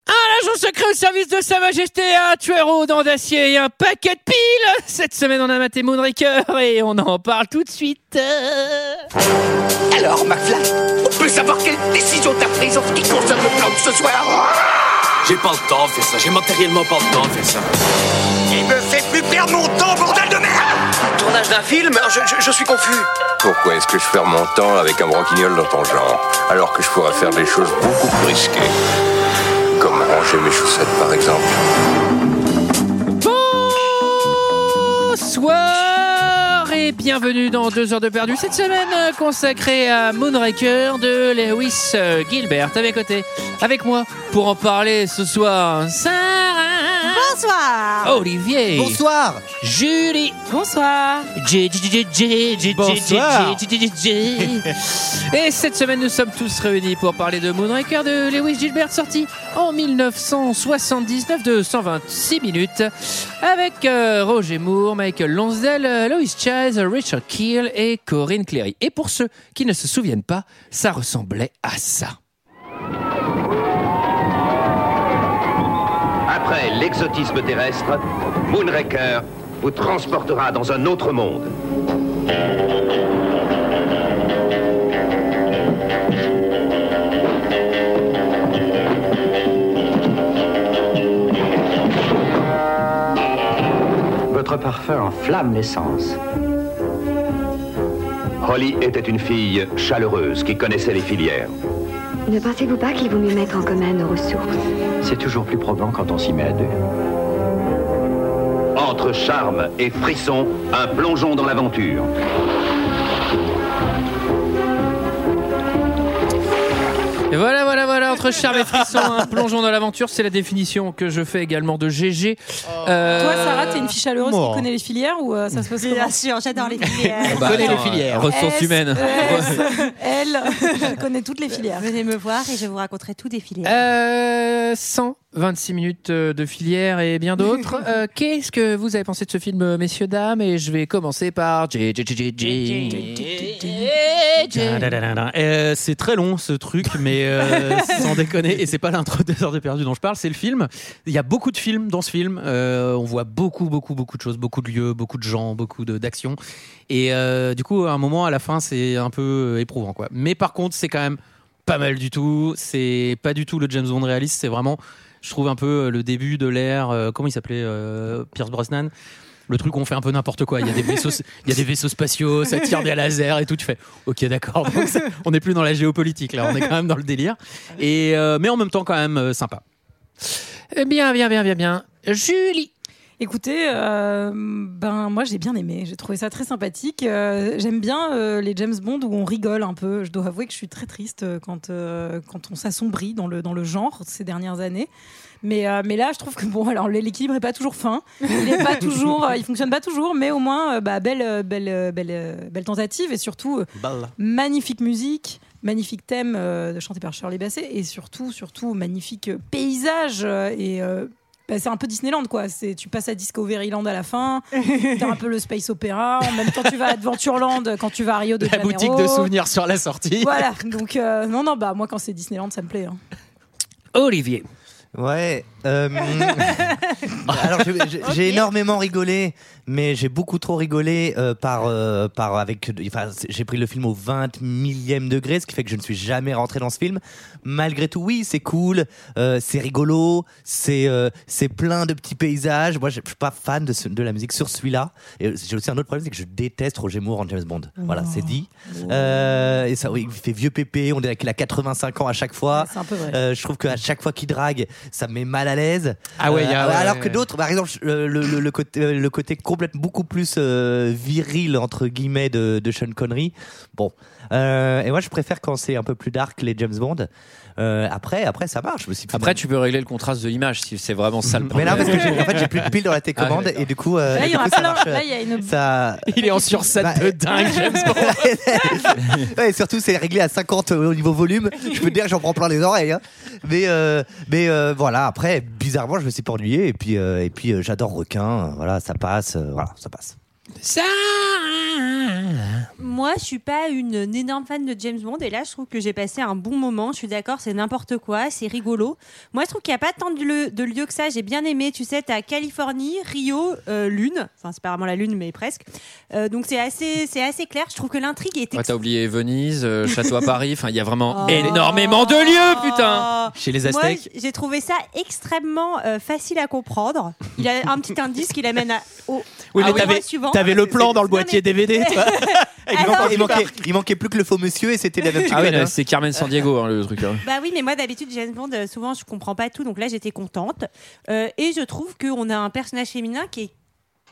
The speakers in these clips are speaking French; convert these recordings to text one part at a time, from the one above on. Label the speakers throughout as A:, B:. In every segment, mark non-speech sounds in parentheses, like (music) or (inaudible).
A: Agent Ah, secret au service de Sa Majesté, un tueur aux dents d'acier et un paquet de piles Cette semaine, on a maté Moonraker et on en parle tout de suite. Euh.
B: Alors, McFly, on peut savoir quelle décision t'as prise en ce qui concerne le plan de ce soir
C: J'ai pas le temps de faire ça, j'ai matériellement pas le temps de faire ça.
B: Il me fait plus perdre mon temps, bordel de merde
D: Tournage d'un film je, je- je suis confus.
E: Pourquoi est-ce que je perds mon temps avec un branquignol dans ton genre Alors que je pourrais faire des choses beaucoup plus risquées. Comme ranger mes chaussettes par exemple.
A: Bonsoir et bienvenue dans 2 heures de perdu cette semaine euh, consacrée à Moonraker de Lewis euh, Gilbert. Avec côté, avec moi pour en parler ce soir, Sarah,
F: Bonsoir.
A: Olivier,
G: Bonsoir
A: Julie,
F: Bonsoir.
A: J- j- j- j- j-
G: Bonsoir.
A: j- j- j- j- j- Et cette semaine, nous sommes tous réunis pour parler de Moonraker de Lewis Gilbert, sorti en 1979 de 126 minutes, avec euh, Roger Moore, Michael Lonsdale, euh, Lois Childs, Richard Keel et Corinne Cleary. Et pour ceux qui ne se souviennent pas, ça ressemblait à ça.
H: Après l'exotisme terrestre, Moonraker vous transportera dans un autre monde.
D: Votre parfum enflamme l'essence.
H: Holly était une fille chaleureuse qui connaissait les filières.
I: Ne pensez-vous pas qu'il vaut mieux mettre en commun nos ressources
D: C'est toujours plus probant quand on s'y met à deux.
H: Entre charme et frisson, un plongeon dans l'aventure.
A: Et voilà, voilà, voilà, entre charme et frisson, un plongeon dans l'aventure, c'est la définition que je fais également de GG. Euh,
F: Toi, Sarah, t'es une fille chaleureuse
G: Mort.
F: qui connaît les filières ou euh, ça se passe comment
J: Bien sûr, j'adore
F: (laughs)
J: les filières.
A: bah,
G: connaît les
A: attends,
G: filières.
A: euh, Ressources
F: S,
A: humaines.
F: E, Elle, elle (laughs) connaît toutes les filières.
J: Venez me voir et je vous raconterai tout des filières.
A: (laughs) Euh, 126 minutes euh, de filière et bien d'autres. Euh, Qu'est-ce que vous avez pensé de ce film, euh, messieurs, dames Et je vais commencer par... J, J, J, J, J. J.
K: Euh, c'est très long ce truc, mais euh,
A: (laughs)
K: sans déconner, et c'est pas l'intro des heures de perdu dont je parle, c'est le film. Il y a beaucoup de films dans ce film. Euh, on voit beaucoup, beaucoup, beaucoup de choses, beaucoup de lieux, beaucoup de gens, beaucoup de- d'actions. Et euh, du coup, à un moment, à la fin, c'est un peu euh, éprouvant, quoi. Mais par contre, c'est quand même pas mal du tout. C'est pas du tout le James Bond réaliste. C'est vraiment, je trouve, un peu euh, le début de l'ère. euh, comment il s'appelait euh, Pierce Brosnan. Le truc où on fait un peu n'importe quoi. Il y, a des vaisseaux, il y a des vaisseaux spatiaux, ça tire des lasers et tout. Tu fais, ok, d'accord. Donc, c'est- On n'est plus dans la géopolitique là. On est quand même dans le délire. Et euh, mais en même temps, quand même euh, sympa.
A: Euh, Bien, bien, bien, bien, bien. Julie
F: Écoutez, euh, ben moi j'ai bien aimé, j'ai trouvé ça très sympathique. Euh, J'aime bien euh, les James Bond où on rigole un peu. Je dois avouer que je suis très triste euh, quand euh, quand on s'assombrit dans le dans le genre ces dernières années. Mais euh, mais là, je trouve que bon, alors l'équilibre est pas toujours fin, il est pas toujours, euh, il fonctionne pas toujours, mais au moins euh, bah, belle euh, belle euh, belle euh, belle tentative et surtout euh, magnifique musique, magnifique thème euh, chanté par Shirley Basset et surtout, surtout magnifique euh, paysage euh, et euh, bah, c'est un peu Disneyland quoi. C'est tu passes à Discoveryland à la fin, t'as un peu le space opéra. En même temps, tu vas à Adventureland quand tu vas à Rio de
K: La
F: Janeiro.
K: boutique de souvenirs sur la sortie.
F: Voilà. Donc euh, non non bah moi quand c'est Disneyland ça me plaît. hein.
A: Olivier.
G: Ouais. euh, alors, je- je- j'ai énormément rigolé, mais j'ai beaucoup trop rigolé euh, par, euh, par avec. Enfin, c'est- j'ai pris le film au 20 millième degré, ce qui fait que je ne suis jamais rentré dans ce film. Malgré tout, oui, c'est cool, euh, c'est rigolo, c'est euh, c'est plein de petits paysages. Moi, je je suis pas fan de, ce- de la musique sur celui-là. Et euh, j'ai aussi un autre problème, c'est que je déteste Roger Moore en James Bond. Voilà, c'est dit. Euh, et ça, oui, il fait vieux pépé. On dirait qu'il a 85 ans à chaque fois.
F: Ouais, c'est un peu vrai.
G: Euh, je trouve qu'à chaque fois qu'il drague, ça me met mal à l'aise.
K: Ah ouais,
G: Euh,
K: y a- ouais,
G: alors
K: ouais,
G: que
K: ouais.
G: d'autres, par exemple, je- euh, le, le- le côté, euh, le côté complètement beaucoup plus euh, viril entre guillemets de, de Sean Connery. Bon, Euh, et moi je préfère quand c'est un peu plus dark les James Bond. Euh, après, après ça marche. Je me suis dit,
A: Après, tu peux régler le contraste de l'image si c'est vraiment ça le
G: Mais
A: problème. (laughs)
G: là, parce que j'ai- en fait, j'ai plus de piles dans la télécommande et du coup, euh,
F: Là il y en a
G: ça
F: plein. hein.
G: marche.
F: Là il y a une
G: Ça,
K: (laughs) Il est en sursat
G: Bah,
K: de
G: (laughs)
K: dingue. James Bond.
G: ouais, et surtout, c'est réglé à 50 au niveau volume. Je peux te dire que j'en prends plein les oreilles. hein. Mais, euh, mais euh, voilà, après, bizarrement, je me suis pas ennuyé. Et puis, euh, et puis euh, j'adore requin. Voilà, ça passe. euh, voilà, ça passe.
A: Sarah
F: Moi, je suis pas une, une énorme fan de James Bond et là, je trouve que j'ai passé un bon moment. Je suis d'accord, c'est n'importe quoi, c'est rigolo. Moi, je trouve qu'il n'y a pas tant de, lieu- de lieux que ça. J'ai bien aimé, tu sais, t'as Californie, Rio, euh, Lune. Enfin, c'est pas vraiment la Lune, mais presque. Euh, donc, c'est assez, c'est assez clair. Je trouve que l'intrigue est
A: Ouais, T'as oublié Venise, euh, château à Paris. Enfin, il y a vraiment
F: Oh. Ah
A: énormément de lieux, putain.
G: Chez les
F: Moi, j- j'ai trouvé ça extrêmement euh, facile à comprendre. Il a un petit indice qui l'amène à- au,
G: Oui,
F: à
A: Ah
G: mais
F: au
G: t'avais,
F: point suivant.
G: t'avais le plan dans le boîtier DVD, toi.
F: (laughs) Avec
G: Ah,
F: Alors- l'empreinte
C: il, manquait, il manquait plus que le faux monsieur et c'était la même
A: Ah oui, c'est Carmen San Diego le truc. hein.
F: Bah oui, mais moi d'habitude, James Bond, euh, souvent je comprends pas tout, donc là j'étais contente. Euh, et je trouve qu'on a un personnage féminin qui est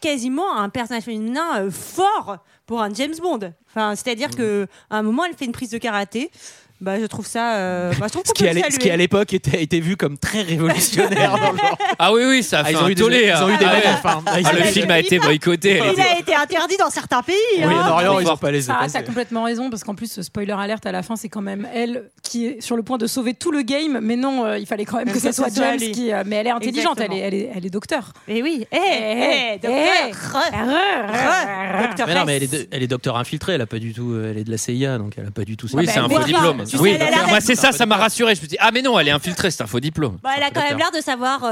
F: quasiment un personnage féminin euh, fort pour un James Bond. Enfin, c'est-à-dire
G: Mmh.
F: que à un moment, elle fait une prise de karaté. Bah, je trouve ça. euh, bah, je trouve
G: Ce
F: qu'on
G: qui,
F: peut
G: à
F: le
G: l'é- ce qui, à
F: saluer.
G: l'époque était, était vu comme
F: (laughs)
G: très révolutionnaire. dans le genre.
A: Ah oui, oui, ça a
G: Ah,
A: fait
G: ils
A: un
G: ont eu des-
A: tollé,
G: ils
A: hein.
G: ont eu des-
A: Ah ouais.
G: enfin, ils
A: Ah,
G: ont
A: le
G: eu
A: film
G: des-
A: a été boycotté. hein.
F: Il a été interdit dans certains pays. hein.
G: Orient, ils ont pas laissé
B: Ah,
G: passer.
B: t'as complètement raison, parce qu'en plus, spoiler alerte, à la fin, c'est quand même elle qui est sur le point de sauver tout le game, mais non, euh, il fallait quand même que ça soit James
F: lui.
B: qui. euh, mais elle est intelligente, elle
F: Exactement.
B: est, elle, est, elle est docteur.
F: Et oui. Eh,
B: Eh,
F: eh, docteur. Re. Docteur
G: Mais non, mais elle est,
F: S.
G: de- elle est docteur infiltrée, elle a pas du tout, euh, elle est de la CIA, donc Ah bah, elle a pas du tout.
A: Oui,
G: ça.
A: c'est un faux diplôme.
F: Ben, tu sais,
A: Oui,
F: elle a l'air
A: moi
F: d'être-
A: c'est ça, ça m'a rassuré. Je me suis dit, ah mais non, elle est infiltrée, c'est un faux diplôme.
F: Bah, elle a quand même l'air de savoir euh,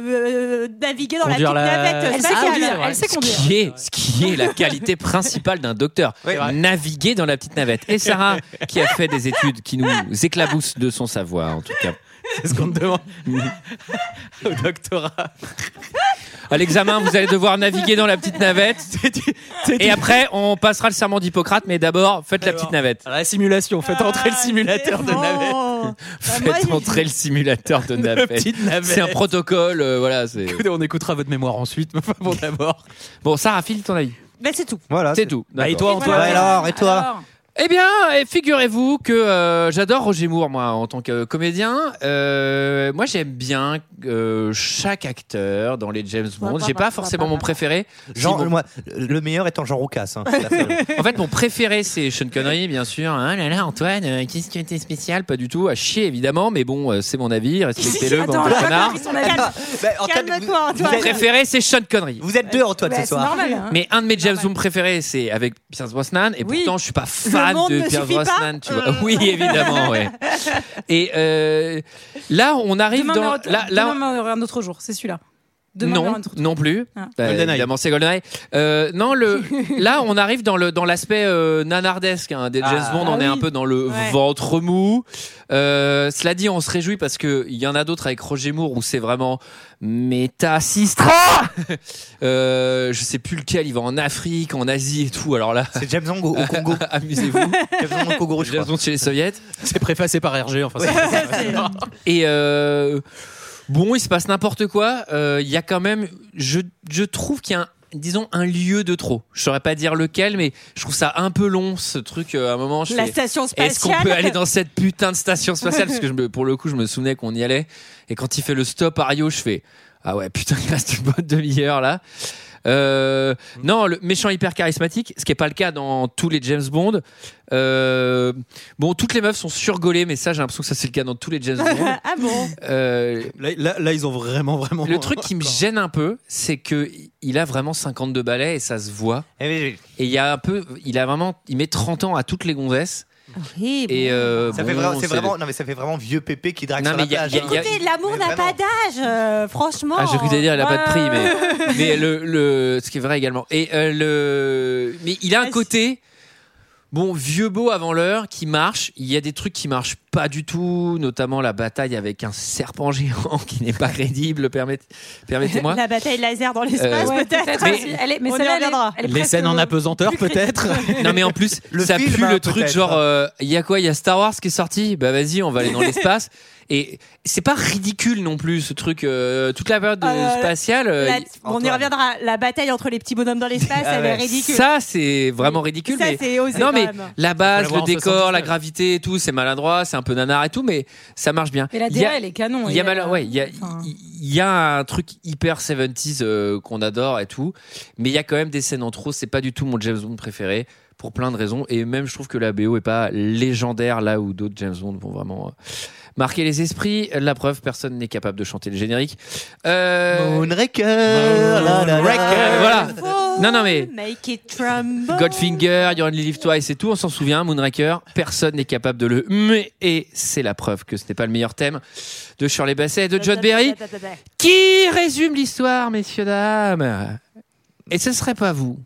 F: euh, naviguer dans
G: Conduire
F: la petite
G: la- Ah
F: navette
G: Elle
B: sait
F: spatiale.
B: conduire, elle sait
A: Ce qui est, ce qui est la
F: (laughs)
A: qualité principale d'un docteur, naviguer dans la petite navette. Et Sarah, qui a fait des études qui nous éclaboussent de son savoir, en tout cas.
G: C'est ce qu'on te
B: (laughs)
G: demande au doctorat.
A: À l'examen, vous allez devoir naviguer dans la petite navette. Et après, on passera le serment d'Hippocrate, mais d'abord, faites la petite navette.
G: Alors, la simulation, faites
B: Ah,
G: entrer le simulateur de
F: Bah,
G: navette.
F: moi,
A: Faites
F: j'ai-
A: entrer le simulateur de
G: (laughs) La
A: navette.
G: petite navette.
A: C'est un protocole, euh, voilà. c'est-
G: Écoutez, On écoutera votre mémoire ensuite, mais enfin bon d'abord.
A: Bon, Sarah, file ton avis.
F: Bah, c'est tout.
C: Voilà.
A: Ah, C'est tout.
G: Bah, et
A: D'accord.
G: toi,
C: Ouais,
G: Antoine
C: alors, et toi
B: Alors,
A: Eh bien, eh, figurez-vous que euh, j'adore Roger Moore, moi, en tant que euh, comédien. Euh, moi, j'aime bien euh, chaque acteur dans les James Bond. J'ai pas forcément mon préféré.
C: Jean,
A: Si, mon-
C: moi, le meilleur étant Jean Roucas. hein.
A: En fait, mon préféré, c'est Sean Connery, bien sûr. Ah là là, Antoine, euh, qu'est-ce qui était spécial Pas du tout, à chier, évidemment, mais bon, euh, c'est mon (laughs) avis, respectez-le,
B: Attends,
A: bande de
B: elle a pas
A: connards.
B: compris son avis.
C: (laughs) Bah, Antoine,
F: Calme-toi,
C: vous- vous
A: Mon
F: Antoine.
C: êtes-
A: préféré, c'est Sean Connery.
C: Vous êtes deux, Antoine,
B: Bah,
C: ce
B: c'est
C: soir.
B: normal. hein.
A: Mais un de mes James Bond préférés, c'est avec Pierce Brosnan, et
F: Oui.
A: pourtant je suis pas fan
F: monde
A: de
F: ne
A: Pierce
F: suffit pas.
A: Brosnan. Tu vois.
F: Euh.
A: Oui, évidemment,
F: (laughs)
A: ouais. Et euh, là, on arrive
B: Demain,
A: dans
B: meurt-
A: là, là-
B: demain meurt un autre jour, c'est celui-là. Demain meurt
A: non,
B: un autre jour.
A: non plus.
B: Ah.
A: Bah,
G: GoldenEye.
A: évidemment, c'est Goldeneye. Euh, non,
B: (laughs)
A: le là, on arrive dans le dans l'aspect euh, nanardesque hein, des James Bond.
B: Ah
A: on est
B: oui.
A: un peu dans le
F: Ouais.
A: ventre mou. Euh, cela dit, on se réjouit parce que il y en a d'autres avec Roger Moore où c'est vraiment méta sistra. (laughs) euh, je sais plus lequel. Il va en Afrique, en Asie et tout. Alors là. (laughs)
C: C'est James Bong au, au
G: (laughs)
C: Congo.
A: Amusez-vous.
C: James Bond au Congo, je
A: James
C: crois.
A: Bond chez les soviets.
G: C'est préfacé par RG, enfin. c'est-
A: Et euh, bon, il se passe n'importe quoi. Euh, Il y a quand même, je, je trouve qu'il y a un- disons un lieu de trop. Je saurais pas dire lequel, mais je trouve ça un peu long ce truc. euh, à un moment, je
F: La
A: fais,
F: station
A: Est-ce qu'on
F: spatiale.
A: peut aller
F: (laughs)
A: dans cette putain de station spatiale Parce que je me- pour le coup, je me souvenais qu'on y allait. Et quand il fait le stop à Rio, je fais Ah ouais, putain, il reste une bonne demi-heure là. Euh, non, le méchant hyper charismatique, ce qui est pas le cas dans tous les James Bond. Euh, bon, toutes les meufs sont surgolées, mais ça, j'ai l'impression que ça c'est le cas dans tous les James Bond.
F: ah bon
A: Euh,
G: Là, là- là, ils ont vraiment, vraiment.
A: le truc qui me gêne un peu, c'est que il a vraiment 52 balais et ça se voit.
C: Eh oui,
A: Et il y a un peu, il a vraiment, il met 30 ans à toutes les gonzesses.
F: Horrible.
A: Et euh,
C: ça
A: bon,
C: fait vraiment, c'est
A: c'est-
C: vraiment, non mais ça fait vraiment vieux pépé qui drague
A: Non,
C: sur
A: mais
C: la
A: il y a-
C: plage.
A: il y a-
C: hein.
A: il y a-
F: Écoutez, l'amour
C: Mais
F: n'a
C: vraiment.
F: pas d'âge, euh, franchement.
A: Ah, j'ai cru dire, il a pas de prix,
F: Ouais.
A: mais, mais le, le- ce qui est vrai également. Et euh, le, mais il a un
F: Ah,
A: côté, bon, vieux beau avant l'heure qui marche. Il y a des trucs qui marchent pas du tout, notamment la bataille avec un serpent géant (laughs) qui n'est pas crédible, permette- permettez-moi.
F: La bataille laser dans l'espace,
A: Euh,
B: Ouais,
F: peut-être.
A: Mais-
B: aussi. Elle est- mais
F: On y
B: celle-là, elle est-
F: reviendra.
B: elle est
G: Les
B: presque-
G: scènes en apesanteur,
B: (laughs)
G: peut-être
A: Non mais en plus
C: (laughs) Le
A: ça
C: film,
A: pue
C: hein,
A: le truc
C: peut-être.
A: genre euh, il y a quoi il y a Star Wars qui est sorti bah vas-y on va aller
C: (laughs)
A: dans l'espace et c'est pas ridicule non plus ce truc euh, toute la période
F: Euh,
A: spatiale euh,
F: La-
A: y-
F: on y
C: Antoine.
F: reviendra. La bataille entre les petits bonhommes dans l'espace,
C: Ah
F: elle est
C: ouais.
F: ridicule.
A: ça c'est vraiment ridicule
F: Ça,
A: mais
F: c'est osé
A: non
F: quand
A: mais
G: Euh,
F: même.
A: la base
G: Faut la
A: le
G: voir en
A: décor la
G: 79.
A: gravité et tout c'est maladroit c'est un peu nanar et tout mais ça marche bien
B: Mais la
A: Il y a-
B: DA, elle est canon.
A: il y a
B: et
A: mal-
B: elle- euh,
A: ouais, il y a,
B: enfin,
A: il- il y a un truc hyper 70s euh, qu'on adore et tout, mais il y a quand même des scènes en trop. C'est pas du tout mon James Bond préféré pour plein de raisons. Et même, je trouve que la BO est pas légendaire là où d'autres James Bond vont vraiment euh, marquer les esprits. La preuve, personne n'est capable de chanter le générique. Euh,
C: Moonraker, la la la.
A: Moonraker, voilà.
F: Faux.
A: Non, non, mais-
F: Euh, Make it tremble.
A: Goldfinger, You Only Live Twice et tout, on s'en souvient, Moonraker, personne n'est capable de le mais et c'est la preuve que ce n'est pas le meilleur thème de Shirley Basset et
F: Bah,
A: de John Berry qui résume l'histoire, messieurs, dames. Et ce serait pas vous,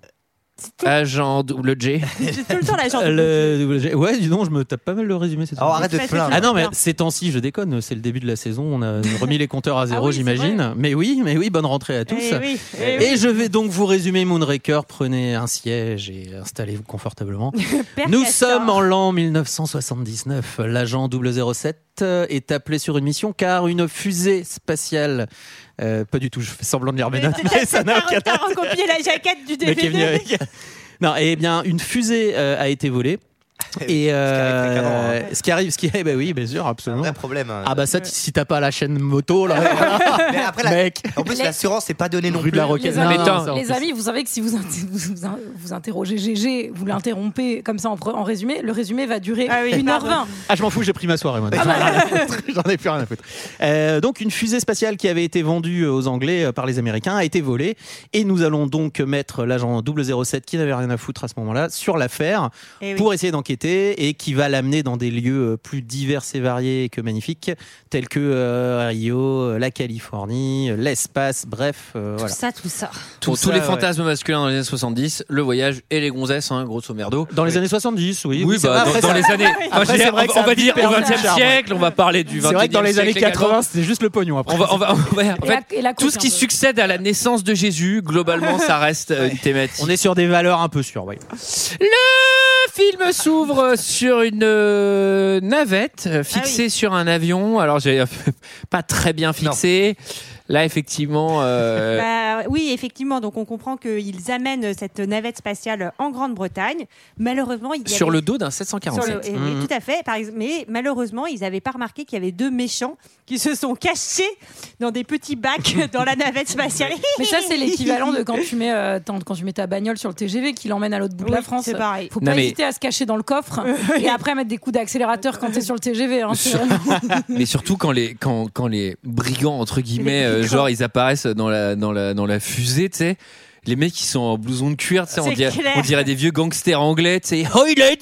A: agent double
G: (laughs)
A: J.
F: J'ai tout le temps la jambe.
G: Le double G. Ouais, dis donc, je me tape pas mal le résumé. cette
B: Alors,
G: semaine.
B: arrête de te plaindre.
G: Ah non, mais ces temps-ci, je déconne, c'est le début de la saison, on a remis les compteurs
F: Ah
G: à zéro, j'imagine. Mais oui, mais oui, bonne rentrée à tous.
F: Eh oui, eh
G: et je vais donc vous résumer Moonraker, prenez un siège et installez-vous
F: (laughs)
G: confortablement. Nous sommes en l'an 1979. L'agent 007 euh, est appelé sur une mission car une fusée spatiale, euh, pas du tout, je fais semblant de lire mes notes, mais ça n'a aucun
F: T'as recopié la jaquette du (laughs)
G: mais qui est venu
F: DVD.
G: avec. Non, eh bien, une fusée euh, a été volée.
B: Eh
G: Et euh,
B: hein.
G: ce qui arrive, ce qui (laughs) est, bah oui, bien sûr, absolument.
B: Un problème. hein.
G: Ah bah ça, t- si t'as pas la chaîne
B: (laughs)
G: moto là,
B: Mais après, la-
G: mec,
B: en plus, l'assurance n'est pas donnée non
G: rue
B: plus.
G: de la Roquette.
I: Les,
G: Non,
I: amis,
G: non, ça, en
I: les
G: plus.
I: amis, vous savez que si vous, inter- vous, vous- vous interrogez GG, vous l'interrompez comme ça en, pre- en résumé, le résumé va durer
F: Ah oui,
I: 1h20.
F: pardon.
G: Ah, je m'en fous, j'ai pris ma soirée, moi.
B: Ah bah,
G: J'en ai rien à foutre. (laughs) J'en ai plus rien à foutre. Euh, donc, une fusée spatiale qui avait été vendue aux Anglais euh, par les Américains a été volée. Et nous allons donc mettre l'agent 007, qui n'avait rien à foutre à ce moment-là, sur l'affaire
F: Eh oui.
G: pour essayer d'enquêter et qui va l'amener dans des lieux euh, plus divers et variés que magnifiques, tels que euh, Rio, euh, la Californie, euh, l'espace, bref, euh,
F: Tout
G: voilà.
F: ça, tout ça.
G: Tout
A: Pour
G: ça,
A: tous les
G: ouais.
A: fantasmes masculins dans les années 70, le voyage et les gonzesses, hein, grosso merdo.
G: Dans les années 70, oui.
A: Oui,
G: c'est
A: bah,
G: vrai,
A: dans,
G: après,
A: dans
G: ça-
A: les années. Enfin, je veux
G: c'est
A: dire,
G: vrai que
A: on
G: ça
A: va dire au
G: perd son
A: 20e
G: charme.
A: siècle, on va parler du 20e
G: C'est vrai que dans les années
A: siècle également.
G: 80, c'était juste le pognon après.
A: On va, on va, on va- en fait,
I: Et la- et la
A: tout
I: course
A: ce
I: un
A: qui
I: peu.
A: succède à la naissance de Jésus, globalement, ça reste euh, une thématique.
G: On est sur des valeurs un peu sûres, oui.
A: Le film s'ouvre sur une euh, navette
F: Ah
A: euh, fixée sur un avion. Alors, j'ai (laughs) euh, pas très bien fixé. Là, effectivement, euh,
F: Bah, oui, effectivement. Donc, on comprend qu'ils amènent cette navette spatiale en Grande-Bretagne. Malheureusement, il y
A: sur
F: avait-
A: le dos d'un
F: Sur le-
A: 747.
F: eh oui,
G: Mhm.
F: tout à fait. Par ex- mais malheureusement, ils n'avaient pas remarqué qu'il y avait deux méchants qui se sont cachés dans des petits bacs
G: (laughs)
F: dans la navette spatiale.
I: (laughs) Mais ça, c'est l'équivalent de quand tu, mets, euh, ton- quand tu mets ta bagnole sur le TGV qui l'emmène à l'autre bout de la
F: Oui,
I: France.
F: c'est pareil.
I: Faut
A: Non,
I: pas
A: mais-
I: hésiter à se cacher dans le coffre et après mettre des coups d'accélérateur quand t'es sur le TGV. hein, c'est
A: Sur-
I: vraiment-
A: Mais surtout quand les quand, quand les brigands entre guillemets euh, genre ils apparaissent dans la dans la dans la fusée, tu sais. Les mecs qui sont en blouson de cuir, tu sais, on
F: C'est
A: dirait,
F: clair.
A: on dirait des vieux gangsters anglais, tu sais. (laughs) Hoylet,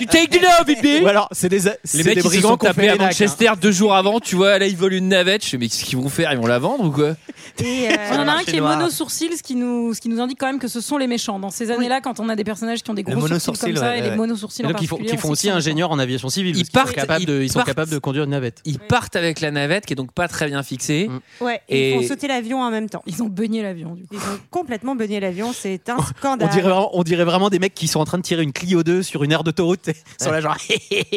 A: you take the love,
F: (laughs)
A: baby.
G: Ou alors, c'est des, a- c'est
A: Les mecs
G: des
A: qui se
G: brigands
A: sont
G: qui ont fait
A: tapés
G: les
A: à
G: nacs, hein.
A: Manchester deux jours avant, tu vois, là ils volent une navette. Je sais, mais qu'est-ce qu'ils vont faire Ils vont la vendre ou quoi
F: Et, euh,
I: On en a un
B: marché
I: qui est
B: noir.
I: mono-sourcil, ce qui, nous, ce qui nous indique quand même que ce sont les méchants. Dans ces années-là, quand on a des personnages qui ont des
B: Le
I: gros sourcils
B: mono-sourcil,
I: comme ça
B: ouais,
I: et
B: ouais.
I: les mono-sourcils
G: Et
I: en
G: donc, ils font,
I: particulier,
G: qui
I: on
G: font
I: sait
G: aussi
I: qu'ils sont-
G: ingénieurs en aviation civile.
A: Ils
G: parce qu'ils sont
A: partent-
G: capables de-
A: ils
G: ils sont
A: partent-
G: capables de conduire une navette.
A: Ils partent avec la navette qui est donc pas très bien fixée.
G: Mm.
F: ouais, et ils
A: Et-
F: font sauter l'avion en même temps.
I: Ils ont beugné l'avion, du coup.
F: Ils ont complètement beugné l'avion. C'est un
G: (laughs) On
F: scandale.
G: dirait, vraiment, on dirait vraiment des mecs qui sont en train de tirer une Clio 2 sur une aire d'autoroute. t'sais, Sur la genre, (laughs)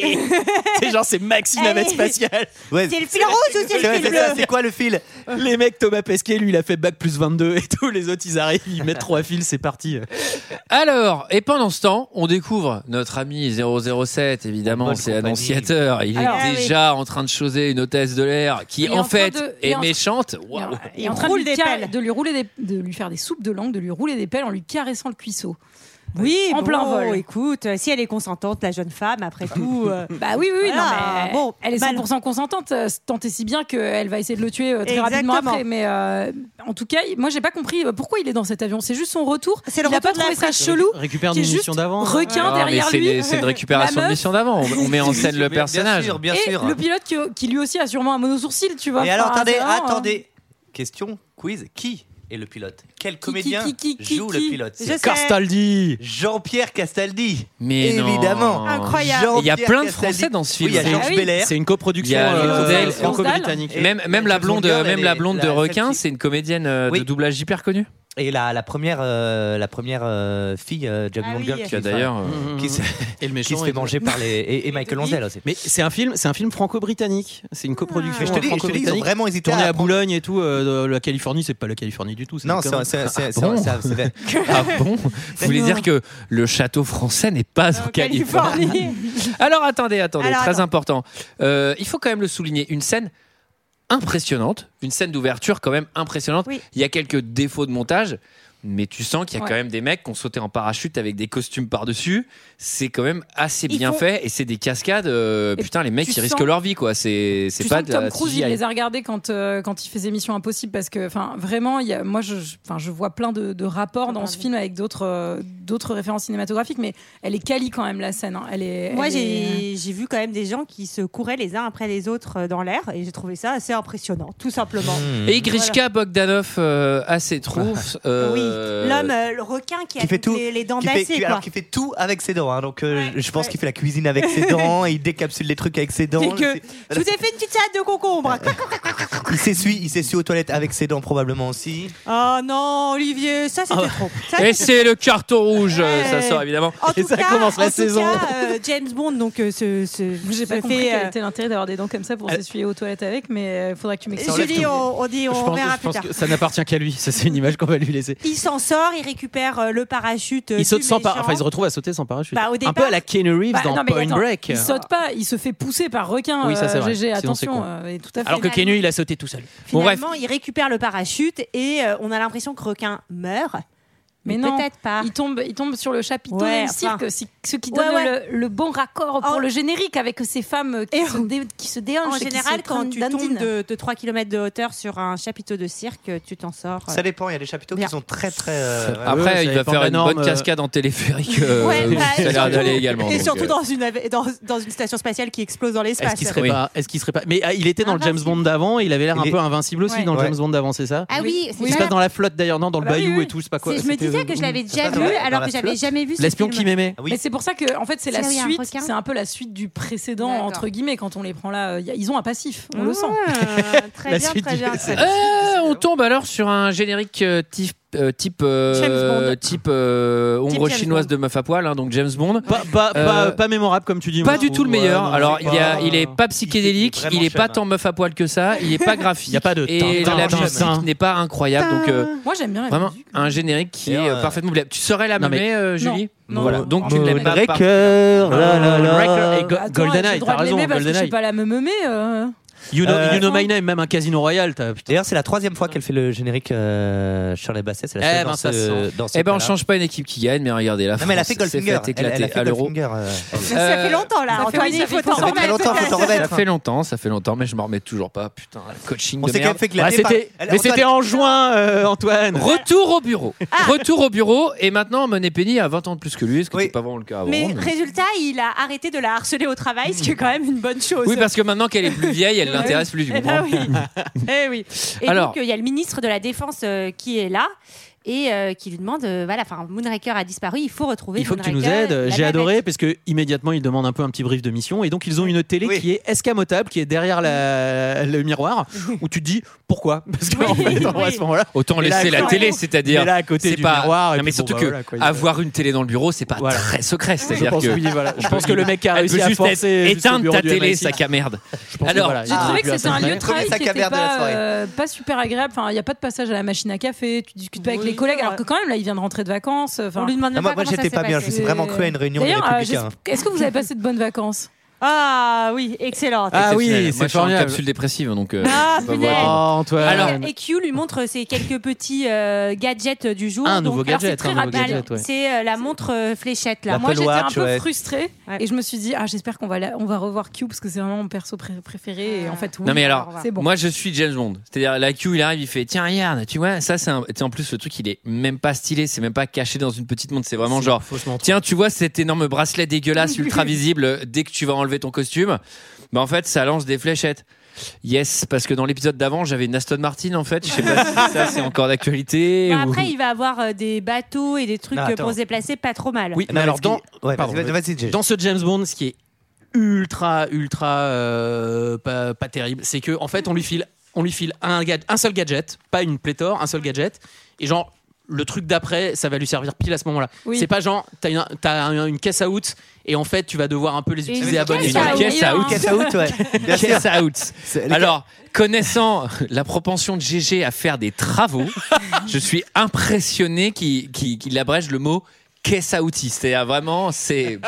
G: c'est genre c'est maxi navette
F: Allez.
G: spatiale.
B: Ouais.
F: C'est le fil rouge ou c'est
B: C'est
F: le
B: vrai,
F: fil
B: c'est
F: bleu
B: ça, c'est quoi le fil
G: Les mecs, Thomas Pesquet, lui, il a fait bac plus 22 et tous les autres, ils arrivent, ils mettent trois fils, c'est parti.
A: Alors, et pendant ce temps, on découvre notre ami 007, évidemment,
B: Bonne
A: c'est
B: compagnie.
A: annonciateur. Il
I: Alors,
A: est
F: ah oui.
A: déjà en train de choser une hôtesse de l'air qui,
I: Il est
A: en
I: en train
A: fait,
I: de- il
A: est
I: est en-
A: méchante. Waouh.
I: Il
F: Et
I: est en
F: on
I: train de
F: roule
I: lui,
F: des
I: car-
F: pelles.
I: de lui rouler des- de lui faire des soupes de langue, de lui rouler des pelles en lui caressant le cuisseau.
F: Oui,
I: En
F: bon,
I: plein vol.
F: Écoute, euh, si elle est consentante, la jeune femme, après tout. euh,
I: (laughs) Bah oui, oui, oui,
F: Voilà.
I: non, mais
F: Bon,
I: elle est
F: mal.
I: 100% consentante, euh, tant et si bien qu'elle va essayer de le tuer euh, très rapidement
F: Exactement.
I: après. Mais euh, en tout cas, moi, j'ai pas compris euh, pourquoi il est dans cet avion. C'est juste son retour.
F: C'est le
I: il a
F: retour
I: pas
F: de la
I: trouvé ça
F: fraîche.
I: chelou.
G: Récupère
I: Qui
G: une
I: est juste
G: mission d'avant.
I: requin
A: Ah, mais
I: derrière
A: c'est
I: lui.
A: des- c'est une récupération
I: (laughs) La
A: de hein.
I: meuf.
A: mission d'avant. On, on met
I: (laughs)
A: en scène le
B: Bien
A: personnage.
B: sûr, bien
I: Et
B: sûr.
I: le pilote qui, qui lui aussi a sûrement un mono-sourcil, tu vois.
B: Et alors,
I: Enfin,
B: attendez,
I: c'est vraiment, hein.
B: attendez. Question, quiz. Qui est le pilote Quel comédien
I: qui, qui, qui,
B: joue
I: qui
B: le pilote
F: Je sais.
B: C'est
G: Castaldi
B: Jean-Pierre Castaldi.
A: Mais non.
B: Évidemment.
F: Incroyable.
A: Il y a
B: Jean-Pierre
A: plein de
B: Castaldi.
A: Français dans ce film.
B: Oui, il y a Georges
I: Ah oui.
B: Belair.
G: C'est une coproduction
A: Il y a
G: euh,
A: Lonsdale,
G: franco-britannique.
B: Lonsdale.
A: Même, même
B: Et-
A: la
B: et
A: blonde,
B: Jean-Pierre,
A: même
B: elle
A: la
B: est-
A: blonde de
B: la-
A: requin,
B: celle-ci.
A: c'est une comédienne euh, de
B: Oui.
A: doublage hyper connue.
B: Et la, la première, euh, la première euh, fille, euh, Jack
F: Ah oui.
B: Longer,
F: Qui a
A: Qui a d'ailleurs. euh,
B: qui se,
G: et Mm, le
B: qui
G: méchant
B: se
G: et
B: fait
G: tout.
B: manger par les. Et, et Michael Lonsdale aussi.
G: Mais c'est un film, c'est un film franco-britannique. C'est une coproduction
B: Ah. Mais je te dis, je te dis, ils ont
G: franco-britannique.
B: vraiment hésité
G: Tourné à
B: prendre-
G: Boulogne et tout, euh, la Californie, c'est pas la Californie du tout. c'est
B: Non,
G: une
B: c'est
G: connerie.
B: c'est- c'est-
A: bon
B: c'est- c'est- c'est-
A: Ah
L: (laughs)
A: bon Vous voulez dire que le château français n'est pas
F: euh,
A: en Californie Alors attendez, attendez,
F: Alors,
A: très
F: attends.
A: important. Euh, il faut quand même le souligner. Une scène impressionnante, une scène d'ouverture quand même impressionnante.
F: Oui.
A: Il y a quelques défauts de montage, Mais tu sens qu'il y a
F: Ouais.
A: quand même des mecs qui ont sauté en parachute avec des costumes par-dessus. C'est quand même assez
L: Ils
A: bien
L: font-
A: fait et c'est des cascades. euh,
L: Et
A: putain, les mecs,
L: tu
A: ils
L: sens-
A: risquent leur vie, quoi. C'est c'est
L: Tu
A: pas
L: sens que
A: de la
L: Tom Cruise, il
A: CGI.
L: les a regardés quand, euh, quand il faisait Mission Impossible parce que, enfin, vraiment, il y a, moi, je, je- enfin, je vois plein de, de rapports dans ce film avec d'autres, euh, d'autres références cinématographiques, mais elle est quali quand même la scène. hein. Elle est. euh,
F: Moi,
L: elle est-
F: j'ai j'ai vu quand même des gens qui se couraient les uns après les autres euh, dans l'air et j'ai trouvé ça assez impressionnant, tout simplement.
C: Hmm.
A: Et Grishka Bogdanov euh, à ses trousses. euh,
F: Voilà. L'homme, euh, le requin qui, a
C: Qui fait
F: toutes
C: tout.
F: les, les dents
C: qui fait,
F: d'acier,
C: qui-
F: quoi.
C: alors qui fait tout avec ses dents. hein. Donc euh, je pense qu'il fait la cuisine avec
F: (laughs)
C: ses dents, il décapsule les trucs avec ses dents.
F: Et que
C: C'est- Euh,
F: je vous ai fait une petite salade de concombre.
C: (laughs) Il s'essuie, il s'essuie aux toilettes avec ses dents probablement aussi.
F: oh non, Olivier, ça c'était
C: Ah.
F: trop. Ça,
A: Et
F: c'était
A: c'est le carton rouge, euh, ça sort évidemment.
F: En tout cas, en tout cas,
A: Bah,
F: euh, James Bond, donc euh, ce, ce
L: J'ai
F: ce
L: pas compris
F: fait,
L: quel
F: euh,
L: était l'intérêt d'avoir des dents comme ça pour s'essuyer aux toilettes avec, mais il faudrait que tu m'expliques.
F: Julie, Ça enlève tout. on- on dit-
G: Euh, Je
F: on
G: pense,
F: verra
G: je
F: plus
G: pense
F: tard.
G: que ça n'appartient qu'à lui. Ça, c'est une image qu'on va lui laisser.
F: Il s'en sort, il récupère euh, le parachute. euh,
G: Il saute
F: du
G: sans par-
F: méchant.
G: enfin, il se retrouve à sauter sans parachute.
F: Bah, au
G: un
F: départ-
G: peu à la Keanu Reeves
F: Bah,
G: dans
F: non, mais
G: Point
F: attends,
G: Break.
L: Il saute pas, il se fait pousser par requin.
G: Oui, ça, c'est
L: euh,
G: vrai.
L: GG,
G: Sinon, c'est
L: attention.
G: con.
L: euh, et tout à fait.
G: Alors que Keanu, il a sauté tout seul. Bon, bref.
F: Finalement, il récupère le parachute et euh, on a l'impression que requin meurt.
L: Mais
F: Mais,
L: non,
F: peut-être pas.
L: Il tombe, il tombe sur le chapiteau
F: Ouais,
L: du
F: enfin.
L: cirque, c'est ce qui
F: Ouais,
L: donne
F: ouais.
L: Le, le bon raccord pour le générique avec ces femmes euh, qui, se, dé- qui se déhanchent.
F: En
L: et qui se
F: général, quand
L: prennent
F: tu
L: d'Undine.
F: tombes de, de 3 km de hauteur sur un chapiteau de cirque, tu t'en sors. euh,
C: Ça dépend, il y a des chapiteaux
F: Bien.
C: qui sont très très. euh, ouais.
A: Après,
G: ça
A: il va
G: dépend de
A: faire
G: la
A: une
G: norme,
A: bonne
G: euh.
A: cascade en téléphérique. euh,
F: Ouais,
A: où
F: bah,
A: ça a
F: et
A: l'air
F: surtout-
A: d'aller également.
F: Et
A: donc,
F: surtout
A: euh,
F: dans, une, ave- dans, dans une station spatiale qui explose dans l'espace.
G: Est-ce qu'il serait
A: Oui.
G: pas Est-ce qu'il serait pas Mais ah, il était dans le James
F: Invincible.
G: Bond d'avant. Il avait l'air
C: Il
G: un
C: est-
G: peu invincible aussi
F: Ouais.
G: dans le
C: Ouais.
G: James Bond d'avant, c'est ça
M: Ah oui, c'est
G: Il se
M: ça.
G: passe dans la flotte d'ailleurs, non Dans le
L: Ah bah oui,
G: bayou
L: oui.
G: et tout, je sais pas quoi.
M: C'est- Je me
G: C'était-
M: disais que je l'avais déjà
C: pas dans
M: vu,
C: la-
M: alors
C: dans
M: que
C: la
M: j'avais
C: flotte.
M: jamais vu ce
G: L'espion qui
M: film.
G: m'aimait.
C: Ah oui.
L: Mais c'est pour ça que, en fait, c'est la
M: C'est là où il y a un
L: suite.
M: requin.
L: C'est un peu la suite du précédent
M: D'accord.
L: entre guillemets. Quand on les prend là, euh, y a- ils ont un passif. On le sent.
F: Ah, très
G: La
F: bien,
G: suite
F: très
G: du-
F: bien. très bien.
A: Euh, on tombe alors sur un générique euh, type euh, type euh,
F: James Bond.
A: type euh, ombre
F: James
A: chinoise
F: Bond.
A: de meuf à poil hein, donc James Bond
G: Pas, pas,
A: Euh,
G: pas, pas mémorable comme tu dis.
A: pas
G: moi, je
A: du tout
G: trouve.
A: le meilleur
G: Ouais, non,
A: alors
G: c'est
A: il, y a,
G: pas-
A: il est pas
C: il
A: psychédélique
C: est
A: il
C: vraiment
A: est pas
C: chum, hein.
A: tant meuf à poil que ça il est pas graphique
G: Il y a pas de
A: et
G: tin,
A: la
G: tin, tin.
A: musique n'est pas incroyable donc euh,
L: Moi, j'aime bien. La
A: vraiment
L: musique.
A: un générique qui
C: Et,
A: est euh,
C: euh,
A: parfaitement oubliable tu saurais la
G: Non, mais-
A: nommer euh, Julie
L: Non.
A: voilà
L: Non.
A: donc tu ne l'aimes pas par-
G: Moonraker, la la la.
A: Moonraker
G: Et Go-
L: Attends, j'ai
G: GoldenEye,
L: le
G: t'as
L: droit de
G: raison,
L: l'aimer parce que Je
G: GoldenEye.
L: sais pas la me meumer. euh.
G: You know,
C: Euh,
G: you know my name, même un casino royal. t'as- putain.
C: D'ailleurs, c'est la troisième fois qu'elle fait le générique euh, Shirley Basset. C'est la
G: Eh
C: seule euh,
G: ben,
C: dans,
G: ça
C: ce,
G: sent.
C: dans ce
A: eh ben on
C: cas-là.
A: change pas une équipe qui gagne mais regardez la
C: Non, mais elle a
A: France
C: fait
A: s'est
C: Goldfinger.
A: fait
C: Elle, elle a
A: éclater
C: fait
A: à l'euro
C: Goldfinger. euh, elle.
F: Ça fait longtemps là,
L: ça fait-
F: Antoine,
L: oui, ça
F: il faut
L: fait-
F: t'en
L: ça fait
C: très
F: remettre.
C: longtemps, faut t'en remettre.
A: ça fait longtemps ça fait longtemps mais je m'en remets toujours pas putain le coaching
C: On
A: de
C: s'est quand
A: merde
C: même fait éclater.
G: Ah, c'était,
C: par- elle-
G: mais
C: Antoine-
G: c'était en juin, euh, Antoine.
A: Retour au
C: (laughs)
A: bureau. Retour au bureau. Et maintenant, Monet Penny a 20 ans de plus que lui, ce qui
C: Ah. Oui.
A: n'était pas vraiment le cas avant.
F: Mais résultat, il a arrêté de la harceler au travail, ce qui est quand même une bonne chose.
A: Oui, parce que maintenant qu'elle est plus vieille,
G: (laughs)
A: elle l'intéresse plus, tu
F: Eh
A: comprends
F: ben oui. Eh oui. Et
A: Alors.
F: donc, il y a le ministre de la Défense euh, qui est là et euh, qui lui demande euh, voilà, enfin, Moonraker a disparu, il faut retrouver
G: Il faut que tu nous
F: Moonraker,
G: aides.
F: la
G: J'ai
F: navette.
G: adoré parce que immédiatement ils demandent un peu un petit brief de mission et donc ils ont une télé
C: Oui.
G: qui est escamotable, qui est derrière la- le miroir où tu te dis pourquoi Parce qu'en
F: Oui,
G: fait, en vrai, à
F: oui.
G: ce moment-là,
A: Autant
G: Et là,
A: laisser la
G: clairement.
A: télé, c'est-à-dire.
G: Mais là, à côté
A: c'est
G: du
A: pas...
G: miroir, et
A: Non, mais
G: puis bon,
A: surtout
G: bah,
A: que
G: voilà, quoi, il-
A: avoir une télé dans le bureau, c'est pas
G: Voilà.
A: très secret.
G: je
A: C'est-à-dire
G: pense,
A: que.
G: oui, voilà. Je pense que le mec qui a
A: Elle
G: réussi
A: peut
G: à
A: juste être
G: forcer jusqu'au
A: éteindre
G: bureau
A: ta
G: du
A: télé,
G: MI6.
A: sac à merde.
G: Je pense que
A: Alors,
G: voilà,
L: J'ai
G: il
F: Ah,
G: a
L: trouvé
G: dû
L: que c'était un
G: atteindre.
L: lieu de travail
C: Premier
L: qui était
C: saccavère de la
L: pas,
C: soirée.
L: euh, pas super agréable. Enfin, il n'y a pas de passage à la machine à café. Tu discutes pas avec
F: Oui,
L: les collègues.
F: ouais.
L: Alors que quand même, là, il vient de rentrer de vacances. euh, Enfin,
F: On lui demande
C: Ah,
F: même
C: Moi,
F: pas
C: moi,
F: comment ça
C: j'étais
F: s'est
C: pas bien. Je
F: passé.
C: me suis vraiment cru à une réunion des
L: D'ailleurs, euh,
C: Républicains.
L: j'esp- est-ce que vous avez passé de bonnes vacances
F: Ah oui, excellente.
G: Ah oui,
A: Exceptionnel.
G: c'est
A: Moi, je suis en
G: formidable.
A: capsule dépressive, donc. euh,
F: Ah,
A: je peux pas vous
F: punaise.
G: Oh,
A: répondre.
G: Antoine.
A: Alors-
F: et Q lui montre ses quelques petits euh, gadgets du jour.
G: Un nouveau
F: Donc, alors,
G: gadget,
F: c'est très
G: un nouveau
F: rapide.
G: gadget, ouais.
F: C'est euh, la montre euh, fléchette là.
C: La
L: Moi,
C: Apple
L: j'étais un
C: Watch,
L: peu
C: ouais.
L: frustrée
F: Ouais.
L: et je me suis dit, ah, j'espère qu'on va, la- on va revoir Q parce que c'est vraiment mon perso pré- préféré. Et en fait, oui,
A: Non mais alors,
L: c'est bon.
A: moi je suis James Bond. C'est-à-dire la Q il arrive, il fait tiens regarde, tu vois ça c'est un... tu sais, en plus le truc il est même pas stylé, c'est même pas caché dans une petite montre, c'est vraiment genre
G: faussement.
A: Tiens, tu vois cet énorme
L: (laughs)
A: bracelet dégueulasse, ultra visible, euh, dès que tu vas enlever ton costume, bah en fait, ça lance des fléchettes. Yes, parce que dans l'épisode d'avant, j'avais une Aston Martin en fait. Je sais pas si ça c'est encore
L: Bah,
A: d'actualité.
F: Enfin,
A: ou-
F: Bah, après, il va avoir euh, des bateaux et des trucs
C: Non,
F: euh, pour
C: attends.
F: se déplacer pas trop mal.
G: Oui,
C: Ah Non,
G: mais
C: mais
G: alors
C: ce qui-
G: dans,
C: Ouais,
G: Pardon,
C: vas-y, vas-y, Jay.
G: dans ce James Bond, ce qui est ultra, ultra euh, pas, pas terrible, c'est que en fait, on lui file, on lui file un, gad- un seul gadget, pas une pléthore, un seul gadget, et genre le truc d'après, ça va lui servir pile à ce moment-là.
L: Oui.
G: C'est pas genre t'as une, t'as un- une caisse à out et en fait tu vas devoir un peu les utiliser à bonne
A: caisse
G: escient.
A: à out. caisse à out.
C: Cash out,
G: (laughs)
C: ouais. Bien sûr.
A: Caisse out.
C: C'est- les-
A: Alors, connaissant la propension de GG à faire des
B: (laughs)
A: travaux, je suis impressionné qu'il qu'il- qu'il abrège le mot caisse à outils. C'est-à-dire vraiment, c'est.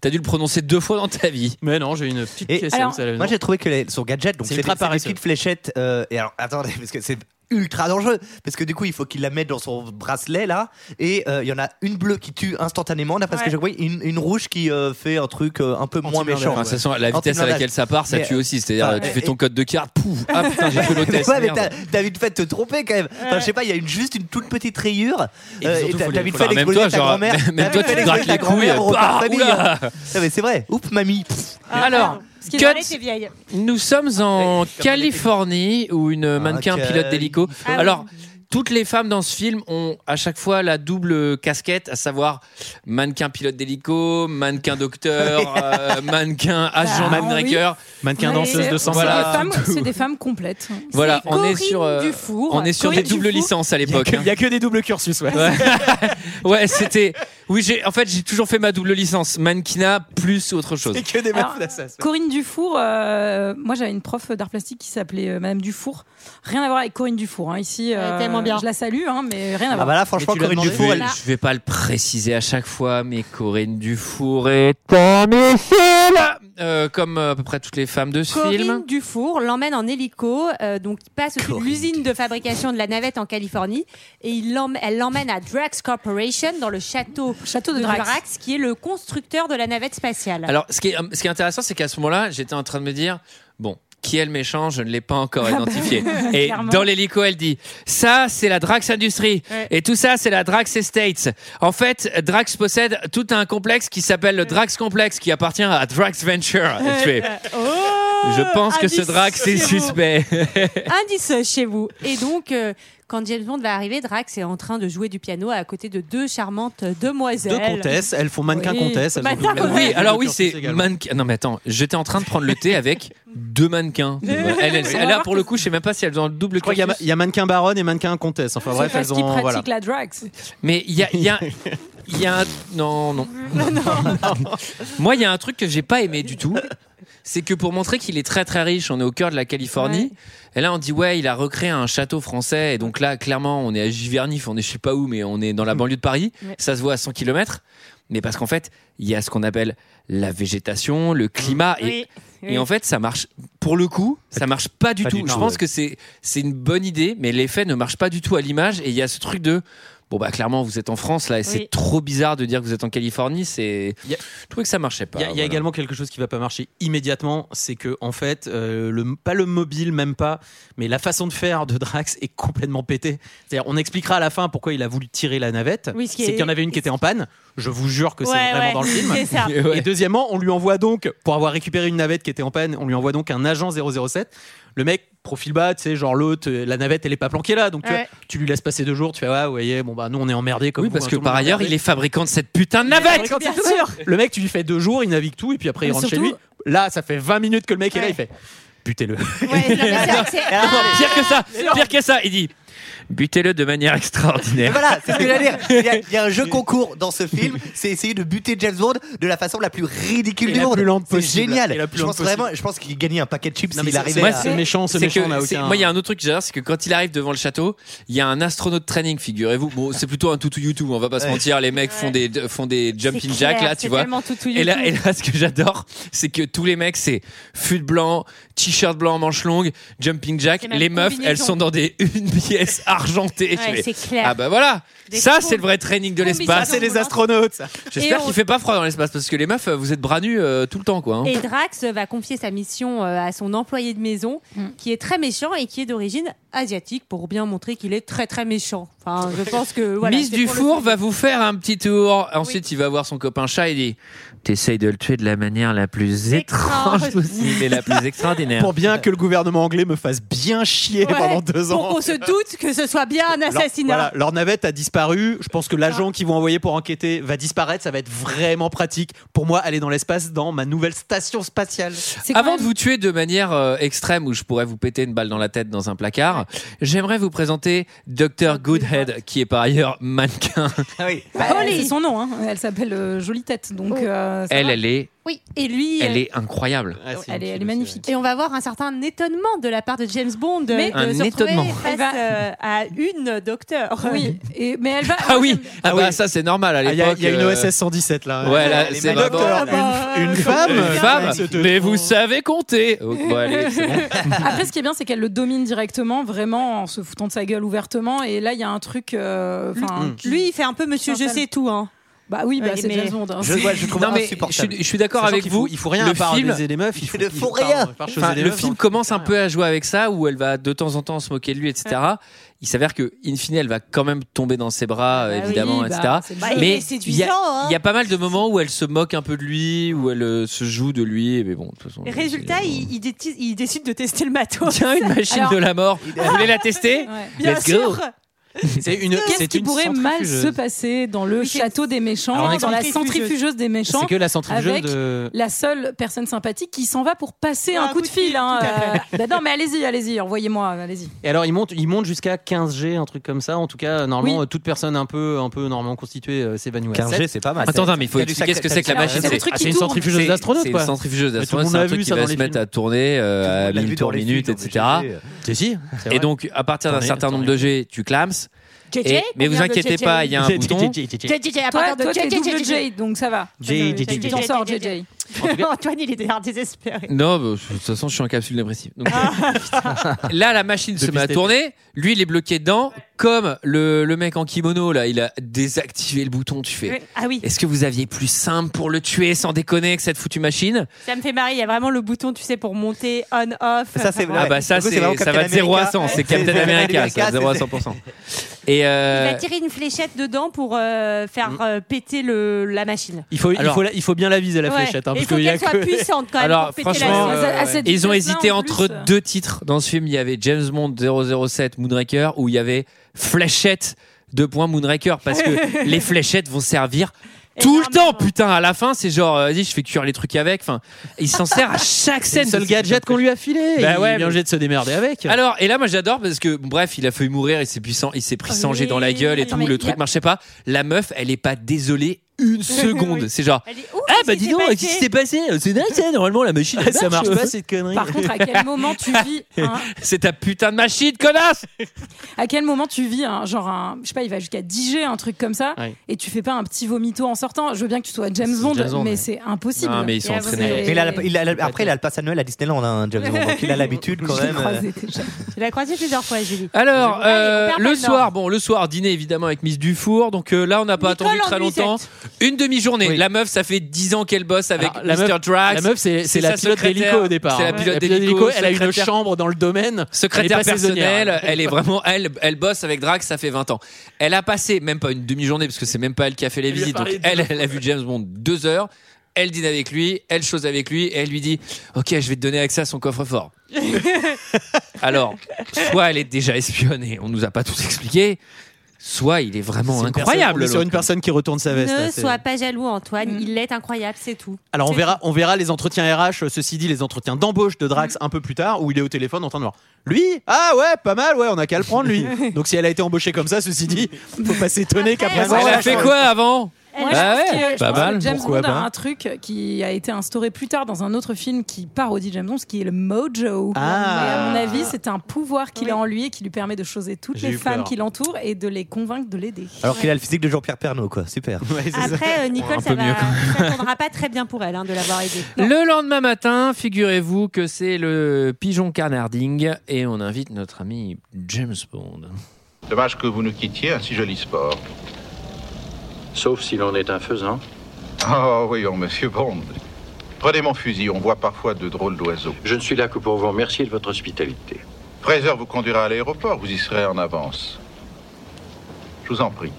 A: T'as dû le prononcer deux fois dans ta vie.
G: Mais non, j'ai une petite
C: Et
G: caisse à
L: alors,
G: out à la
C: Moi
G: maison.
C: j'ai trouvé que les- son gadget, donc
G: C'est
C: c'est des,
G: ultra
C: c'est des
G: paresseux.
C: petites fléchettes. euh, et alors attendez, parce que c'est
B: ultra dangereux parce que du coup il faut qu'il la mette dans son bracelet là et euh, il y en a une bleue qui tue instantanément d'après ce que
A: Ouais.
B: j'ai compris une, une rouge qui euh, fait un truc euh, un peu moins méchant (laughs)
N: Enfin, de toute façon, la vitesse à laquelle ça part, ça
B: Mais,
N: tue aussi. C'est-à-dire,
B: enfin,
N: tu
B: et-
N: fais ton code de carte, pouf, ah putain, j'ai fait l'hôtesse.
B: ouais, mais
N: merde.
B: t'as- t'as vite fait de te tromper quand même. Enfin, je sais pas, il y a une, juste une toute petite rayure.
N: Et
B: euh,
N: surtout,
B: et
N: faut
B: t'as
N: les-
B: t'as vite
N: faut
B: fait
N: leur- même
B: d'exploser
N: toi,
B: ta
N: genre,
B: grand-mère.
N: (laughs) même
B: T'as
N: toi,
B: vite
N: tu
B: fait
N: te grattes
B: d'exploser ta
N: les couilles,
B: grand-mère au repas
N: bah,
B: de famille,
N: oula.
B: hein. Ah, mais c'est vrai. Oups, mamie. Pff.
A: Alors,
F: Parce que
A: Cut.
F: Marley, t'es vieille.
A: Nous
B: Eh,
A: sommes en Californie où
B: Ah,
A: une mannequin
B: Californie.
A: pilote d'hélico.
F: Ah oui.
A: Alors, toutes les femmes dans ce film ont à chaque fois la double casquette, à savoir mannequin pilote d'hélico, mannequin
I: (laughs)
A: docteur, euh, mannequin agent
I: Bah,
A: mannequin,
I: oui. Ouais, c'est-
A: Voilà.
I: C'est des, femmes- c'est des femmes complètes.
A: Voilà,
I: C'est
A: on est
I: Corinne
A: sur, euh,
I: Dufour.
A: on est sur
I: Corinne
A: des doubles
I: Dufour.
A: licences à l'époque.
G: Il n'y a que des doubles cursus, ouais.
A: Ouais, Ouais, c'était. Oui, j'ai. En fait, j'ai toujours fait ma double licence, mannequinat plus autre chose.
G: que des
I: Alors,
G: meufs, là, ça, ça.
I: Corinne Dufour, euh, moi j'avais une prof d'art plastique qui s'appelait euh, Madame Dufour. Rien à voir avec Corinne Dufour. hein. Ici,
F: Elle est
I: euh,
F: tellement bien.
I: je la salue, hein, mais rien à
B: Ah
I: voir.
B: bah là, franchement,
G: Mais tu l'as
B: Corinne
G: demandé.
B: Dufour, elle.
I: Voilà.
A: Je vais pas le préciser à chaque fois, mais Corinne Dufour est imbécile Euh, Comme euh, à peu près toutes les femmes de ce film.
F: Corinne Dufour l'emmène en hélico, euh, donc il passe au-dessus de
B: Corinne
F: l'usine de fabrication de la navette en Californie et il l'emmène- elle l'emmène à Drax Corporation dans le château,
I: Château de
F: de
I: Drax.
F: Drax. qui est le constructeur de la navette spatiale.
A: Alors, ce qui est, ce qui est intéressant, c'est qu'à ce moment-là, j'étais en train de me dire, bon. Qui est le méchant Je ne l'ai pas encore identifié.
I: (laughs)
A: Et
I: Ah bah Clairement.
A: dans l'hélico, elle dit Ça, c'est la Drax Industries.
F: Ouais.
A: Et tout ça, c'est la Drax Estates. En fait, Drax possède tout un complexe qui s'appelle le Drax Complexe, qui appartient à Drax Venture. Et tu
F: (laughs)
A: fais,
F: Oh,
I: Ah,
A: Je pense que ce
F: indice
A: Drax est
F: chez
I: (laughs)
F: vous.
A: suspect.
F: Indice chez vous. Et donc, euh, quand James Bond va arriver, Drax est en train de jouer du piano à côté de deux charmantes demoiselles.
G: Deux comtesses, elles font mannequin
I: Oui.
G: comtesse. elles ont
F: Mannequin
G: double-
A: Oui,
G: double
A: alors oui,
G: cursus
A: c'est
G: également.
A: mannequin. Non, mais attends, j'étais en train de prendre le thé avec deux
I: (laughs)
A: mannequins. Elle, elle-
I: On
A: elle-
I: va
A: là,
I: voir
A: pour le coup, je sais même pas si elles ont le double
G: Je crois qu'il y a ma-
A: cursus.
G: il y, a mannequin baronne et mannequin comtesse. Enfin bref,
I: C'est parce
G: elles
I: qu'ils
G: ont.
I: pratiquent
G: Voilà.
I: la drax.
A: Mais il y a. il y a- Il y a un... Non, non. Moi, il y a un truc que j'ai pas aimé du tout. C'est que pour montrer qu'il est très très riche, on est au cœur de la Californie. Et là, on dit, ouais, il a recréé un château français. Et donc là, clairement, on est à Giverny, on est je sais pas où, mais on est dans la banlieue de Paris.
F: Ouais.
A: Ça se voit à 100 km. Mais parce qu'en fait, il y a ce qu'on appelle la végétation, le climat. Et
F: Oui, oui.
A: Et en fait, ça marche, pour le coup, ça marche pas du
G: Pas
A: tout.
G: du
A: Je
G: tout,
A: pense
G: ouais.
A: que c'est c'est une bonne idée, mais l'effet ne marche pas du tout à l'image. Et il y a ce truc de. Bon, bah, clairement, vous êtes en France, là, et
F: Oui.
A: c'est trop bizarre de dire que vous êtes en Californie. C'est.
G: Il y a-
A: Je trouvais que ça marchait pas.
G: Il y a, il y a
A: voilà.
G: également quelque chose qui va pas marcher immédiatement, c'est que en fait, euh, le, pas le mobile, même pas, mais la façon de faire de Drax est complètement pétée. C'est-à-dire, on expliquera à la fin pourquoi il a voulu tirer la navette.
F: Oui, ce qui
G: c'est
F: est-
G: qu'il y en avait une qui était en panne. Je vous jure que
F: Ouais,
G: c'est vraiment
F: ouais,
G: dans le film.
F: (laughs) c'est ça.
A: Et (laughs) ouais.
G: Et deuxièmement, on lui envoie donc, pour avoir récupéré une navette qui était en panne, on lui envoie donc un agent 007. Le mec, profil bas, tu sais, genre l'autre, euh, la navette, elle est pas planquée là. Donc tu,
F: Ouais.
G: vois, tu lui laisses passer deux jours, tu fais, ouais, vous voyez, bon, bah nous on est emmerdés comme
A: Oui,
G: vous,
A: parce
G: hein,
A: que
G: tout le
A: par
G: monde est
A: ailleurs,
G: emmerdé.
A: il est fabricant de cette putain de navette
G: Fabricant de cette navette. Le mec, tu lui fais deux jours, il navigue tout, et puis après il
I: Mais
G: rentre
I: surtout-
G: chez lui. Là, ça fait 20 minutes que le mec est là,
F: Ouais.
G: il fait butez-le. (laughs)
F: Ouais, non, mais c'est vrai que c'est- Ah,
A: Pire que ça Pire que ça Il dit butez-le de manière (laughs)
B: Et
A: extraordinaire.
B: voilà, c'est ce que j'allais dire. Il y, a, il y a un jeu concours dans ce film, c'est essayer de buter James Bond de la façon la plus ridicule
G: Et
B: du
G: la
B: monde.
G: plus lente
B: C'est
G: possible.
B: génial.
G: Et la plus
B: je
G: lente
B: pense vraiment, je pense qu'il gagnait un paquet de chips s'il arrivait.
A: moi,
B: à-
G: c'est méchant, ce
A: C'est
G: méchant,
A: que-
G: on a
A: c'est-
G: aucun.
A: Moi, il y a un autre truc que j'adore, c'est que quand il arrive devant le château, il y a un astronaute training, figurez-vous. Bon, c'est plutôt un toutou YouTube, on va pas se
B: Ouais.
A: mentir. Les mecs font des, font des
F: c'est
A: jumping
F: clair,
A: jack, là,
F: c'est
A: tu vois.
F: tellement tout, tout,
A: Et là,
F: tout.
A: et là, ce que j'adore, c'est que tous les mecs, c'est fut blanc, t-shirt blanc, manches longues, jumping jack.
F: C'est même
A: Les meufs,
F: combinaison.
A: elles sont dans des (laughs) une pièce argentée.
F: Ouais,
A: Je fais,
F: c'est clair.
A: Ah bah voilà,
F: Des
A: ça
F: com-
A: c'est le vrai training de
F: combinaisons.
A: l'espace.
F: Ça, c'est les
G: astronautes, ça.
A: J'espère
F: Et on-
A: qu'il fait pas froid dans l'espace parce que les meufs, euh, vous êtes bras nus euh, tout le temps quoi. hein.
F: Et Drax va confier sa mission euh, à son employé de maison, qui est très méchant et qui est d'origine asiatique, pour bien montrer qu'il est très très méchant. Enfin, je pense que voilà.
A: Miss
F: c'est pour le
A: Dufour
F: film.
A: va vous faire un petit tour. Ensuite, il va voir son copain chat et dit T'essayes de le tuer de la manière la plus
F: Étrange.
A: étrange possible et la plus extraordinaire.
G: Pour bien que le gouvernement anglais me fasse bien chier
F: (laughs) Ouais,
G: pendant deux
F: Pour
G: ans.
F: qu'on se doute que ce soit bien un
G: Leur,
F: assassinat.
G: voilà, leur navette a disparu. Je pense que
B: Ah.
G: l'agent qu'ils vont envoyer pour enquêter va disparaître. Ça va être vraiment pratique pour moi aller dans l'espace dans ma nouvelle station spatiale.
I: C'est quand
A: Avant de
I: même-
A: vous tuer de manière euh, extrême où je pourrais vous péter une balle dans la tête dans un placard, j'aimerais vous présenter Dr. Goodhead, qui est par ailleurs mannequin.
B: Ah oui.
I: Bah,
F: Holly.
B: Ah,
F: Oh.
I: c'est son nom. hein. Elle s'appelle euh, Jolie Tête. Donc, euh, ça
A: Elle,
I: va.
A: elle est
F: Oui, et lui.
A: Elle
F: euh,
A: est incroyable.
G: Ah,
F: elle, est, elle est magnifique. Et on va avoir un certain étonnement de la part de James Bond. Mais
A: Un étonnement.
F: face euh, à une docteur.
B: Oui, et, mais elle va.
A: Ah oui, ah bah ça c'est normal à
G: Ah, Il y, a-
A: l'époque.
G: il y a une
A: euh,
G: OSS 117 là.
A: Ouais, là,
G: hein. Elle est
A: c'est
G: malade.
A: vraiment-
G: une, une femme.
A: Une femme, mais vous savez compter. Oh, bon, allez, c'est bon.
B: Après, ce qui est bien, c'est qu'elle le domine directement, vraiment en se foutant de sa gueule ouvertement. Et là, il y a un truc. euh, enfin,
A: Mm.
B: qui-
F: Lui, il fait un peu monsieur je sais tout. Hein.
B: Bah oui, bah,
F: Oui,
B: c'est
F: mais-
B: James Bond. hein.
C: Je- ouais, je trouve
A: Non, mais
C: insupportable.
A: je suis- je suis d'accord
G: Sachant
A: avec
G: qu'il
A: vous.
G: faut- il faut rien
A: le
G: à part
A: film,
G: baiser les meufs. Il faut,
C: ne
G: il-
C: faut
G: pardon,
C: rien.
G: à part choses
A: Enfin,
G: et les
A: le
G: meufs, hein.
A: film
G: donc-
A: commence un peu à jouer avec ça, où elle va de temps en temps se moquer de lui, etc. Il s'avère que, in fine, elle va quand même tomber dans ses bras, euh,
B: bah
A: évidemment,
B: oui, bah,
A: etc.
B: c'est le
F: Bah, il est
A: mais il y,
F: séduisant.
A: a-
F: hein.
A: il y a pas mal de moments où elle se moque un peu de lui, où elle euh, se joue de lui, mais bon, de toute façon.
F: Et Résultat,
A: c'est-
F: il, il déti- il décide de tester le matos.
A: Tiens, une machine
B: Alors-
A: de la mort. Vous voulez la tester
B: Ouais.
F: Bien
A: Let's go.
F: sûr.
G: C'est une.
B: Qu'est-ce
G: c'est
B: qui
G: une
B: pourrait mal
G: centrifugeuse.
B: se passer dans le
F: Oui, c'est-
B: château des méchants,
G: Alors, on
B: dans la
F: explique.
B: centrifugeuse des méchants
G: C'est que la centrifugeuse
B: avec
G: de.
B: la seule personne sympathique qui s'en va pour passer
F: Ah,
B: un coup de fil. hein, euh, bah non, mais allez-y, allez-y, envoyez-moi, allez-y.
G: Et alors, il monte, il monte jusqu'à 15G, un truc comme ça. En tout cas, normalement,
B: Oui.
G: euh, toute personne un peu, un peu normalement constituée euh, s'évanouit. à
C: 15G,
G: sept.
C: c'est pas mal.
A: Attends, attends, mais Ah, il faut
C: T'as du
A: expliquer ce
C: sacré-
A: que c'est que la
B: Alors,
A: machine.
B: c'est le truc qui
G: c'est une
B: tourne.
G: centrifugeuse d'astronaute,
A: C'est
G: quoi.
A: une centrifugeuse
G: Mais tout le
A: d'astronaute,
G: monde
A: c'est
G: l'a
A: un
G: vu,
A: truc qui
G: ça, dans
A: va
G: les
A: se mettre
G: films.
A: à tourner euh, à
C: On l'a
A: 1000
C: vu dans
A: tours
C: les
A: minute,
C: films, donc
A: etc.
C: j'ai fait,
G: Si, si. c'est vrai.
A: Et donc, à partir d'un
G: Attendez,
A: certain nombre de
G: attendez.
A: G, tu clams.
F: JJ,
A: Et- mais vous
F: combien de
A: inquiétez
F: JJ?
A: pas, il y a un
G: J-
A: bouton.
G: J- J- J- J-
F: JJ,
B: Toi,
F: à partir de
B: toi, t'es
F: JJ,
B: double J, donc ça va.
G: J- J- J-
F: J-
G: J-
B: J'en
F: J-
B: sors,
F: J-
B: JJ.
F: Antoine, il est derrière désespéré.
A: Non, bah, de toute façon, je suis en capsule dépressive. Donc,
F: Ah.
A: euh, là, la machine se
G: Depuis
A: met à
G: cet
A: tourner. Lui, il est bloqué dedans. Comme le, le mec en kimono, là, il a désactivé le bouton. Tu fais.
F: Ah oui,
A: Est-ce que vous aviez plus simple pour le tuer sans déconner que cette foutue machine
F: ça me fait marrer. Il y a vraiment le bouton, tu sais, pour monter on-off.
C: Ça, c'est
A: Ah
C: Ouais,
A: bah ça,
C: du coup,
A: c'est-
C: c'est vraiment
A: ça va de
C: Captain
A: 0 à
C: America.
A: 100. C'est
C: C'est-
A: Captain
C: c'est-
A: America, ça,
C: America,
A: 0 à
C: c'est-
A: 100%. Et
F: Il
A: euh,
F: va tirer une fléchette dedans pour euh, faire euh, péter le, la machine.
G: Il faut, il
A: Alors-
G: faut, la- il faut bien la viser la
F: Ouais.
G: fléchette, hein,
F: Et
G: parce
F: il faut
G: qu'il y a
F: qu'elle soit
G: que.
F: puissante quand même
A: Alors,
F: pour péter
A: franchement,
F: la
A: euh,
B: À cette
A: Ils ont
B: vitesse-là,
A: hésité
B: en
A: entre
B: plus.
A: deux titres dans ce film. Il y avait James Bond 007 Moonraker où il y avait Fléchette de points Moonraker parce
F: (laughs)
A: que les fléchettes vont servir tout le temps,
F: Énormément.
A: putain. À la fin, c'est genre, euh, vas-y, je fais cuire les trucs avec. Enfin, il s'en sert à chaque scène.
G: C'est le seul gadget qu'on lui a filé.
A: Bah
G: il
A: ouais,
G: est bien
A: mais-
G: obligé de se démerder avec.
A: Alors, et là, moi, j'adore parce que, bon, bref, il a failli mourir, il s'est puissant, il s'est pris
F: Oui.
A: sangé dans la gueule et
F: Non,
A: tout.
F: mais
A: Le
F: il y
A: truc
F: a-
A: marchait pas. La meuf, elle est pas désolée
F: (laughs)
A: une seconde. C'est genre.
F: Elle est ouf,
A: Ah
F: qu'est-ce
A: bah
F: qui
A: dis
F: s'est
A: donc,
F: passé
A: qu'est-ce qui s'est passé C'est dingue ça, normalement la machine elle
G: (laughs) ça marche pas cette connerie.
B: Par contre, à quel moment tu vis un,
A: C'est ta putain de machine, connasse
B: à quel moment tu vis un genre un, je sais pas, il va jusqu'à 10 G, un truc comme ça,
G: Ouais.
B: et tu fais pas un petit vomito en sortant. Je veux bien que tu sois James
G: C'est
B: Bond,
G: James Bond,
B: mais
G: ouais.
B: c'est impossible.
A: Non, mais ils sont
F: Et
A: entraînés.
B: c'est-
C: Mais il a la- il a la- après, il a le passe annuel à Disneyland, hein, James Bond, donc il a l'habitude quand
B: Je l'ai
C: même. euh,
B: croisé déjà.
F: Tu l'as croisé plusieurs fois, Julie.
A: Alors,
F: Allez,
A: euh,
F: on perd pas
A: le
F: le
A: soir, bon, le soir, dîner évidemment avec Miss Dufour. Donc euh, là, on n'a pas
F: Nicole
A: attendu très
F: en nuisette.
A: longtemps. Une demi-journée.
G: Oui.
A: La meuf, ça fait 10 ans qu'elle bosse avec
G: Alors, la
A: Mr. Drax.
G: La meuf, c'est
A: c'est
G: c'est la
A: sa
G: pilote
A: secrétaire.
G: d'hélico au départ.
A: C'est la
G: hein.
A: pilote d'hélico,
G: d'hélico. Elle a une
A: secrétaire.
G: chambre dans le domaine.
A: Secrétaire
G: Elle est pas saisonnière. hein.
A: personnelle, elle est vraiment elle. Elle bosse avec Drax, ça fait 20 ans. Elle a passé même pas une demi-journée parce que c'est même pas elle qui a fait les
G: Elle lui a
A: visites. Donc
G: parlé
A: elle,
G: deux
A: elle a vu James Bond deux heures. Elle dîne avec lui, elle chose avec lui, et elle lui dit "Ok, je vais te donner accès à son
G: (laughs)
A: coffre-fort." Alors, soit elle est déjà espionnée, on nous a pas tout expliqué, soit il est
G: C'est
A: vraiment
G: une
A: incroyable.
G: personne- on est sur
A: l'autre.
G: une personne qui retourne sa veste.
F: Ne
G: là, c'est-
F: sois pas jaloux, Antoine.
B: Mm.
F: Il est incroyable, c'est tout. Mm.
G: Alors on
F: C'est
G: verra, on verra les entretiens RH, euh, ceci dit les entretiens d'embauche de Drax un peu plus tard où il est au téléphone en train de voir. Lui Ah ouais, pas mal, ouais, on a qu'à le
F: (laughs)
G: prendre lui. Donc si elle a été embauchée comme ça, ceci dit, faut pas s'étonner qu'après
F: Après,
G: ça,
A: Elle a fait quoi avant
B: Moi,
A: Bah
B: je pense
A: ouais,
B: que- je
A: pas
B: pense que
A: mal,
B: James
G: pourquoi
B: Bond a
G: pas.
B: un truc qui a été instauré plus tard dans un autre film qui parodie James Bond, ce qui est le mojo.
G: Ah.
B: Mais à mon avis, c'est un pouvoir qu'il
F: Oui.
B: a en lui et qui lui permet de choser toutes
G: J'ai
B: les
G: eu
B: femmes
G: peur.
B: qui l'entourent et de les convaincre de l'aider.
C: Alors qu'il a le physique de Jean-Pierre Pernaud, quoi. Super.
G: Ouais, c'est ça.
F: Après, euh, Nicole, ça,
A: peu
F: va,
A: mieux.
F: ça tournera pas très bien pour elle hein, de l'avoir aidée.
A: Le lendemain matin, figurez-vous que c'est le pigeon carnarding et on invite notre ami James Bond.
E: Dommage que vous nous quittiez un si joli sport.
D: Sauf s'il en est un faisant.
E: Oh, voyons, monsieur Bond. Prenez mon fusil, on voit parfois de drôles d'oiseaux.
D: Je ne suis là que pour vous remercier de votre hospitalité.
E: 13 heures vous conduira à l'aéroport, vous y serez en avance. Je vous en prie.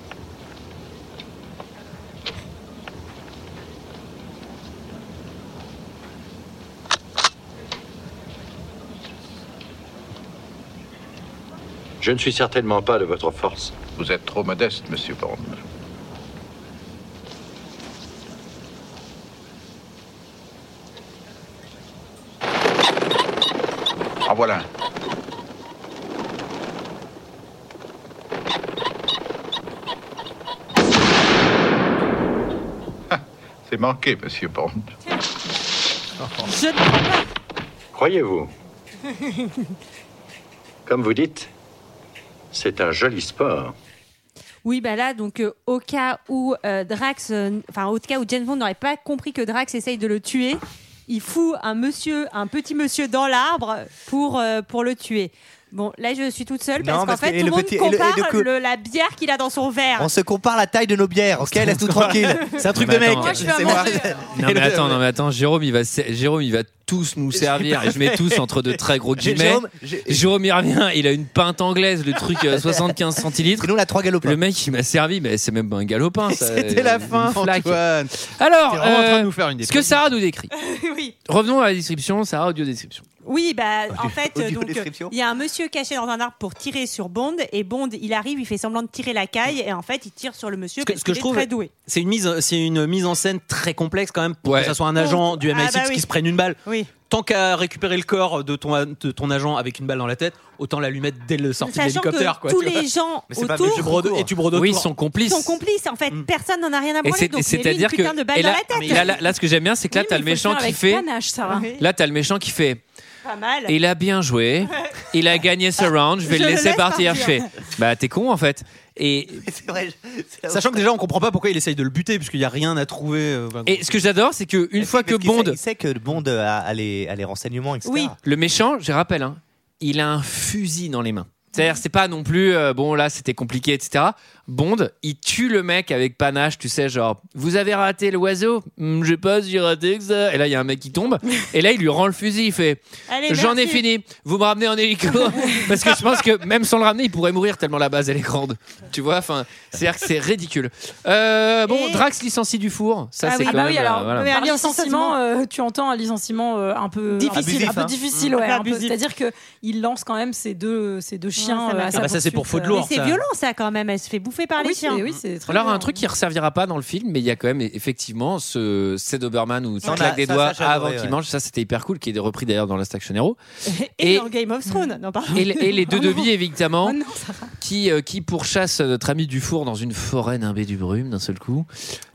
D: Je ne suis certainement pas de votre force.
E: Vous êtes trop modeste, monsieur Bond. En voilà un. Ah, C'est manqué, monsieur Bond.
F: Je ne crois pas.
D: Croyez-vous Comme vous dites, c'est un joli sport.
F: Oui, bah là, donc euh, au cas où euh, Drax, euh, enfin au cas où James Bond n'aurait pas compris que Drax essaye de le tuer, il fout un monsieur, un petit monsieur dans l'arbre pour euh, pour le tuer. Bon, là, je suis toute seule
C: Non,
F: parce qu'en
C: parce que-
F: fait,
C: et
F: tout
C: le
F: le monde
C: petit- et le- et
F: compare
C: le cou-
F: le- la bière qu'il a dans son verre.
C: On se compare la taille de nos bières, ok Laisse-nous tranquille. C'est un truc
A: Mais
C: de mec.
A: attends, Moi, je
F: fais un
C: C'est moi.
A: Non
G: (laughs)
A: mais attends, non mais attends, Jérôme il va, se- Jérôme il va tous nous servir et je mets tous entre de très
G: (laughs)
A: gros
C: J'ai-
A: guillemets. Jérôme,
C: Jérôme, j'ai-
A: il revient, il a une pinte anglaise, le truc
G: (laughs)
A: euh, 75 centilitres.
C: nous on a trois galopins.
A: Le mec il m'a servi, mais c'est même pas un galopin. ça,
G: (laughs) C'était la
A: une
G: fin,
A: flaque.
G: Antoine.
A: Alors,
G: T'es vraiment en train de
A: euh,
G: nous faire une
A: ce que Sarah nous décrit.
F: (laughs) oui.
A: Revenons à la description, Sarah audio description.
F: Oui, bah, en fait, euh,
A: audio
F: donc,
A: description.
F: euh, il y a un monsieur caché dans un arbre pour tirer sur Bond, et Bond, il arrive, il fait semblant de tirer la caille, et en fait, il tire sur le monsieur parce
G: ce que
F: qu'il
G: je
F: est
G: trouve
F: très doué.
G: c'est une mise c'est une mise en scène très complexe quand même pour que ça soit un agent du
F: Ah
G: MI6
F: bah oui.
G: qui se prenne une balle
F: Oui.
G: tant qu'à récupérer le corps de ton de ton agent avec une balle dans la tête autant la lui mettre dès le sortie de
F: Sachant que
G: l'hélicoptère quoi,
F: tous
G: tu vois.
F: les gens
G: Mais c'est pas- mais
F: autour
G: tu brodes- et tu brodes
A: Oui, ils
G: autour.
A: sont complices.
F: Ils sont complices, en fait. Personne n'en a rien à
A: Et
F: branler.
A: c'est-
F: Donc,
A: et
F: c'est-à-dire
A: c'est-à-dire que
F: putain de balle
A: et là,
F: dans la tête.
A: là, là, là, ce que j'aime bien, c'est que là, t'as le méchant qui fait. Là, t'as le méchant qui fait.
F: Pas mal.
A: Il a bien joué. Il a gagné
C: Ah,
A: ce round. Je vais
F: Je
A: le
F: le
A: laisser
F: laisse
A: partir.
F: partir.
A: Je fais. Bah, t'es con en fait. Et
G: Euh, sachant que déjà on comprend pas pourquoi il essaye de le buter puisqu'il y a rien à trouver euh, enfin,
A: Et ce que j'adore, c'est que une fois que
C: Parce qu'il
A: Bond,
C: sait- Il sait que Bond a, a les, a les renseignements, etc.
A: le méchant, je rappelle, hein, il a un fusil dans les mains. C'est-à-dire, c'est pas non plus euh, bon là, c'était compliqué, etc. Bond, il tue le mec avec panache, tu sais, genre vous avez raté l'oiseau, Hmm, je sais pas si j'ai raté que ça. Et là, il y a un mec qui tombe, et là, il lui rend le fusil, il fait
B: Eh,
F: Allez,
A: j'en ai
F: merci.
A: fini, vous me ramenez en
B: (laughs)
A: hélico, parce que je pense que même sans le ramener, il pourrait mourir tellement la base elle est grande, tu vois. Enfin, c'est-à-dire que c'est ridicule. Euh, bon,
B: Et-
A: Drax licencie du four, ça
B: ah
A: c'est
B: oui,
A: quand
B: bah
A: même,
B: oui, alors,
A: euh, voilà.
B: mais un licenciement, euh, tu entends un licenciement euh, un peu
G: Difficile.
B: un peu
G: Abusif, hein.
B: difficile,
G: Mmh.
B: ouais, un peu.
G: Abusif.
B: c'est-à-dire que il lance quand même ces deux, ces deux chiens.
G: ça
B: euh,
G: m'a
B: à
G: fait
B: sa
G: Ah bah ça, c'est pour
B: poursuite,
G: faute
B: euh.
G: lourde,
F: C'est violent, ça, quand même. Elle se fait bouffer par les
B: Oui, c'est-
F: chiens.
B: oui, c'est très
A: Alors
B: violent.
A: un truc qui ne resservira pas dans le film, mais il y a quand même effectivement ce Seth Doberman où tu
F: Non,
A: claques
F: ça-
A: des
F: ça,
A: doigts
F: ça, j'adorais,
A: avant
F: ouais.
A: qu'il mange, ça c'était hyper cool, qui est repris d'ailleurs dans Last Action
B: (laughs)
A: Hero.
F: Et,
A: Et-
F: dans Game of Thrones. Non, pardon.
A: Et, le- et les deux
F: Pardon.
A: devis évidemment,
F: Oh non, ça va.
A: qui, euh, qui pourchassent notre ami Dufour dans une forêt nimbée du brume d'un seul coup.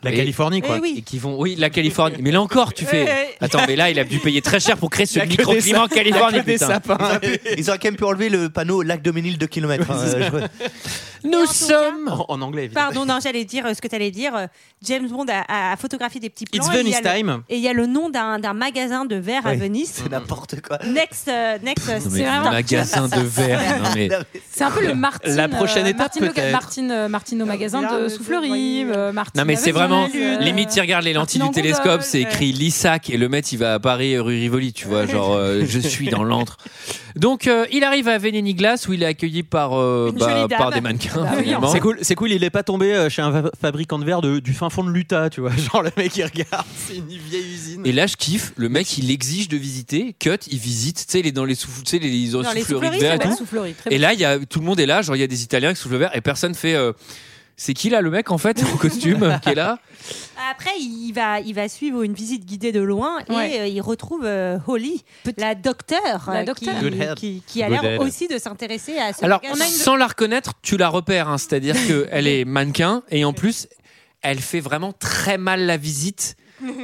G: La Californie, quoi. Eh oui.
A: Et qui vont, oui, la Californie. Mais là encore, tu fais.
G: Eh, eh.
A: Attends, mais là il a dû payer très cher pour créer ce
C: Il y a que des
A: microclimat en
C: sapins. Il
A: Californie.
C: y
A: (laughs)
C: a que des
A: putain.
C: sapins. Ils auraient pu- Ils auraient quand même pu enlever le panneau lac de Ménil 2 km.
A: Nous sommes.
G: en, en anglais évidemment
F: Pardon, non, j'allais dire euh, ce que t'allais dire. Euh, James Bond a- a, a photographié des petits plans. et
G: It's
F: il y a
G: Venice
F: le-
G: time.
F: Et il y a le nom d'un d'un magasin de verre à Venice.
C: C'est n'importe quoi.
F: Next, euh, next, euh,
A: Non, mais
F: c'est vraiment-
A: magasin de verre. Non, mais...
B: C'est un peu le Martine.
A: La prochaine
B: euh,
A: étape,
B: Martine Loca-
A: peut-être.
B: Martine, euh, Martine au magasin de soufflerie. euh, Martine
A: Non mais
B: avec
A: c'est vraiment
B: Lionel, euh,
A: limite tu regardes les lentilles du
B: Martine en gondole,
A: télescope c'est
B: ouais.
A: écrit Lissac et le maître il va à Paris euh, rue Rivoli tu vois genre euh, je suis dans l'antre donc euh, il arrive à Vénénie Glace où il est accueilli par euh,
G: Une
A: bah,
G: jolie dame.
A: par des mannequins
G: Bah oui,
A: finalement.
G: C'est cool, c'est cool, il est pas tombé euh, chez un fa- fabricant de verre de- du fin fond de l'Utah, tu vois. (laughs) Genre le mec il regarde, c'est une vieille usine.
A: et là je kiffe le mec il exige de visiter cut il visite tu sais il est dans les souffles tu sais les, les
B: Dans les
A: souffleries de
B: souffleries,
A: verre et
B: ouais,
A: tout.
B: souffleries, très
A: et
B: bien.
A: là il y a tout le monde est là genre il y a des Italiens qui soufflent le verre et personne fait euh, c'est qui là le mec en fait en costume qui est
B: (laughs)
A: là
F: Après, il va, il va suivre une visite guidée de loin et
B: Ouais.
F: euh, il retrouve euh, Holly, la docteure,
B: La
F: euh,
B: docteure.
F: qui-
A: Good head.
F: Qui, qui a
A: Good
F: l'air
A: head.
F: aussi de s'intéresser à ce
A: Alors,
F: magasin. (laughs)
A: sans la reconnaître, tu la repères. hein. C'est-à-dire
B: (laughs)
A: qu'elle est mannequin et en plus, elle fait vraiment très mal la visite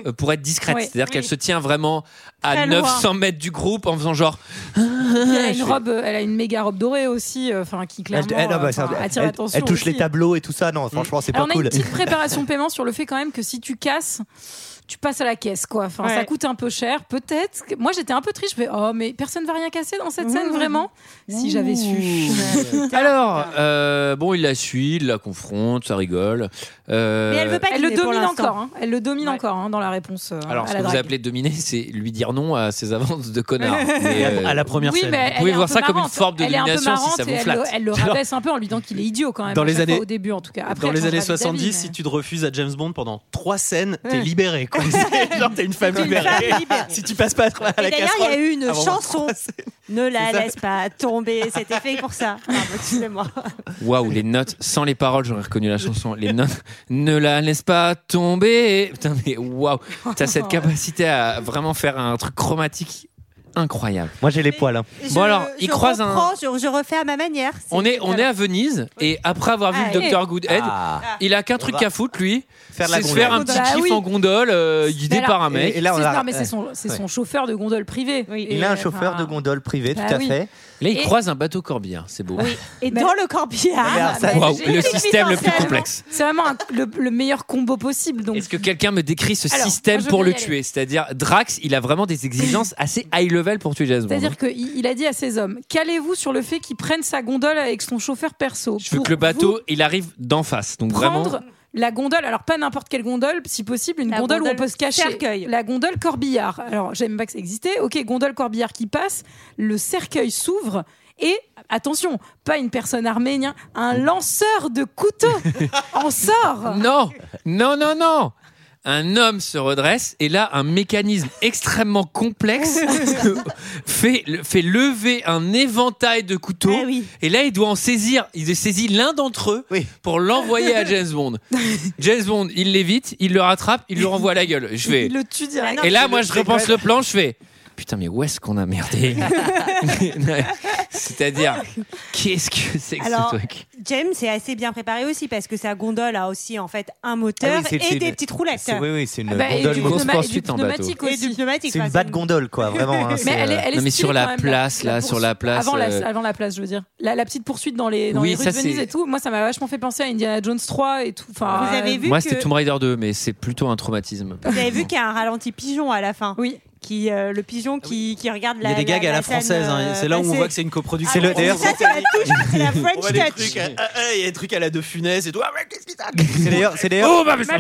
A: euh, pour être discrète.
B: Ouais.
A: C'est-à-dire qu'elle se tient vraiment à
B: Très loin.
A: 900 mètres du groupe en faisant
B: (laughs)
A: genre.
B: Elle a
A: Je fais-
B: une robe, euh, elle a une méga robe dorée aussi, euh, enfin qui clairement
C: Elle- elle- non, bah,
B: euh,
C: ça-
B: enfin,
C: elle-
B: attire
C: elle-
B: l'attention.
C: Elle touche
B: aussi. Mm.
C: les tableaux et tout ça. Non, franchement, c'est pas
B: Alors, on a
C: cool.
B: une petite préparation paiement sur le fait quand même que si tu casses, tu passes à la caisse quoi. Enfin,
F: Ouais.
B: ça coûte un peu cher, peut-être. que- Moi, j'étais un peu triste. Je fais oh mais personne va rien casser dans cette scène vraiment. Si j'avais su.
A: Alors, euh, bon, il la suit, il la confronte, ça rigole. Euh,
B: Mais Elle le
F: qu'il ait pour
B: domine
F: l'instant.
B: encore. hein. Elle le domine encore hein, dans la réponse. euh,
A: Alors,
B: à
A: ce
B: la
A: que vous
B: drague.
A: appelez dominer, c'est lui dire non à ses avances de
B: (laughs)
A: connard.
G: euh,
A: euh,
G: À la première
B: Oui, mais elle
A: vous pouvez
B: est un
A: voir
B: peu
A: ça comme une
B: marrante.
A: forme de
B: Elle est un peu
A: domination si
B: marrante
A: ça
B: et
A: vous
B: elle
A: flatte.
B: le-
A: (laughs)
B: Elle le
G: Genre-
B: rabaisse un peu en lui disant qu'il est idiot quand même.
G: Dans
B: à
G: les
B: chaque fois,
G: années-
B: au début en tout cas. Après,
G: Dans
B: elle
G: les
B: changera
G: années
B: d'avis,
G: 70,
B: mais-
G: si tu te refuses à James Bond pendant trois scènes, t'es
B: Ouais.
F: (laughs)
G: libéré quoi. C'est- Genre t'es une femme
F: T'es une
G: libérée.
F: femme libérée.
G: si tu passes pas à
F: Et
G: la
F: d'ailleurs, il y a eu une
G: avant
F: chanson. Ne la
G: C'est ça.
F: laisse pas tomber, c'était fait pour
G: (laughs)
F: ça. Pardon, Excusez-moi.
A: Waouh, les notes, sans les paroles, j'aurais reconnu la chanson. Les notes, ne la laisse pas tomber. Putain, mais waouh, t'as cette capacité à vraiment faire un truc chromatique incroyable.
G: Moi, j'ai les poils. hein.
C: Je-
A: Bon, alors, il
C: je
A: croise un.
C: reprends, Je, je refais à ma manière. C'est-
A: On est, on est à Venise et après avoir vu
C: Ah,
A: le
C: oui.
A: docteur Goodhead,
C: Ah.
A: il a qu'un truc
C: va
A: à foutre lui,
G: faire la
A: c'est se
G: gondole.
A: faire un petit
F: Bah
A: kiff
F: oui.
A: en gondole euh, guidé
F: Mais
A: par
F: alors-
A: un mec.
G: Et là, on a-
F: Non, mais c'est son, c'est
A: Ouais.
F: son chauffeur de gondole privé.
G: Il
F: Et,
G: a un
F: euh,
G: chauffeur
F: enfin,
G: de gondole privé, tout
F: bah
G: à
F: oui.
G: fait.
A: Là, il
F: Et-
A: croise un bateau corbillard, c'est beau. (laughs)
C: Et dans le corbillard.
A: Mais alors, ça-
C: bah,
A: Waouh,
C: j'ai
A: le
C: une
A: système le
C: existence
A: plus
C: réellement.
A: complexe.
F: C'est vraiment un- le, le meilleur combo possible. Donc,
A: Est-ce que quelqu'un me décrit ce
F: Alors,
A: système
F: moi, je
A: pour le
F: vais y aller.
A: tuer C'est-à-dire, Drax, il a vraiment des exigences assez high level pour tuer James Bond.
F: C'est-à-dire qu'il il a dit à ses hommes Calez-vous sur le fait qu'il prenne sa gondole avec son chauffeur perso.
A: Je veux que le bateau, il arrive d'en face. Donc
F: prendre
A: vraiment.
F: la gondole, alors pas n'importe quelle gondole, si possible, une
C: La
F: gondole, où on
C: gondole
F: peut se cacher.
C: cercueil.
F: La gondole corbillard. Alors, j'aime pas que ça existait. Ok, gondole corbillard qui passe, le cercueil s'ouvre et, attention, pas une personne arménienne, un lanceur de
G: (laughs)
F: couteau en sort.
A: (laughs) Non, non, non, non. Un homme se redresse et là, un mécanisme extrêmement
F: (laughs)
A: complexe fait, fait lever un éventail de couteaux.
F: Eh
A: Et là, il doit en saisir. Il saisit l'un d'entre eux pour l'envoyer à James
F: (laughs)
A: Bond. James Bond, il l'évite, il le rattrape, il le renvoie à la gueule. Je vais.
F: Il le tue
C: Ah
F: direct.
A: Et là, moi, je repense le plan, je fais. Putain, mais où est-ce qu'on a
F: (laughs)
A: merdé (laughs) C'est-à-dire, qu'est-ce que c'est que
C: Alors,
A: ce truc
C: James est assez bien préparé aussi parce que sa gondole a aussi en fait un moteur
G: Ah oui, c'est-
C: et
G: c'est
C: des
G: une-
C: petites roulettes.
G: c'est- oui, oui, c'est une
C: Ah bah, et
G: gondole
C: du pneuma-
G: course
C: et du
G: poursuite en bateau.
C: pneumatique aussi. Et du pneumatique,
G: C'est une
C: quoi,
G: batte gondole, quoi, vraiment. hein,
F: Mais
G: c'est,
F: elle est-
G: euh,
F: elle est
A: Non, mais
F: stylée
A: sur la
F: quand même,
A: place, là, sur la place,
F: Avant,
A: euh,
F: la, avant la place, je veux dire. La, la petite poursuite dans les, dans
A: Oui,
F: les rues
A: ça,
F: de Venise
A: c'est-
F: et tout. Moi, ça m'a vachement fait penser à Indiana Jones 3 et tout. Enfin,
C: Vous avez vu
A: Moi,
C: que-
A: c'était Tomb Raider 2, mais c'est plutôt un traumatisme.
C: Vous avez vu qu'il y a un ralenti pigeon à la fin Oui. Qui, euh, le pigeon qui, qui regarde
O: Il y
C: la.
O: a des gags à la
C: scène,
O: française, hein,
C: euh,
O: c'est là où on
C: passée.
O: voit que c'est une coproduction.
C: C'est le- d'ailleurs, Ça, c'est la touche, c'est la French
O: On voit des
C: touch.
O: trucs à- ah, ah, Il y a des trucs à la de funès et tout. Ah ouais, qu'est-ce qui t'arrive
G: C'est d'ailleurs. c'est d'ailleurs-
A: Oh, bah, mais ça- non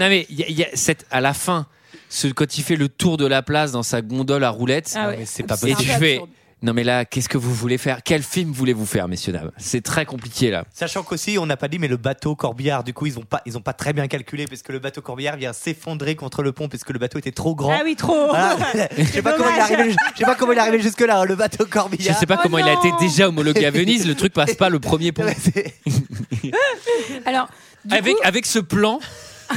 A: mais il y a- il y a cette à la fin, ce, quand il fait le tour de la place dans sa gondole à roulettes,
F: Ah ouais. Non, mais
G: c'est pas
A: et
G: possible.
A: tu fais. Non mais là, qu'est-ce que vous voulez faire Quel film voulez-vous faire, messieurs dames C'est très compliqué là.
G: Sachant qu'aussi, on n'a pas dit, mais le bateau corbillard, du coup, ils n'ont pas, ils ont pas très bien calculé, parce que le bateau corbillard vient s'effondrer contre le pont, parce que le bateau était trop grand.
C: Ah oui, trop.
G: Voilà.
C: (laughs)
G: Je sais
C: C'est
G: pas comment il est
C: dommage.
G: arrivé- je sais pas comment il est arrivé jusque-là, hein, le bateau
A: Je
G: corbillard.
A: sais pas comment il a été déjà homologué à Venise. Le truc passe pas le premier (laughs) pont.
F: (laughs) Alors, du
A: avec (laughs)
F: coup-
A: avec ce plan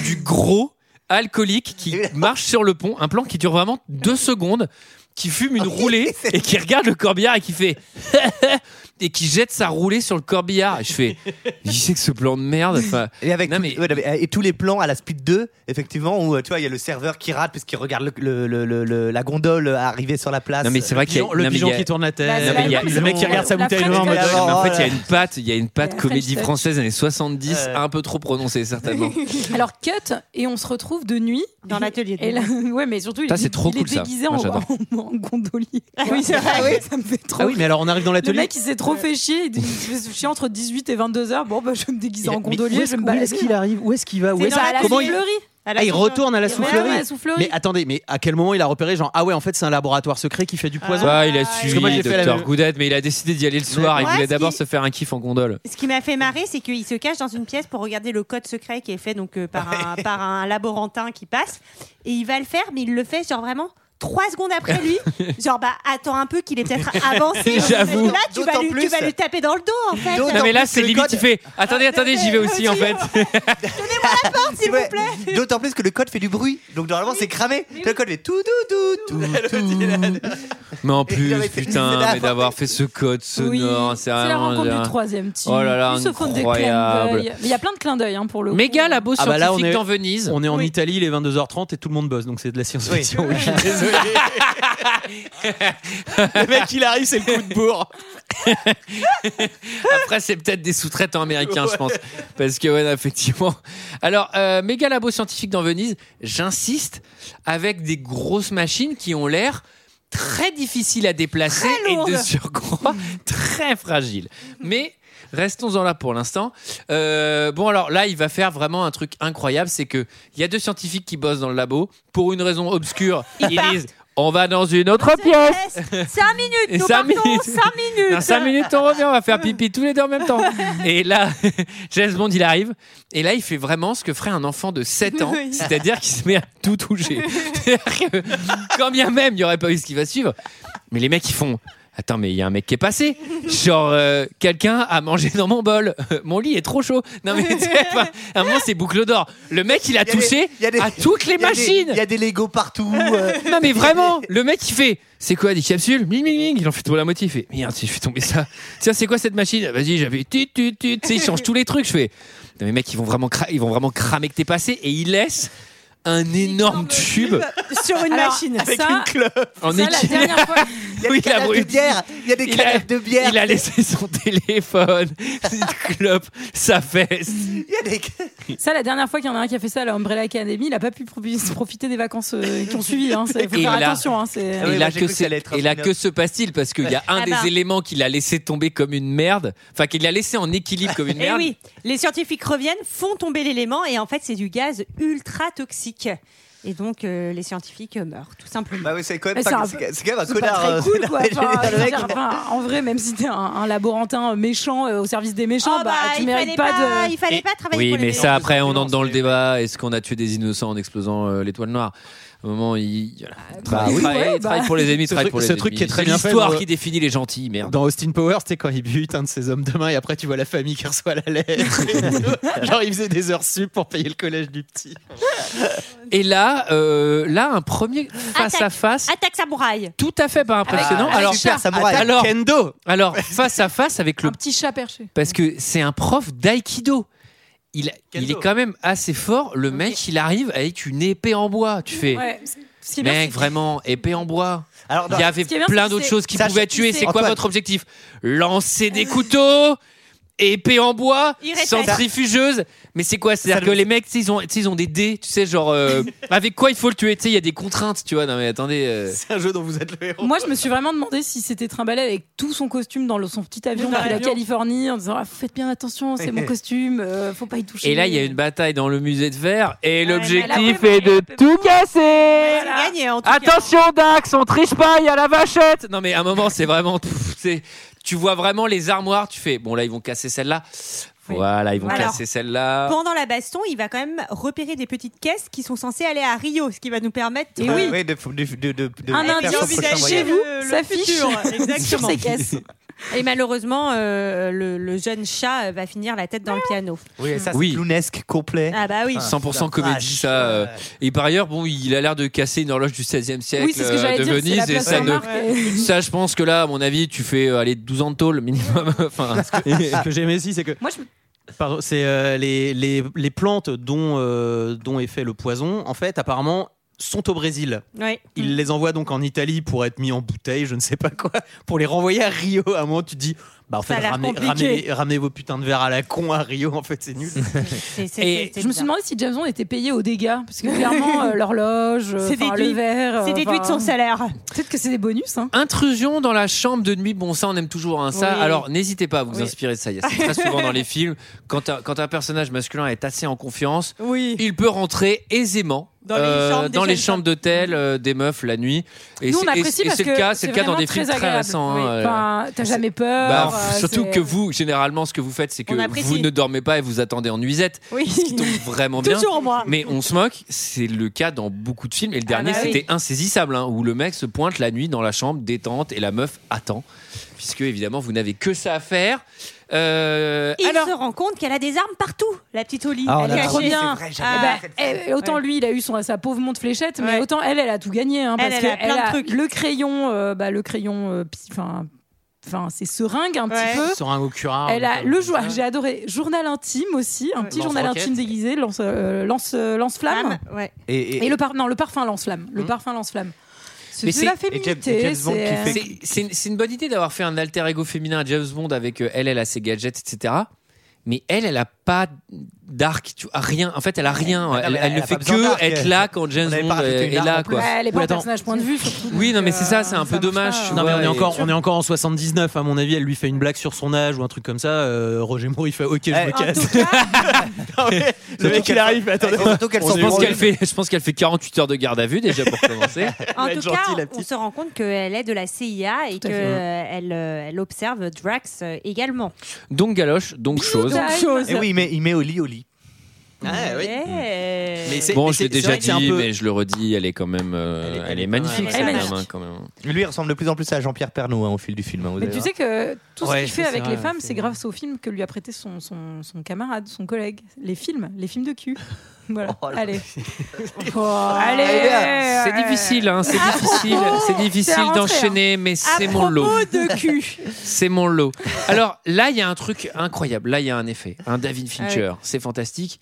A: du gros alcoolique
O: (laughs)
A: qui marche sur le pont, un plan qui dure vraiment deux secondes, qui
O: (laughs)
A: fume une roulée et qui regarde le corbillard et qui fait (laughs) et qui jette sa roulée sur le corbillard. Et je fais, je sais que ce plan de merde. enfin,
O: Ah,
G: Et, avec
A: Non,
G: tout-
A: mais-
G: ouais, non, mais, euh, et tous les plans à la Speed 2, effectivement, où euh, tu vois, il y a le serveur qui rate parce qu'il regarde le- le- le- le- le- la gondole arriver sur la place.
A: Non mais c'est vrai qu'il y a
O: pigeon- le
A: non, mais
O: pigeon
A: il y a-
O: qui
F: Bah,
O: tourne la tête,
A: Non, mais il y a-
O: le mec qui regarde sa
F: La
O: bouteille de
F: French
O: vin en mode,
G: Ah,
F: touch.
A: Mais
O: ouais, Euh. mais
A: en fait, il y a
O: une-
A: une patte, il y a une patte
F: La
A: comédie
F: French touch.
A: française années 70, un peu trop
O: (laughs)
A: prononcée certainement.
F: Alors cut et on se retrouve de nuit
C: Dans l'atelier de
F: Et là,
C: nuit.
F: (laughs) ouais, mais surtout il,
A: Ça, c'est trop
F: il
A: cool,
F: est
A: ça.
F: déguisé
A: Moi,
F: en,
A: j'adore.
F: en- en gondolier.
C: Ah oui,
F: (laughs)
C: c'est vrai.
F: Ah oui, ça me fait trop.
O: Ah oui, mais alors on arrive dans
F: le
O: l'atelier.
F: mec il s'est trop fait chier. Il dit, Je suis chiant entre 18 et 22 heures. Bon bah je vais me déguiser en
O: Mais où
F: gondolier.
O: est-ce-
F: je vais me
O: où est-ce
F: balader.
O: qu'il arrive Où est-ce qu'il va Où
F: C'est
O: est-ce-
F: dans la
O: comment il-
F: soufflerie.
C: À la
O: Ah, il
C: soufflerie.
O: retourne à la
C: Il retourne
O: soufflerie.
F: à la soufflerie.
O: Mais attendez, mais à quel moment il a repéré genre ah ouais en fait c'est un laboratoire secret qui fait du poison
A: Ah, il a
O: Parce que
A: suivi
O: moi, j'ai fait la
A: Dr
O: même-
A: Goodhead, mais il a décidé d'y aller le soir.
C: Mais
A: Il
C: moi,
A: voulait
C: ce
A: d'abord
C: qui-
A: se faire un kiff en gondole.
C: Ce qui m'a fait marrer, c'est qu'il se cache dans une pièce pour regarder le code secret qui est fait donc euh, par, un, par un laborantin qui passe. Et il va le faire, mais il le fait genre vraiment trois secondes après
A: (laughs)
C: lui. genre, bah attends un peu qu'il est peut-être avancé.
A: J'avoue.
C: Là, tu vas,
G: D'autant
C: lui, tu
G: plus-
C: vas lui taper dans le dos en fait.
G: D'autant
A: Non mais là
G: plus
A: c'est
G: que le
A: limite
G: code-
A: il fait attendez attendez j'y vais aussi en fait. (laughs)
C: Porte, s'il vous plaît.
G: D'autant plus que le code fait du bruit. Donc normalement, c'est cramé. Le code fait tout, tout, tout,
A: Mais en
G: Il
A: plus
G: avait fait-
O: (laughs)
G: c'est
A: putain
G: la
A: mais d'avoir fait ce code
F: Oui,
A: sonore c'est
F: c'est la
A: vraiment
F: rencontre
A: là.
F: du troisième team.
A: Oh là là,
F: Plus se font des clins
A: incroyable.
F: d'œil. Mais il y a plein de clins d'œil hein, pour le.
A: Méga labo
O: Ah bah là, on
A: scientifique
O: est-
A: dans Venise.
O: On est en Italie, il est 22h30 et tout le monde bosse, donc c'est de la science-fiction. oui,
G: Oui.
O: je suis désolé.
G: (laughs)
O: (laughs) le mec, il arrive, c'est le coup de bourre.
A: (laughs) Après, c'est peut-être des sous-traitants américains, je pense. Parce que, ouais, effectivement. Alors, euh, méga labo scientifique dans Venise, j'insiste, avec des grosses machines qui ont l'air très difficiles à déplacer
C: Très
A: et de
C: lourdes.
A: surcroît très fragiles. Mais restons-en là pour l'instant. Euh, bon, alors là, il va faire vraiment un truc incroyable c'est que il y a deux scientifiques qui bossent dans le labo. Pour une raison obscure, ils disent on va dans une autre pièce.
C: Cinq minutes,
A: Et
C: nous
A: cinq
C: partons,
A: minutes.
C: cinq minutes.
A: Dans 5 minutes, on revient, on
C: (laughs)
A: va faire pipi tous les deux en même temps. Et là, (laughs) James Bond, il arrive. Et là, il fait vraiment ce que ferait un enfant de 7 ans,
C: (laughs) Oui.
A: c'est-à-dire qu'il se met à tout
C: (laughs)
A: toucher. C'est-à-dire que, quand bien même, il n'y aurait pas eu ce qui va suivre. Mais les mecs, ils font. Attends, mais il y a un mec qui est passé. Genre, euh, quelqu'un a mangé dans mon bol. Euh, mon lit est trop chaud. Non, mais tu sais, enfin, à un moment, c'est boucle d'or. Le mec, il a
C: y a
A: touché
C: des- il y a des-
A: à toutes les
C: il y a des-
A: machines.
C: Il y a des Lego partout. euh.
A: Non mais vraiment, le mec il fait c'est quoi des capsules Ming ming ming, il en fait tomber la moitié, il fait merde, si je fais tomber ça. Tiens, c'est quoi cette machine Ah, Vas-y, j'avais tut tut tut, tu sais, il change tous les trucs, je fais. Non mais mec, ils vont vraiment cra- ils vont vraiment cramer que t'es passé et il laisse un énorme tube
F: Sur une
B: Alors,
G: (laughs)
F: machine.
B: avec
F: ça,
B: une
A: en
B: Ça, la
A: équilibre. (laughs)
B: dernière fois-
A: Il y a des
C: canapes de bière, il y a des canapes de bière.
A: Il a laissé son téléphone, une clope, sa fesse.
B: Ça, la dernière fois qu'il y en a un qui a fait ça à la Umbrella Academy, il a pas pu profi- (laughs) profiter des vacances euh, qui ont suivi. Hein. C'est- Faut
A: Et Ah
B: faire
A: là-
B: attention. hein, c'est-
A: Et là, que c'est- et là, que se passe-t-il Parce qu'il y a un
F: Ah
A: des
F: bah.
A: éléments qu'il a laissé tomber comme une merde, enfin qu'il a laissé en équilibre comme une
F: Et
A: merde.
F: oui, les scientifiques reviennent, font tomber l'élément et en fait c'est du gaz ultra toxique. Et donc euh, les scientifiques euh, meurent tout simplement.
C: Bah oui, c'est quand
F: Mais
C: même pas-
F: c'est un peu-
C: c'est- c'est quand même un
F: c'est pas
C: connard.
F: très
A: hein.
C: euh,
F: cool,
A: (laughs)
B: Quoi,
C: je veux
B: enfin,
C: dire,
B: je
C: le
B: veux
C: mec,
B: dire, enfin, en vrai, même si t'es un, un laborantin méchant euh, au service des méchants,
F: Oh,
B: bah,
F: bah,
B: tu
F: il
B: mérites
F: fallait
B: pas,
F: pas-
B: de.
F: il fallait pas travailler
A: Oui,
F: pour les
A: mais
F: méchants.
A: ça, après, on entre dans le débat. Est-ce qu'on a tué des innocents en explosant euh, l'étoile noire Au moment, il voilà. Travaille-
G: oui.
A: travaille-
G: Ouais,
A: travaille
G: bah.
A: pour les ennemis,
G: Ce
A: travaille
G: truc-
A: pour les
G: ce truc
A: ennemis.
G: qui est très
A: C'est
G: bien fait,
A: l'histoire
G: moi.
A: qui définit les gentils, merde.
G: Dans Austin Powers, tu sais, quand il bute un de ses hommes de main et après tu vois la famille qui reçoit la (laughs) lettre. et tout. Genre, il faisait des heures sup pour payer le collège du petit.
A: Et là, euh, là, un premier face à face.
F: Attaque samouraï.
A: Tout à fait pas impressionnant.
F: Ah,
A: alors,
F: super samouraï.
A: attaque alors,
G: kendo.
A: Alors, face à face avec le
B: Un petit chat perché.
A: parce que c'est un prof d'aïkido. Il, il est quand même assez fort. Le mec, il arrive avec une épée en bois. Tu fais,
B: Ouais. Ce qui est bien,
A: mec,
B: c'est-
A: vraiment, épée en bois.
G: Ah
C: Alors,
G: bah,
A: il y avait
B: Ce qui est bien,
A: plein
B: c'est
A: d'autres
B: que
A: choses qui
B: c'est-
A: pouvaient
B: c'est-
A: tuer. C'est quoi
C: Antoine.
A: votre objectif Lancer des couteaux Épée en bois,
F: Il répète.
A: centrifugeuse, mais c'est quoi C'est-à-dire que les mecs, tu sais, ils ont, tu sais, ils ont des dés, tu sais, genre euh, avec quoi il faut le tuer. Tu sais, il y a des contraintes, tu vois. Non mais attendez. euh.
G: C'est un jeu dont vous êtes le héros.
B: Moi, je me suis vraiment demandé si c'était trimballé avec tout son costume dans le- son petit avion
G: Dans
B: depuis la
G: l'avion.
B: Californie en disant Ah, faites bien attention, c'est
C: (laughs)
B: mon costume, euh, faut pas y toucher.
A: Et là, il y a une bataille dans le musée de verre et l'objectif
B: mais
A: est de tout casser.
F: Gagné, en tout cas.
A: Attention Dax, on triche pas, il y a la vachette. Non mais à un moment c'est vraiment, pff, c'est- tu vois vraiment les armoires, tu fais, bon là ils vont casser celle-là, voilà ils vont
F: Alors,
A: casser celle-là.
F: Pendant la baston, il va quand même repérer des petites caisses qui sont censées aller à Rio, ce qui va nous permettre.
B: Et oui.
C: ouais, de- de- de- de- de
B: Un
C: faire
B: indien
C: son
B: visage
C: prochain
B: chez
C: voyage.
B: vous.
F: le
B: s'affiche
F: futur,
B: (laughs) sur
F: exactement.
B: ses caisses.
F: Et malheureusement, euh, le, le jeune chat euh, va finir la tête dans le piano.
C: Oui, ça c'est
A: Oui.
C: clownesque complet.
F: Ah bah oui.
A: 100%
C: putain,
A: comédie ça. euh. Et par ailleurs, bon, il a l'air de casser une horloge du 16e siècle
B: Oui, c'est ce que
A: euh,
B: j'allais
A: de
B: dire.
A: Venise et
B: c'est la place
A: ça, ne-
B: Saint-Marc. Et-
A: ça, je pense que là, à mon avis, tu fais euh, allez 12 ans de tôle minimum. (laughs) enfin,
G: Ce que j'aimais aussi, c'est que.
B: Moi, je
G: Pardon, c'est euh, les, les- les plantes dont, euh, dont est fait le poison, en fait, apparemment, sont au Brésil.
F: Ouais.
G: Il les envoie donc en Italie pour être mis en bouteille, je ne sais pas quoi, pour les renvoyer à Rio. À un moment, tu te dis, bah en
F: Ça
G: fait,
F: a l'air
G: ramenez,
F: compliqué.
G: ramenez- ramenez vos putains de verres à la con à Rio, en fait, c'est nul.
F: C'est- c'est-
A: Et
F: c'est- c'est
B: Je me suis
F: bizarre.
B: demandé si Jameson était payé aux dégâts, parce que
F: (laughs)
B: clairement, euh, l'horloge, euh,
F: C'est
B: enfin,
F: déduit.
B: le verre.
F: C'est
B: euh,
F: déduit de
B: enfin,
F: son salaire.
B: Peut-être que c'est des bonus. Hein.
A: Intrusion dans la chambre de nuit, bon ça on aime toujours hein, ça.
F: Oui.
A: Alors n'hésitez pas à vous
B: Oui.
A: inspirer de ça. Il y a-
B: (laughs)
A: C'est très souvent dans les films quand un, quand un personnage masculin est assez en confiance,
F: Oui.
A: il peut rentrer aisément euh,
F: Dans les chambres des
A: dans les
F: jeunes
A: chambres d'hôtel euh, des meufs la nuit. Et
B: Nous, on
A: c'est- et-
B: apprécie
A: et
B: parce
A: c'est le
B: que
A: cas, c'est le cas dans
B: vraiment
A: des films très
B: agréable.
A: récents.
B: Oui.
A: hein, euh.
B: Enfin, T'as jamais peur.
A: Bah,
B: euh,
A: surtout
B: c'est-
A: que vous, généralement, ce que vous faites, c'est que
F: On apprécie.
A: vous ne dormez pas et vous attendez en
B: (laughs)
A: nuisette,
F: Oui.
A: vraiment bien.
F: Toujours moi.
A: Mais on se moque, c'est le cas dans beaucoup de
B: Ah
A: films. Et le dernier,
F: bah oui.
A: c'était insaisissable, hein, où le mec se pointe la nuit dans la chambre détente et la meuf attend, puisque évidemment vous n'avez que ça à faire. Euh,
F: Il
A: alors,
F: se rend compte qu'elle a des armes partout, la petite Oli.
C: Ah, on
F: elle
C: a
F: est
C: trop
F: cachée.
C: bien. C'est vrai, j'avais
F: Ah,
C: pas
F: bah,
B: Eh, eh, autant
F: Ouais.
B: lui, il a eu son, sa pauvre montre fléchette, mais
F: Ouais.
B: autant elle, elle a tout gagné. hein,
F: Elle,
B: parce
F: elle
B: que
F: a plein de trucs.
B: Le crayon, euh, bah, le crayon, euh, pi- enfin, enfin, c'est seringue un
F: Ouais.
B: petit peu.
G: Seringue au curare.
B: Elle a le
G: joie
B: joie, j'ai adoré. Journal intime aussi, un petit
G: Lance
B: journal
G: roquette.
B: intime déguisé, lance, euh, lance, euh, lance flamme.
F: Ouais.
C: Et, et-
B: Et le par- non, le parfum lance flamme. Le parfum lance flamme. C'est
A: Mais
B: de
A: c'est-
B: la
C: et James-
B: féminité.
C: James Bond qui
B: c'est-
C: fait-
A: c'est- c'est une- c'est une bonne idée d'avoir fait un alter ego féminin à James Bond avec euh, elle, elle a ses gadgets, etc. Mais elle, elle a pas d'arc, tu vois, rien. En fait, elle a rien. Elle,
C: Ah mais
A: elle
C: elle
A: ne
C: a
A: fait
C: pas besoin
A: que
C: d'arc,
A: être
C: elle.
A: là quand James
C: On avait
A: Bond
C: pas rajouté
A: euh,
C: une
A: est
C: arme en
A: là,
C: plus.
A: quoi.
B: Ouais, Bah, elle est
G: Ou
B: pas un
G: attends.
B: personnage point de vue. surtout,
A: Oui,
B: donc,
A: non, mais c'est ça,
B: euh,
A: c'est un peu
B: marche
A: dommage,
B: pas.
A: tu
G: Non mais on
A: Ah Ouais,
G: est encore,
A: sûr.
G: on est encore en 79 à mon avis. Elle lui fait une blague sur son âge ou un truc comme ça. euh, Roger Moore il fait OK je
C: Eh,
G: me
C: en
G: casse.
F: En tout cas,
A: (laughs)
G: le mec il arrive. Attendez.
C: Surtout qu'elle s'en
A: Je pense
C: prend
A: qu'elle fait, je pense qu'elle fait 48 heures de garde à vue déjà pour
P: (laughs)
A: commencer.
F: en
G: Elle va
F: tout
G: être
F: cas,
G: gentille, la
F: on
G: petite.
F: se rend compte qu'elle est de la CIA et
B: Tout à fait.
F: qu'elle elle observe Drax euh, également.
A: Donc galoche, donc chose.
B: Time.
C: Et oui, il met, il met au lit, au lit.
F: Ouais.
P: Bon, je l'ai déjà dit,
C: c'est un peu-
P: mais je le redis, elle est quand même, euh, elle, est magnifique,
C: même
P: cette
C: magnifique.
P: dame, hein, quand même.
C: Lui, il ressemble de plus en plus à Jean-Pierre Pernaut au fil du film. hein, vous
B: Mais
C: allez
B: tu
C: voir.
B: sais que tout ce
C: Ouais,
B: qu'il fait
C: ça,
B: avec
C: c'est
A: hein,
B: les
C: vrai,
B: femmes,
C: c'est
B: c'est grâce au film que lui a prêté son, son, son camarade, son collègue. Les films, les films
A: (laughs)
B: de cul. Voilà. Allez. Oh, allez.
A: C'est difficile, hein, c'est difficile, c'est difficile
P: rentré,
A: d'enchaîner, mais
G: hein.
A: c'est mon lot.
F: de cul.
A: C'est mon lot. (laughs) Alors là, il y a un truc incroyable. Là, il y a un effet, un David
G: Ah
A: Fincher.
P: Ouais.
A: C'est fantastique.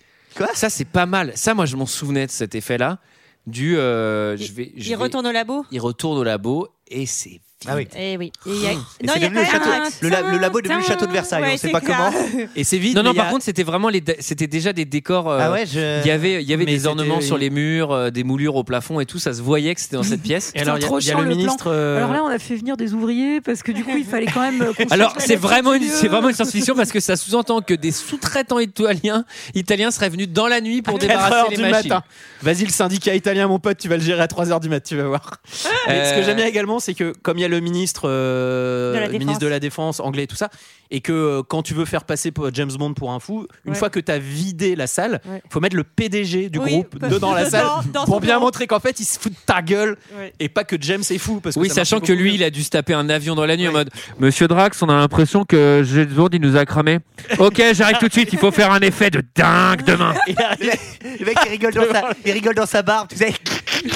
A: ça, c'est pas mal. Ça, moi, je m'en souvenais de cet effet-là. Du, euh, je vais, je
F: Il
A: vais-
F: retourne au labo.
A: il retourne au labo et c'est.
C: Ah oui.
F: Eh oui. Et il y a-
A: Et
F: Non,
A: c'est
F: il y
A: devenu
F: a quand
A: le
F: même
A: château-
F: un
A: le la- le labo est devenu le château de Versailles,
F: Ouais,
A: on sait
F: c'est
A: pas
F: clair.
A: comment.
G: Et c'est vite.
A: Non, non,
G: mais
A: par
G: il y a-
A: contre, c'était vraiment les, da- c'était déjà des décors. euh,
G: Ah ouais, je-
A: Il y avait, il y avait
G: Mais
A: des
G: c'était-
A: ornements sur les murs, euh, des moulures au plafond et tout. Ça se voyait que c'était dans cette pièce.
G: (laughs) Et alors, il y a- Trop il y a chiant, le le plan. ministre, euh,
B: Alors là, on a fait venir des ouvriers parce que du coup, il fallait quand même. euh, qu'on
G: (laughs)
A: Alors,
B: cherche
A: c'est
B: la
A: vraiment, une,
B: petite
A: c'est vraiment une
B: lieu.
A: science-fiction parce que ça sous-entend que des sous-traitants italiens, italiens seraient venus dans la nuit pour
G: À 4 heures
A: débarrasser les
G: du
A: machines.
G: matin. Vas-y, le syndicat italien, mon pote, tu vas le gérer à 3h du mat, tu vas voir. Mais ce que j'aime bien également, c'est que comme il y a le ministre, euh,
A: De la
G: le
A: Défense.
G: ministre de la Défense anglais, et tout ça, et que euh, quand tu veux faire passer pour James Bond pour un fou, une
A: Ouais.
G: fois que tu as vidé la salle, faut mettre le PDG du
A: Oui,
G: groupe
A: parce-
G: dedans la salle
A: dans son
G: pour bien
A: bureau.
G: montrer qu'en fait, il se fout de ta gueule et pas que James est fou. Parce que
A: Oui,
G: ça
A: sachant
G: marche
A: que
G: beaucoup
A: lui,
G: mieux.
A: il a dû se taper un avion dans la nuit en mode Monsieur Drax, on a l'impression que James Bond, il nous a cramé. Ok, j'arrive tout de suite, il faut faire un effet de dingue demain.
C: Le mec, il rigole dans sa, il rigole dans sa barbe, tu sais.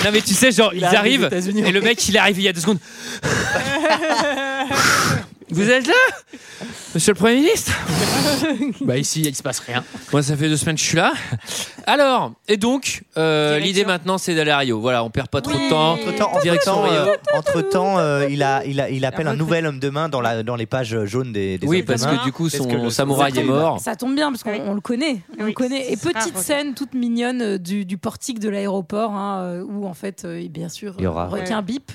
A: Non, mais tu sais, genre, ils
C: arrive
A: arrivent
C: aux États-Unis,
A: et le mec, il arrive il y a deux secondes. Vous êtes là Monsieur le Premier ministre
G: Bah, ici, il se passe rien.
A: Moi, ça fait deux semaines que je suis là. Alors, et donc, euh, l'idée maintenant, c'est d'aller à Rio. Voilà, on perd pas trop de temps. Direction
C: Entre-temps,
A: Rio.
C: euh, (laughs) entre-temps, euh, il, a, il, a, il appelle un
A: recrute.
C: nouvel homme de main dans, la, dans les pages jaunes des, des
A: Oui,
C: hommes de
A: parce
C: main.
A: que du coup,
C: Parce
A: son
C: que le-
A: samouraï est mort.
B: Ça tombe
F: Ah,
B: bien parce qu'on on le connaît, on le connaît. Et petite scène toute mignonne euh, du, du portique de l'aéroport hein, euh, où en fait, euh, il- bien sûr,
G: Il y aura-
B: on retient bip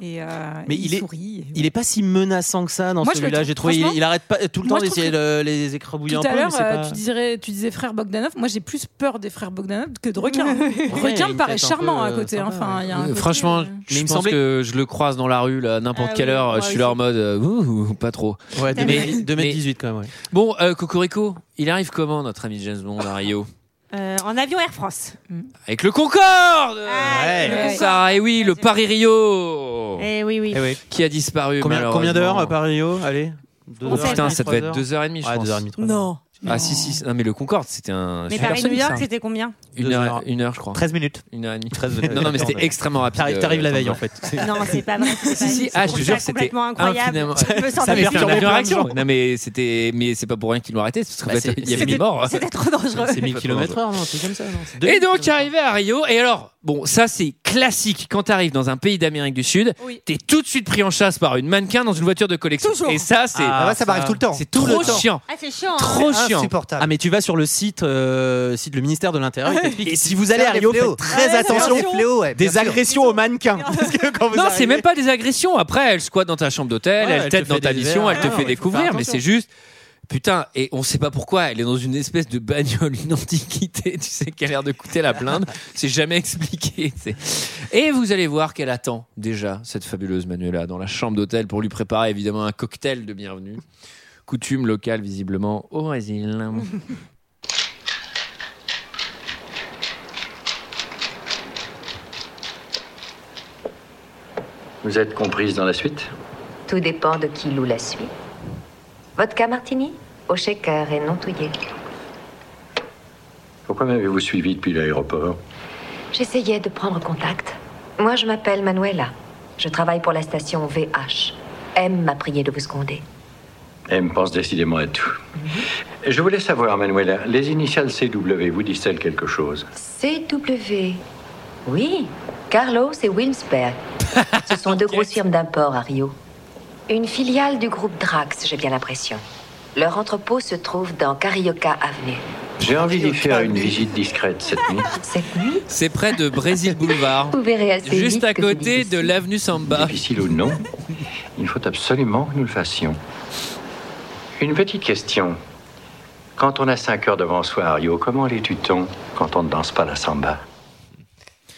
B: et euh,
G: Mais
B: il,
G: il est-
B: sourit.
G: Il est pas si menaçant que ça dans
B: Moi, je le
G: celui-là.
B: trouve-
G: J'ai trouvé, il,
B: franchement,
G: il arrête pas euh, tout le
B: moi,
G: temps
B: je trouve
G: d'essayer de les écrabouiller
B: Tout
G: un peu.
B: à l'heure,
G: mais c'est
B: euh,
G: pas-
B: tu, dirais, tu disais frère Bogdanov. Moi, j'ai plus peur des frères Bogdanov que de requin.
G: il y a
B: requin me
G: une
B: paraît
G: tête un
B: charmant
G: peu,
B: à côté. hein. Enfin, il y a un
A: Euh,
B: côté-
A: Franchement, je
G: il me
A: pense
G: semblait-
A: que je le croise dans la rue, là, à n'importe
G: Ah
A: quelle
G: oui,
A: heure.
G: moi
A: je suis là en
G: aussi.
A: mode, euh, ouh, ouh, pas trop.
G: Ouais,
A: Mais-
G: 2m18 2m18 quand même. ouais.
A: Bon, euh, Cocorico, il arrive comment notre ami James Bond à Rio
F: Euh, en avion Air France.
A: Avec le Concorde Ouais,
F: le Concorde.
A: ça, et oui, le Paris-Rio
F: Eh oui, oui.
A: Qui a disparu
G: Combien, combien d'heures à
A: malheureusement.
G: Paris Rio Allez. deux
A: Oh,
G: heures et
A: Putain,
G: demie,
A: ça devait
G: trois
A: être 2h30, je
G: Ouais,
A: pense.
G: deux heures et demie, trois
F: Non.
A: Ah, si, si. Non, mais le Concorde, c'était un.
F: Mais
A: super
F: Paris-New
A: solide,
F: York,
A: ça.
F: c'était (laughs) combien
A: Une heure, une heure, je crois.
C: 13 minutes.
A: Une heure et demie.
C: 13
A: Non, non, mais c'était extrêmement rapide.
G: T'arrives- t'arrives la
A: euh,
G: veille, hein. en
A: temps de
G: fait. (laughs)
F: Non, c'est pas vrai. c'est
A: Si,
F: pas- c'est
A: ah, je te
F: pour ça
A: jure, c'était
F: complètement incroyable.
A: infiniment-
F: Je me
A: Ça
F: sentais
A: avait fait un
F: perturbée.
A: avion réaction. Non, mais c'était, mais c'est pas pour rien qu'ils l'ont arrêté, c'est parce qu'en fait, il y avait
G: c'était-
A: mille morts.
G: c'était
F: trop dangereux.
G: (laughs) C'est 1000 km/h, non C'est comme ça. non C'est deux-
A: Et donc, arrivé à Rio, et alors, bon, ça c'est classique. Quand t'arrives dans un pays d'Amérique du Sud, t'es tout de suite pris en chasse par une mannequin dans une voiture de collection. Et ça, c'est.
G: Ah, Ah ouais, ça m'arrive tout le temps.
A: C'est
G: Tout
A: trop
G: le temps.
A: chiant.
F: Ah, c'est chiant.
A: Trop
G: Ah,
A: chiant.
G: Ah, mais tu vas sur le site, euh, site le ministère de l'Intérieur. il t'explique.
A: Et
G: Et si
A: c'est
G: vous allez à
A: des
G: Rio,
A: fléaux.
G: faites très
F: Ah,
A: Ouais,
G: attention.
A: c'est des fléaux, ouais, bien
G: des
A: sûr.
G: agressions aux (laughs) mannequins. Parce que quand vous
A: Non,
G: arrivez-
A: c'est même pas des agressions. Après, elle squatte dans ta chambre d'hôtel,
G: Ouais,
A: elle,
G: elle te
A: t'aide dans
G: fait
A: ta
G: des
A: mission,
G: verres.
A: elle te
G: Ah,
A: fait
G: ouais,
A: découvrir,
G: faut
A: mais
G: faire
A: c'est juste. Putain, et on sait pas pourquoi, elle est dans une espèce de bagnole, une antiquité, (laughs) tu sais, qui a l'air de coûter la blinde. C'est jamais expliqué. tu sais. Et vous allez voir qu'elle attend déjà cette fabuleuse Manuela dans la chambre d'hôtel pour lui préparer évidemment un cocktail de bienvenue. Coutume locale, visiblement, au Brésil.
Q: Vous êtes comprise dans la suite
I: Tout dépend de qui loue la suite. Vodka martini Au shaker et non touillé.
Q: Pourquoi m'avez-vous suivi depuis l'aéroport
I: J'essayais de prendre contact. Moi, je m'appelle Manuela. Je travaille pour la station VH. M m'a prié de vous seconder.
Q: Elle me pense décidément à tout. Je voulais savoir, Manuela, les initiales CW vous disent-elles quelque chose
I: CW. Oui, Carlos et Wilmsberg. Ce sont
A: (laughs)
I: deux grosses firmes d'import à Rio. Une filiale du groupe Drax, j'ai bien l'impression. Leur entrepôt se trouve dans Carioca Avenue.
Q: J'ai envie d'y faire une visite discrète cette nuit.
I: Cette nuit
A: C'est près de Brésil Boulevard.
I: Vous verrez assez
A: Juste
I: vite
A: à
I: que (laughs) c'est
A: côté de l'avenue Samba.
Q: Difficile ou non, il faut absolument que nous le fassions. Une petite question. Quand on a 5 heures devant soi à Rio, comment les tue-t-on quand on ne danse pas la samba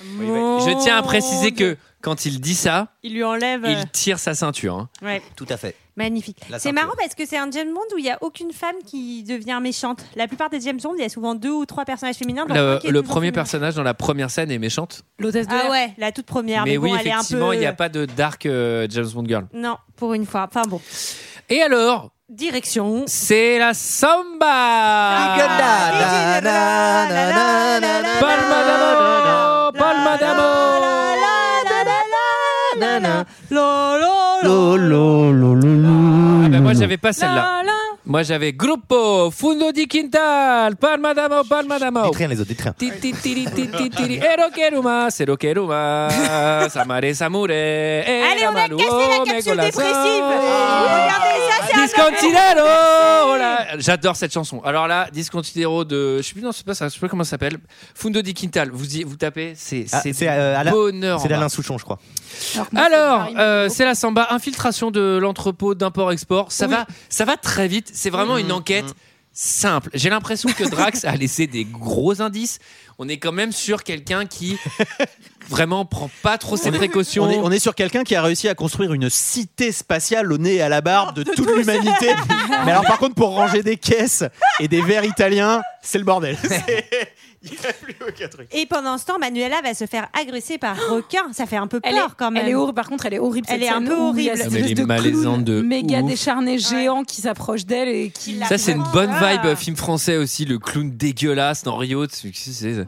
A: Je tiens à préciser que quand il dit ça,
F: Il lui enlève. euh,
A: il tire sa ceinture. hein.
F: Ouais.
C: Tout à fait.
F: Magnifique.
B: La
F: C'est
B: ceinture.
F: marrant parce que c'est un James Bond où il n'y a aucune femme qui devient méchante. La plupart des James Bond, il y a souvent deux ou trois personnages féminins. dont un
A: Le,
F: qui est
A: le
F: toujours
A: premier
F: féminin.
A: personnage dans la première scène est méchante.
B: L'hôtesse
F: Ah ouais, la toute première.
A: mais
F: bon,
A: oui,
F: elle est un
A: effectivement,
F: peu-
A: il n'y a pas de dark euh, James Bond girl.
F: Non, pour une fois. Enfin bon.
A: Et alors
F: Direction.
A: C'est la samba.
F: Ah,
A: Palma d'Amor, Palma
F: d'Amor.
A: Ah ben, moi j'avais pas celle-là. Moi j'avais Gruppo Fundo di Quintal, Palma d'Amo, Palma d'Amo.
C: Dites rien les autres, dites rien.
A: Ti, ti, tiri, ti, ti, tiri. Ero quero más, ero quero más. Samare, samure. Allez, on a cassé la capsule Discontinero oh là, J'adore cette chanson. Alors là, Discontinero de. Je sais plus, non, c'est pas ça, je sais pas comment ça s'appelle. Fundo di Quintal, vous, y- vous tapez, c'est
C: Ah,
A: c'est
C: c'est, euh, Alain-
A: bonheur.
C: C'est
A: en bas.
C: d'Alain Souchon, je crois.
A: Alors, euh, c'est la samba, infiltration de l'entrepôt d'import-export. Ça, va, ça va très vite. C'est vraiment une enquête simple. J'ai l'impression que Drax a laissé des gros indices. On est quand même sur quelqu'un qui vraiment prend pas trop ses
G: On est-
A: précautions.
G: On est, on est sur quelqu'un qui a réussi à construire une cité spatiale au nez et à la barbe de toute
C: (laughs)
G: l'humanité. Mais alors, par contre, pour ranger des caisses et des verres italiens, c'est
C: (laughs)
G: le bordel.
F: Et pendant ce temps, Manuela va se faire agresser par (gasps) requin. Ça fait un peu
B: Elle est,
F: peur quand même.
B: elle est horrible, par contre, elle est horrible.
F: Elle
B: cette
F: est un
B: scène
F: peu
B: où il y a
F: horrible.
B: cette
A: Mais elle
B: espèce
A: est
B: de
A: malaisante de
B: clown méga
A: ouf.
B: décharné géant qui s'approche d'elle et qui.
A: Ça, c'est une bonne vibe film français aussi, le clown dégueulasse dans Rio. tu sais, c'est-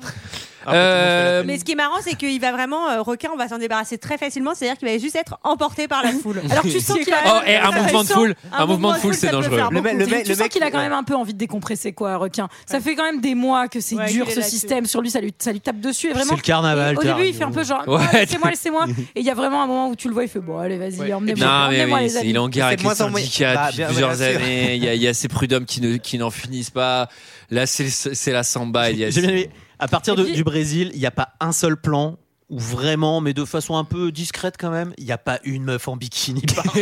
A: Euh,
F: Mais ce qui est marrant, c'est qu'il va vraiment euh, requin. On va s'en débarrasser très facilement. C'est-à-dire qu'il va juste être emporté
G: (laughs)
F: par la foule. Alors tu sens qu'il a
A: Oh, et un mouvement de foule, un, mouvement de foule, c'est dangereux.
B: Le mec, le tu sens qu'il a quand
A: Ouais.
B: même un peu envie de décompresser, quoi, requin. Ça fait quand même des mois que c'est
F: Ouais,
B: dur
F: qu'il est
B: ce
F: là-dessus.
B: système. Sur lui, ça lui, ça lui tape dessus. et vraiment,
G: C'est le carnaval,
B: et Au
G: t'as
B: début, il
G: raison.
B: fait un peu genre,
G: Ouais.
B: Ah,
A: (laughs)
B: laissez-moi, laissez-moi. Et il y a vraiment un moment où tu le vois, il fait, bon, allez, vas-y, emmenez-moi.
A: Non, mais
B: emmenez-moi,
A: oui,
B: les
A: c'est-
B: amis.
A: il est en guerre avec les
C: moins en moins-
A: syndicats
C: Bah,
A: depuis
C: bien,
A: plusieurs
C: bien sûr.
A: années. Il y, a, il y a ces prud'hommes qui ne- qui n'en finissent pas. Là, c'est le- c'est la samba. il y a-
G: J'ai bien aimé. À partir de- du Brésil, il n'y a pas un seul plan où vraiment, mais de façon un peu discrète quand même, il n'y a pas une meuf en bikini.
A: (laughs)
G: partout.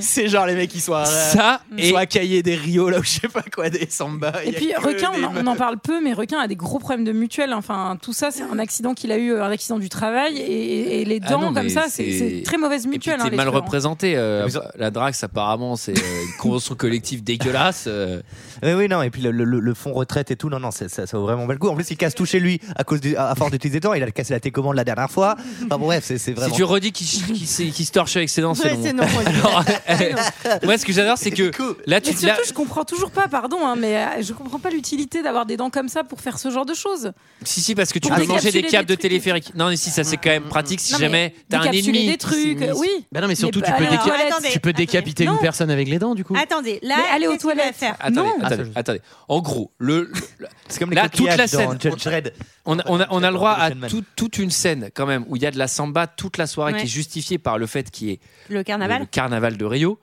G: c'est genre les mecs qui sont à,
A: Ça
B: Mm.
G: ils sont à Cahiers des Rio, là, ou je sais pas quoi, des samba.
B: Et puis requin, on en, on en parle peu, mais requin a des gros problèmes de mutuelle. Enfin, tout ça, c'est un accident qu'il a eu, euh, un accident du travail, et, et les
A: Ah
B: dents
A: non, mais
B: comme ça, c'est
A: c'est-
B: c'est très mauvaise
A: Puis
B: mutuelle. hein,
A: t'es
B: les
A: mal
B: truands.
A: représenté. euh, la Drax, apparemment, c'est euh, une convention collective dégueulasse. euh.
C: Oui, oui, non, et puis le, le- le fonds retraite et tout, non, non, c'est- ça, ça vaut vraiment pas le coup. En plus, il casse tout chez lui à, cause du, à, à force d'utiliser temps, il a cassé la télécommande la dernière fois. Enfin, bon, bref, c'est c'est
A: Si
C: vraiment.
A: tu redis qu'il qu'il s'est- qu'il se torche avec ses dents, c'est
B: Ouais,
A: non.
B: c'est non,
A: (laughs)
B: moi,
A: Alors, eh, Moi, ce que j'adore, c'est que là, tu
B: Mais surtout, je comprends toujours pas, pardon, hein, mais euh, je comprends pas l'utilité d'avoir des dents comme ça pour faire ce genre de choses.
A: Si, si, parce que tu
B: Pour
A: peux manger
B: décapsuler
A: des
B: des Ah.
A: câbles de téléphérique. Non, mais si, ça c'est quand même pratique si
B: Non, mais
A: jamais t'as un
B: décapsuler
A: ennemi.
B: des trucs,
A: qui-
B: oui.
G: Bah non, mais surtout,
B: Mais
G: tu,
B: pas
G: peux
B: aller aux
C: Ah,
G: déca-
B: toilettes.
G: tu peux décapiter
B: Non.
G: une personne avec les dents, du coup.
F: Attendez, là,
B: Mais aller aux
F: qu'est-ce qu'il va
B: toilettes.
F: faire
A: Attendez,
B: Non.
A: attendez, attendez. En gros, le, c'est
C: comme les
A: Ah, là toute la
C: coquillages
A: scène.
C: dans Judge Dredd.
A: On a, on a- on a le droit à
C: Gentleman.
A: tout- toute une scène quand même où il y a de la samba toute la soirée
F: Ouais.
A: qui est justifiée par le fait qu'il y ait
F: Le
A: le
F: carnaval.
A: carnaval de Rio.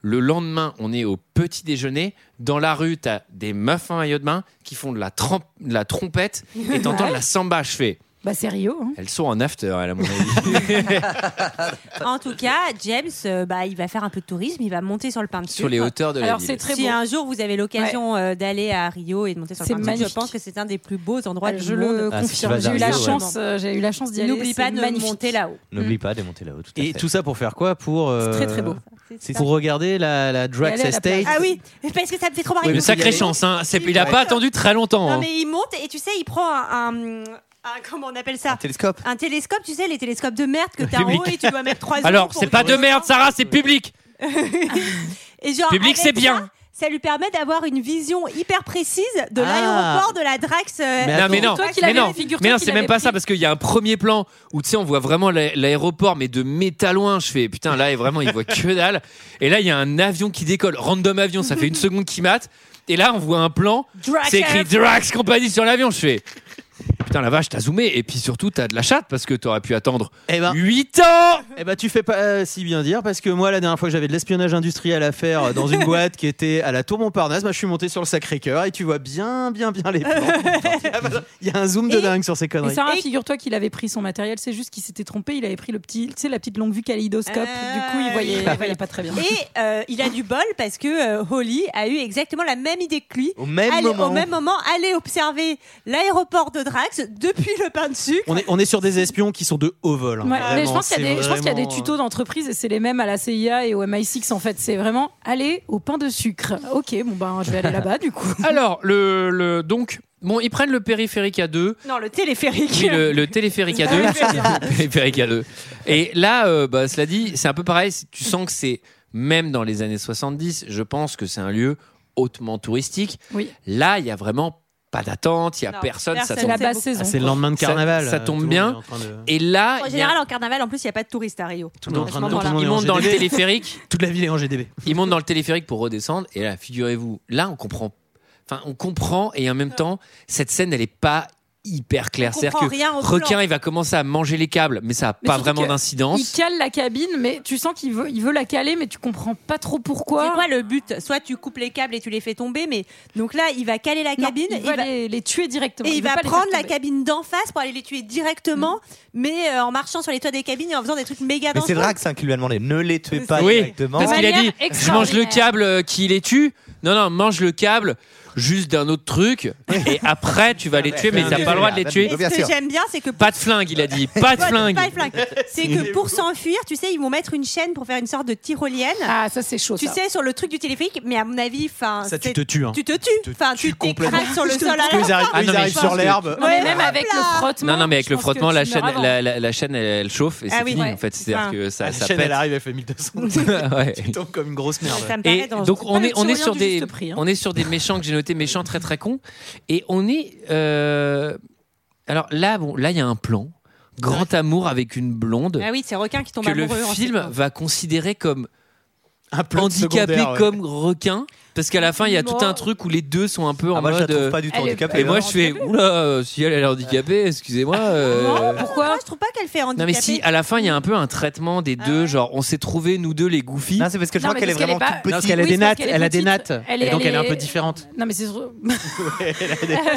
A: Le lendemain, on est au petit déjeuner. Dans la rue, t'as des meufs en maillot de bain qui font de la, trempe- de la trompette et t'entends de la samba. Je fais.
B: Bah, c'est Rio. hein.
A: Elles sont en after, elles, à mon avis.
F: (laughs) En tout cas, James, euh, bah, il va faire un peu de tourisme, il va monter sur le pain de
A: Sur les hauteurs de la Alors, ville. c'est très
F: si
A: beau.
F: un jour vous avez l'occasion euh, d'aller à Rio et de monter sur le
B: C'est
F: pain de Sucre, je
B: magnifique.
F: pense que c'est un des plus beaux endroits
B: Ah,
F: du
B: je
F: monde.
B: le
C: Ah, si tu
B: confirme.
C: vas
B: J'ai eu, la
C: à Rio, ouais.
B: chance, euh, j'ai eu la chance d'y aller.
F: N'oublie
B: c'est
F: pas de
B: magnifique.
F: monter là-haut.
C: N'oublie pas de monter là-haut, tout à
G: Et
C: fait.
G: tout ça pour faire quoi Pour euh,
B: très, très beau.
G: Pour regarder la, la Drax Estate.
F: Ah oui, mais parce que ça me fait trop marrer.
A: mais sacrée chance. hein. C'est- Il n'a pas attendu très longtemps.
F: Non
A: hein.
F: mais il monte et tu sais, il prend un, un- un- comment on appelle ça Un
C: télescope.
F: Un télescope, tu sais, les télescopes de merde que t'as en
A: Public.
F: haut et tu dois
A: (laughs)
F: mettre trois. euros
A: Alors,
F: pour
A: c'est pas de
F: regarder.
A: merde, Sarah, c'est public.
F: Et genre,
A: Public,
F: avec
A: c'est bien.
F: Ça, ça lui permet d'avoir une vision hyper précise de
A: Ah.
F: l'aéroport de la Drax. euh,
A: non, mais non,
F: Toi qui
A: mais
F: l'avais-
A: non,
F: figure-toi
A: mais non,
F: qu'il
A: c'est même
F: avait
A: pas ça parce qu'il y a un premier plan où tu sais, on voit vraiment l'a- l'aéroport, mais de méta loin. Je fais putain, là, et vraiment, il voit que dalle. Et là, il y a un avion qui décolle, random avion, ça fait une seconde qui mate. Et là, on voit un plan,
F: Drax
A: c'est écrit
F: Air.
A: Drax Company sur l'avion. Je fais putain, la vache, t'as zoomé. Et puis surtout, t'as de la chatte parce que t'aurais pu attendre
G: ben,
A: 8 ans
G: Eh ben tu fais pas euh, si bien dire parce que moi la dernière fois que j'avais de l'espionnage industriel à faire euh, dans une boîte qui était à la Tour Montparnasse, bah, je suis monté sur le Sacré-Cœur et tu vois bien bien bien les plans. Ah, Il y a un zoom de dingue sur ces
B: Et
G: conneries.
B: Sarah, figure-toi qu'il avait pris son matériel, c'est juste qu'il s'était trompé, il avait pris le petit, tu sais, la petite longue vue kaléidoscope, du coup il voyait, il voyait pas très bien.
F: Et euh, il a du bol parce que euh, Holly a eu exactement la même idée que lui.
C: Au même
F: Aller-
C: moment.
F: Au même moment, aller observer l'aéroport de Drax depuis le pain de sucre.
G: On est, on est sur des espions qui sont de haut vol. hein.
B: Ouais, mais je
G: Vraiment,
B: pense qu'il y, a
G: c'est
B: des- je pense qu'il y a des
G: vraiment, euh,
B: tutos d'entreprise et c'est les mêmes à la CIA et au MI6 en fait. C'est vraiment aller au pain de sucre. Ok, bon ben je vais aller là-bas du coup.
A: Alors, le, le- donc, bon, ils prennent le périphérique à deux.
F: Non, le téléphérique.
A: Oui, le, le téléphérique
B: (laughs)
A: à deux. Le périphérique à deux. Et là, euh, bah, cela dit, c'est un peu pareil. c'est- Tu sens que c'est, même dans les années 70, je pense que c'est un lieu hautement touristique.
B: Oui.
A: Là, il y a vraiment pas d'attente, il y a
F: Non,
A: personne.
F: personne,
A: ça
F: c'est
A: tombe-
F: la basse saison. Ah,
G: c'est le lendemain de
A: Ça-
G: carnaval,
A: Ça,
G: euh, tout
A: tombe
G: le
A: bien.
G: monde est en train de-
A: Et là,
B: Ah,
A: il y
F: En
A: a-
F: général, en carnaval, en plus, il n'y a pas de touristes à Rio.
G: Tout le monde est en train de-
F: À ce
G: tout le
F: moment-là.
G: monde est
A: Ils
G: en
A: montent dans le
G: GDB.
A: téléphérique.
G: Toute la ville est en GDB.
A: Ils montent dans le téléphérique pour redescendre. Et là, figurez-vous, là, on comprend. Enfin, on comprend et en même temps, cette scène, elle est pas hyper claire.
B: On
A: C'est-à-dire
B: comprend
A: que
B: rien au plan.
A: requin, il va commencer à manger les câbles, mais ça a
B: Mais
A: pas
B: surtout
A: vraiment
B: que Il
A: d'incidence.
B: cale la cabine, mais tu sens qu'il veut, il veut la caler, mais tu comprends pas trop pourquoi.
F: C'est quoi le but Soit tu coupes les câbles et tu les fais tomber, mais donc là, il va caler la
B: Non,
F: cabine.
B: il va les, les tuer directement.
F: Et il,
B: veut
F: va
B: pas les faire
F: prendre la
B: tomber. Mm.
F: cabine d'en face pour aller les tuer directement, mais euh, en marchant sur les toits des cabines et en faisant des trucs méga
C: Mais
F: dangereux.
C: c'est Drax hein, qui lui a demandé ne les tuez pas
A: oui,
C: directement.
A: parce qu'il a dit,
F: manière
A: je mange le
F: extraordinaire.
A: câble euh, qui les tue. Non, non, mange le câble juste d'un autre
G: (laughs)
A: truc. et après,
G: Ah
A: tu vas les tuer, mais t'as pas le droit de les tuer.
F: Et ce que j'aime bien, c'est que
A: Pas de flingue, il a dit. Pas de flingue.
F: Pas de flingue. C'est que
G: (laughs)
F: pour s'enfuir, tu sais, ils vont mettre une chaîne pour faire une sorte de tyrolienne.
B: Ah, ça c'est chaud.
F: Tu
B: ça.
F: sais, sur le truc du téléphérique, mais à mon avis, enfin.
G: Ça, tu
F: c'est-
G: te tues, hein.
F: Tu te tues. Enfin, tu t'écrases sur le sol. à
G: Parce qu'ils
F: la
G: arrivent-
F: fin.
G: ils
A: Ah, mais
G: arrivent
A: je pense
G: sur
A: que-
G: l'herbe.
B: Non, mais même avec le frottement.
A: Non, non, mais avec
B: je
A: le
B: pense
A: frottement,
B: que
A: la
B: tu
A: chaîne,
B: meurs avant.
A: la, la- la chaîne, elle, elle chauffe et c'est
F: Ah oui,
A: fini
F: ouais.
A: en fait. C'est-à-dire
F: Enfin,
A: que ça,
G: La
A: ça
G: chaîne,
A: pète.
G: elle arrive, elle fait 1200.
A: (laughs) Ouais.
G: Tu tombes comme une grosse
F: Ça
G: merde.
F: me
A: Et
F: paraît dangereux.
A: donc on
B: Pas
A: est
B: le
A: on est
B: tyrolien
A: sur
B: du
A: des
B: juste prix, hein.
A: on est sur des méchants que j'ai notés méchants très très cons et on est euh, alors là bon là il y a un plan grand amour avec une blonde
F: Ah oui, c'est requin qui tombe
A: que le
F: amoureux. en
A: film
F: septembre.
A: va considérer comme
G: Un plot
A: handicapé
G: secondaire, ouais.
A: comme requin parce qu'à la fin il y a tout
B: Moi-
A: un truc où les deux sont un peu en
C: Ah, moi, je la
A: mode
C: trouve
A: euh,
C: pas du tout
B: Elle est-
C: handicapée.
A: et moi
C: hein.
A: je fais oula euh, si elle elle est handicapée excusez-moi euh,
B: Non, pourquoi
F: Moi, je trouve pas qu'elle fait handicapée.
A: non mais si à la fin il y a un peu un traitement des deux genre on s'est trouvé nous deux les goofies
C: Non, c'est parce que je
B: Non, mais
C: crois qu'elle est
B: parce qu'elle
C: vraiment
B: est pas-
C: toute
G: Non,
C: petite.
G: parce qu'elle a
B: Oui,
G: des
B: c'est
G: nattes,
B: parce qu'elle
G: elle a
B: est
G: des
B: petite.
G: nattes.
B: Elle est-
G: Et donc
B: elle
G: elle est un
B: est-
G: peu différente.
B: Non, mais c'est.
G: (laughs)
B: sûr-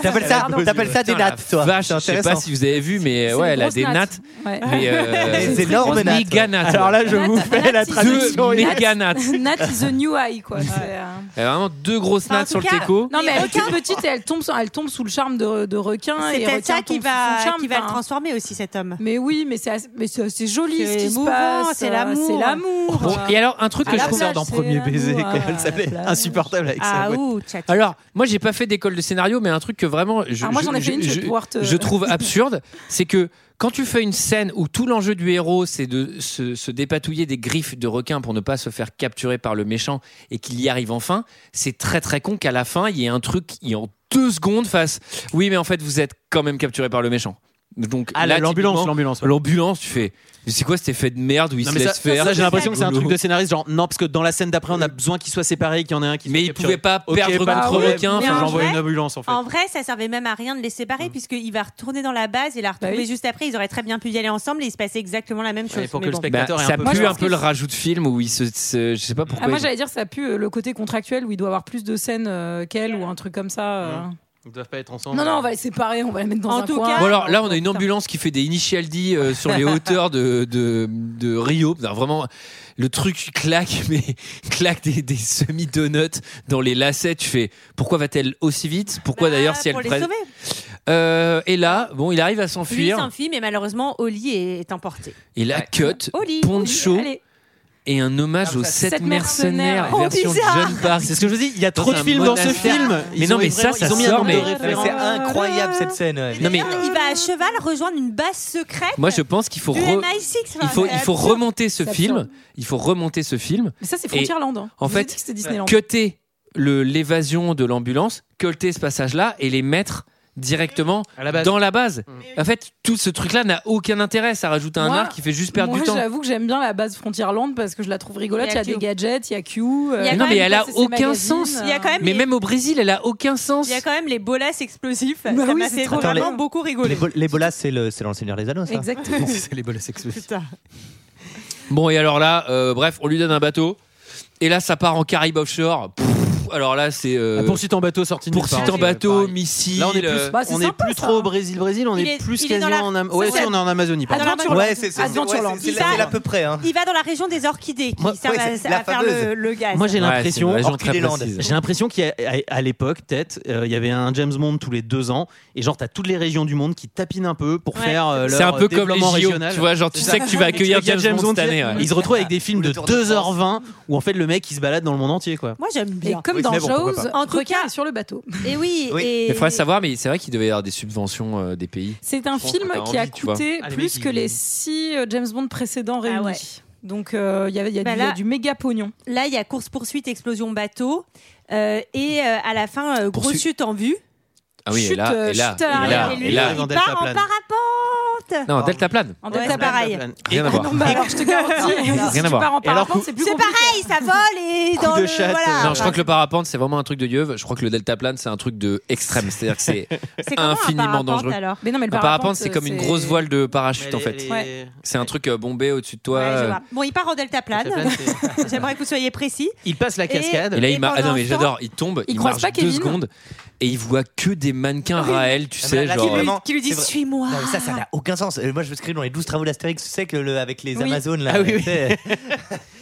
C: T'appelles ça,
B: Pardon.
C: t'appelles ça des
A: Putain, la
C: nattes, toi.
A: vache
C: C'est
A: je sais pas
C: intéressant.
A: si vous avez vu mais
B: C'est
A: ouais elle a
B: grosses
A: des nattes
B: Ouais.
A: Mais euh,
C: (laughs) Des
A: c'est
C: énormes
A: grosse
C: nattes.
A: méga nattes.
G: Alors là, je
B: Nat-
G: vous fais
B: Nat
G: la
B: is-
G: traduction.
A: deux
B: Nat-
A: méga nattes.
B: Nat is the new
A: (laughs)
B: high, quoi. C'est, euh,
A: Elle a vraiment deux grosses
F: Enfin, en
A: nattes sur
F: tout
A: le
F: cas,
A: teco.
B: Non, mais elle est
F: requins-
B: toute petite et elle tombe, sur- elle tombe sous le charme de, de requin.
F: C'est
B: et
F: peut-être
B: requin
F: ça qui
B: tombe sous
F: va,
B: son charme,
F: qui va le
B: enfin.
F: transformer aussi, cet homme.
B: Mais oui, mais c'est assez, mais c'est assez joli
F: C'est
B: ce qui se
F: émouvant,
B: passe.
F: c'est
B: euh,
F: l'amour.
B: C'est l'amour.
A: Bon, et alors un truc
B: à
A: que je
B: la
A: trouve
B: plage,
G: dans
B: c'est
G: premier
B: l'amour,
G: baiser,
B: euh,
G: comme elle s'appelait,
B: la plage.
G: insupportable avec (laughs)
F: Ah
G: sa voix.
F: ouh, tchat.
A: alors moi j'ai pas fait d'école de scénario mais un truc que vraiment je,
B: Ah, moi, j'en ai fait une, je vais pouvoir te-
A: je trouve absurde c'est que quand tu fais une scène où tout l'enjeu du héros c'est de se, se dépatouiller des griffes de requin pour ne pas se faire capturer par le méchant et qu'il y arrive enfin c'est très très con qu'à la fin il y ait un truc qui en deux secondes fasse oui mais en fait vous êtes quand même capturé par le méchant donc
G: Ah,
A: là,
G: l'ambulance,
A: typiquement,
G: l'ambulance. ouais.
A: L'ambulance, tu fais. Mais c'est quoi cet effet de merde où il
G: Non,
A: se
G: mais ça,
A: laisse faire
G: ça, j'ai l'impression que c'est un
A: Rigolo.
G: truc de scénariste, genre non, parce que dans la scène d'après, on a besoin qu'ils soient séparés, qu'il y en ait un qui.
A: Mais
G: soit
A: il
G: capturé.
A: pouvait pas
G: Ok, bah
A: perdre
G: pas de
A: contre
G: problème.
A: requin.
F: Mais en
G: Enfin, j'envoie
F: vrai-
G: une ambulance en fait.
F: En vrai, ça servait même à rien de les séparer, puisqu'il va retourner dans la base et la retrouver
B: Bah oui.
F: juste après. Ils auraient très bien pu y aller ensemble et il se passait exactement la même chose.
G: Ouais, pour
F: Mais
G: que le
F: bon.
G: spectateur-
A: Bah,
G: est un
A: ça
G: peu
A: pue
G: peur.
A: un peu le rajout de film où il se, se- je sais pas pourquoi.
B: Ah, moi,
A: il-
B: j'allais dire, ça pue euh, le côté contractuel où il doit avoir plus de scènes euh, qu'elle ou un truc comme ça. euh.
A: Hein
G: Ils doivent pas être ensemble.
B: Non, non, on va les séparer, on va les mettre dans
F: En
B: un
F: tout
B: coin.
F: cas- Bah,
A: Bon alors là on a une
B: Putain.
A: ambulance qui fait des initial D euh, sur les hauteurs de, de, de Rio. Putain, vraiment le truc claque (laughs) mais claque des, des semi donuts dans les lacets. Tu fais pourquoi va-t-elle aussi vite Pourquoi
F: Bah,
A: d'ailleurs si elle
F: pour les
A: prenne-
F: sauver.
A: Euh, Et là bon il arrive à
F: Lui
A: s'enfuir.
F: s'enfuit, mais malheureusement, Oli est, est emporté.
A: Et là cut
F: Oli,
A: poncho
B: Allez.
A: et un hommage
G: Comme
A: aux
G: Ah, ça,
A: sept
B: sept
A: mercenaires
B: mercenaires. Oh,
A: version
F: bizarre.
A: John Park.
G: C'est ce que je vous dis, il y a trop
A: Dans
G: de
A: un
G: films dans ce
A: monastère.
G: film.
A: Mais
G: Ils
A: non,
G: ont
A: mais
G: eu
A: ça,
G: vraiment-
A: ça
G: ils ont mis un
A: sort,
G: nombre de
A: mais-
C: Mais
G: références.
C: C'est incroyable cette scène. euh, ouais.
A: Non mais
F: D'ailleurs, il va à cheval rejoindre une base secrète.
A: moi je pense qu'il faut
F: du
A: re-
F: MI6.
A: il
F: enfin,
A: faut,
F: c'est
A: il faut
F: absurde.
A: remonter ce
B: C'est
A: film.
B: absurde.
A: Il faut remonter ce film.
B: Mais ça, c'est Frontierland. hein.
A: en
B: Je vous ai
A: fait,
B: dit que c'était Disneyland.
A: Cutter le l'évasion de l'ambulance, cutter ce passage-là et les mettre directement
G: À la base. Mm.
A: dans la base. En fait, tout ce truc-là n'a aucun intérêt. Ça rajoute un
B: Moi-
A: arc qui fait juste perdre
B: Moi,
A: du temps.
B: j'avoue que j'aime bien la base Frontierland parce que je la trouve rigolote.
F: Il
B: Il
F: y
B: y
F: a
B: a des
F: Q.
B: gadgets, il y a Q.
F: y a
A: Mais
F: quand
A: non, mais
F: même
A: elle a
B: c'est ses
A: aucun
B: magazines,
A: sens.
B: euh.
F: Il y a quand même
A: Mais
F: les-
A: même au Brésil, elle a aucun sens.
F: Il y a quand même les bolas explosifs.
B: Bah
F: ça
B: oui,
F: m'a
B: c'est
F: fait
B: trop
F: vraiment
B: bien.
F: beaucoup
C: Les
F: rigoler.
C: bol- Les bolas, c'est le c'est dans le Seigneur des Anneaux, ça.
B: Exactement.
A: (laughs)
G: C'est les bolas explosifs.
F: Putain.
A: Bon et alors là, euh, bref, on lui donne un bateau et là ça part en Caraïbes offshore. Pff, alors là, c'est. euh,
G: La poursuite en bateau sortie de nulle
A: poursuite
G: part,
A: en
G: Ah, c'est pareil.
A: bateau, missile.
G: Là, on est plus,
A: euh,
G: on est plus trop au Brésil, Brésil, on
F: Il
G: est,
F: est-
G: plus
F: il est dans la-
G: quasiment en Am-
F: ça,
G: Ouais,
F: c'est-
G: si, on est en Amazonie. par
F: Adventureland.
G: exemple.
F: Ouais, c'est- c'est- Adventureland. ouais, c'est- c'est- c'est à peu
C: près.
F: Il va dans la région des orchidées qui
G: Moi-
F: sert
G: ouais,
F: à,
G: c'est
F: à
G: la
F: faire
G: fameuse.
F: le, le gaz.
G: Moi j'ai l'impression,
A: région très
G: Orchidéland.
A: précise.
G: j'ai l'impression qu'à à- à l'époque peut-être euh, il y avait un James Bond tous les deux ans et genre t'as toutes les régions du monde qui tapinent un peu pour
A: Ouais.
G: faire euh,
A: C'est
G: leur
A: un peu comme les
G: développement
A: JO,
G: régional.
A: tu vois, genre, tu sais que
G: (laughs)
A: tu vas accueillir
G: Et tu regardes
A: James Bond cette
G: qui-
A: année, ouais.
G: Ils se retrouvent avec des films de
A: Tour de
G: 2h20 où en fait le mec il se balade dans le monde entier quoi.
F: Moi j'aime bien.
B: Et comme
A: Oui,
B: dans
A: mais bon, pourquoi
B: Jaws,
A: pas.
B: en tout cas sur le bateau.
F: Et oui,
A: Il faudrait savoir, mais c'est vrai qu'il devait y avoir des subventions euh, des pays.
B: C'est un
A: Je pense
B: film
A: que t'as
B: qui a
A: envie, tu vois.
B: coûté
C: Ah,
B: plus que les six euh, James Bond précédents réunis. Donc euh, il y avait- il y a
F: Bah
B: du- il y a
F: là-
B: du méga pognon.
F: Là, il y a course-poursuite, explosion bateau. euh, et euh, à la fin, euh, grosse
A: Poursuite.
F: chute en vue.
A: Ah oui, et
F: Chute,
A: là,
F: euh,
A: et là,
F: chute
A: et
F: à l'arrière,
A: là,
F: et lui,
A: et là.
F: il part en parapente.
A: Non, en deltaplane.
F: En deltapareil.
A: Rien
G: Ah
A: à
F: bah,
A: voir.
B: alors, je
A: (laughs)
B: te garantis,
A: Rien
B: si
A: à
B: tu
A: voir.
B: pars en
A: Et alors,
B: parapente, c'est plus
F: C'est
B: compliqué.
F: pareil, ça vole et dans le. voilà.
A: Non, je crois que le parapente c'est vraiment un truc de dieu. Je crois que le deltaplane c'est un truc de extrême, c'est-à-dire que c'est
F: C'est comment un
A: infiniment
F: parapente,
A: dangereux.
F: alors
B: Mais non, mais le
A: un parapente c'est comme une
B: c'est-
A: grosse voile de parachute
G: Mais
A: en
G: les-
A: fait.
G: les- Ouais.
A: C'est un truc euh, bombé au-dessus de toi.
F: Ouais, je
A: euh,
F: vois. Bon, il part en deltaplane.
G: Deltaplane,
F: J'aimerais que vous soyez précis.
G: (laughs) Il passe la
F: Et-
G: cascade.
A: Et là, il m'a. Ah non, mais
F: pendant
A: j'adore. Il tombe,
F: il
A: il,
F: croise
A: marche
F: pas
A: deux
F: Kevin.
A: secondes et il voit que des mannequins Raël, tu
C: Ah,
A: sais,
C: mais là,
A: genre. euh,
C: c'est vraiment-
F: qui lui dit,
C: c'est vrai.
F: suis-moi.
C: Non, mais Ça, ça n'a aucun sens. Euh, Moi, je me scribe dans les 12 travaux d'Astérix, tu sais que le, avec les
F: Oui.
C: Amazones là.
G: Ah oui,
C: tu
G: oui. (laughs)
C: sais.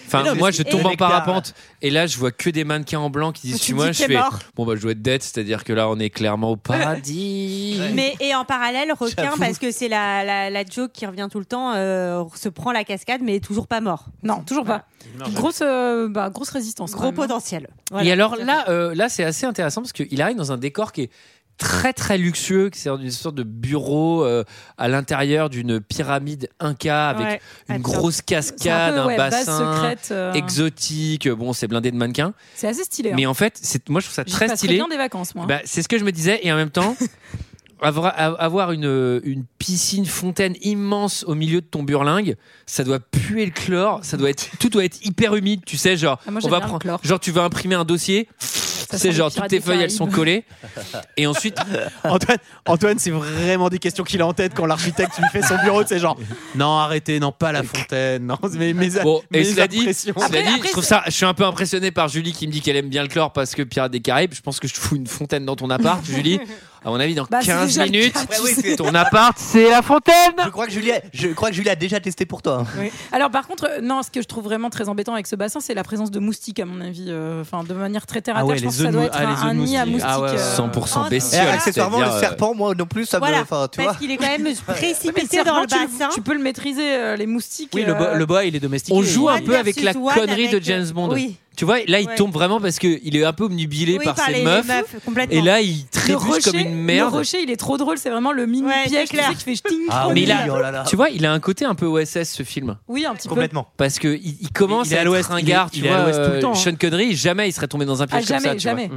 A: Enfin,
G: Mais non, mais
A: moi,
G: c'est-
A: je tombe
G: le
A: en
G: nectar,
A: parapente et là, je vois que des mannequins en blanc qui disent
F: Tu te
A: suis moi.
F: dis,
A: Je
F: t'es
A: fais
F: mort.
A: bon bah je dois être dead, c'est-à-dire que là, on est clairement au paradis.
F: Mais et en parallèle, requin
A: J'avoue.
F: parce que c'est la, la, la joke qui revient tout le temps, euh, se prend la cascade mais est toujours pas mort.
B: Non, toujours pas. Grosse, euh, bah, grosse résistance.
F: Gros potentiel. Voilà.
A: Et alors là, euh, là, c'est assez intéressant parce qu'il arrive dans un décor qui est très très luxueux, qui c'est une sorte de bureau euh, à l'intérieur d'une pyramide inca avec
B: Ouais.
A: une
B: Absurde.
A: grosse
B: C'est un
A: cascade,
B: peu,
A: un,
B: ouais, base
A: bassin
B: secrète, euh.
A: exotique. Bon, c'est blindé de mannequins.
B: C'est assez stylé. hein.
A: Mais en fait, c'est- moi je trouve ça
B: J'y
A: très
B: passerais
A: stylé.
B: bien des vacances, moi.
A: Bah, c'est ce que je me disais et en même
B: (laughs)
A: temps avoir, av- avoir une, euh, une piscine fontaine immense au milieu de ton burlingue, ça doit puer le chlore, ça doit être tout doit être hyper humide, tu sais genre
B: Ah, moi,
A: on
B: j'aime
A: va
B: bien le
A: prendre
B: chlore.
A: genre tu vas imprimer un dossier,
B: sent
A: c'est
B: les
A: genre toutes
B: pirates
A: tes
B: des
A: feuilles elles sont
B: Caraïbes.
A: collées et
B: (laughs)
A: ensuite
G: Antoine, Antoine, c'est vraiment des questions qu'il a en tête quand l'architecte lui fait son bureau. C'est genre, (laughs) non, arrêtez, non, pas la fontaine. Non, mais mes,
A: bon et
G: mes
A: cela dit,
G: impressions.
A: cela dit, je trouve ça je suis un peu impressionné par Julie qui me dit qu'elle aime bien le chlore parce que Pirates des Caraïbes, je pense que je te fous une fontaine dans ton
B: (laughs)
A: appart Julie. À mon avis dans
B: Bah, c'est
A: 15
B: déjà le
A: minutes,
B: cas, tu
C: Ouais, oui, sais.
A: ton appart c'est la fontaine.
C: Je crois que Julie, a, je crois que Julie a déjà testé pour toi.
B: Oui. Alors par contre, euh, non, ce que je trouve vraiment très embêtant avec ce bassin, c'est la présence de moustiques à mon avis. euh, Enfin, de manière très terre à
G: Ah
B: terre,
G: ouais,
B: je
G: les
B: pense que
G: œufs
B: ça
G: de
B: doit
G: mou-
B: être
G: ah,
B: un,
G: les œufs de
B: un nid à
G: moustiques.
B: moustiques.
G: Ah ouais, ouais, ouais.
B: euh,
A: 100%
F: Oh,
C: Et
G: Eh,
A: bestiole.
C: accessoirement, le
A: c'est-à-dire, euh,
C: serpent, moi non plus, ça
F: Voilà.
C: me. Enfin, tu vois.
F: parce qu'il est quand (laughs) même
B: mais
F: précipité
B: serpent,
F: dans le
B: tu le-
F: bassin.
B: Tu peux le maîtriser euh, les moustiques.
G: Oui, le, bo-
B: euh,
G: le boa, il est domestiqué.
A: On
B: Ah,
A: joue un
F: One
A: peu avec la
F: versus one
A: connerie de
F: avec- euh,
A: James Bond.
F: Oui.
A: Tu vois, là, il
F: Ouais.
A: tombe vraiment parce qu'il est un peu obnubilé
F: Oui,
A: par,
F: par
A: ses
F: les- les
A: meufs.
F: meufs, complètement.
A: et là, il
B: le
A: trébuche
B: rocher,
A: comme une
B: Le
A: merde.
B: rocher, il est trop drôle. C'est vraiment le mini
F: Ouais, c'est
B: piège tu sais,
F: clair.
B: qui fait chting.
C: Ah,
A: Mais
C: oui,
A: là,
C: oh là là.
A: Tu vois, il a un côté un peu OSS ce film.
B: Oui, un petit peu.
C: complètement.
A: Parce que il, il commence
G: Il est
A: à
G: à l'ouest,
A: être
G: il est-
A: ringard, tu
G: il est à
A: vois.
G: l'ouest tout le
A: euh,
G: temps, hein.
A: Sean Connery, jamais il serait tombé dans un
B: Ah,
A: piège comme ça.
B: jamais,
A: tu vois.
B: jamais.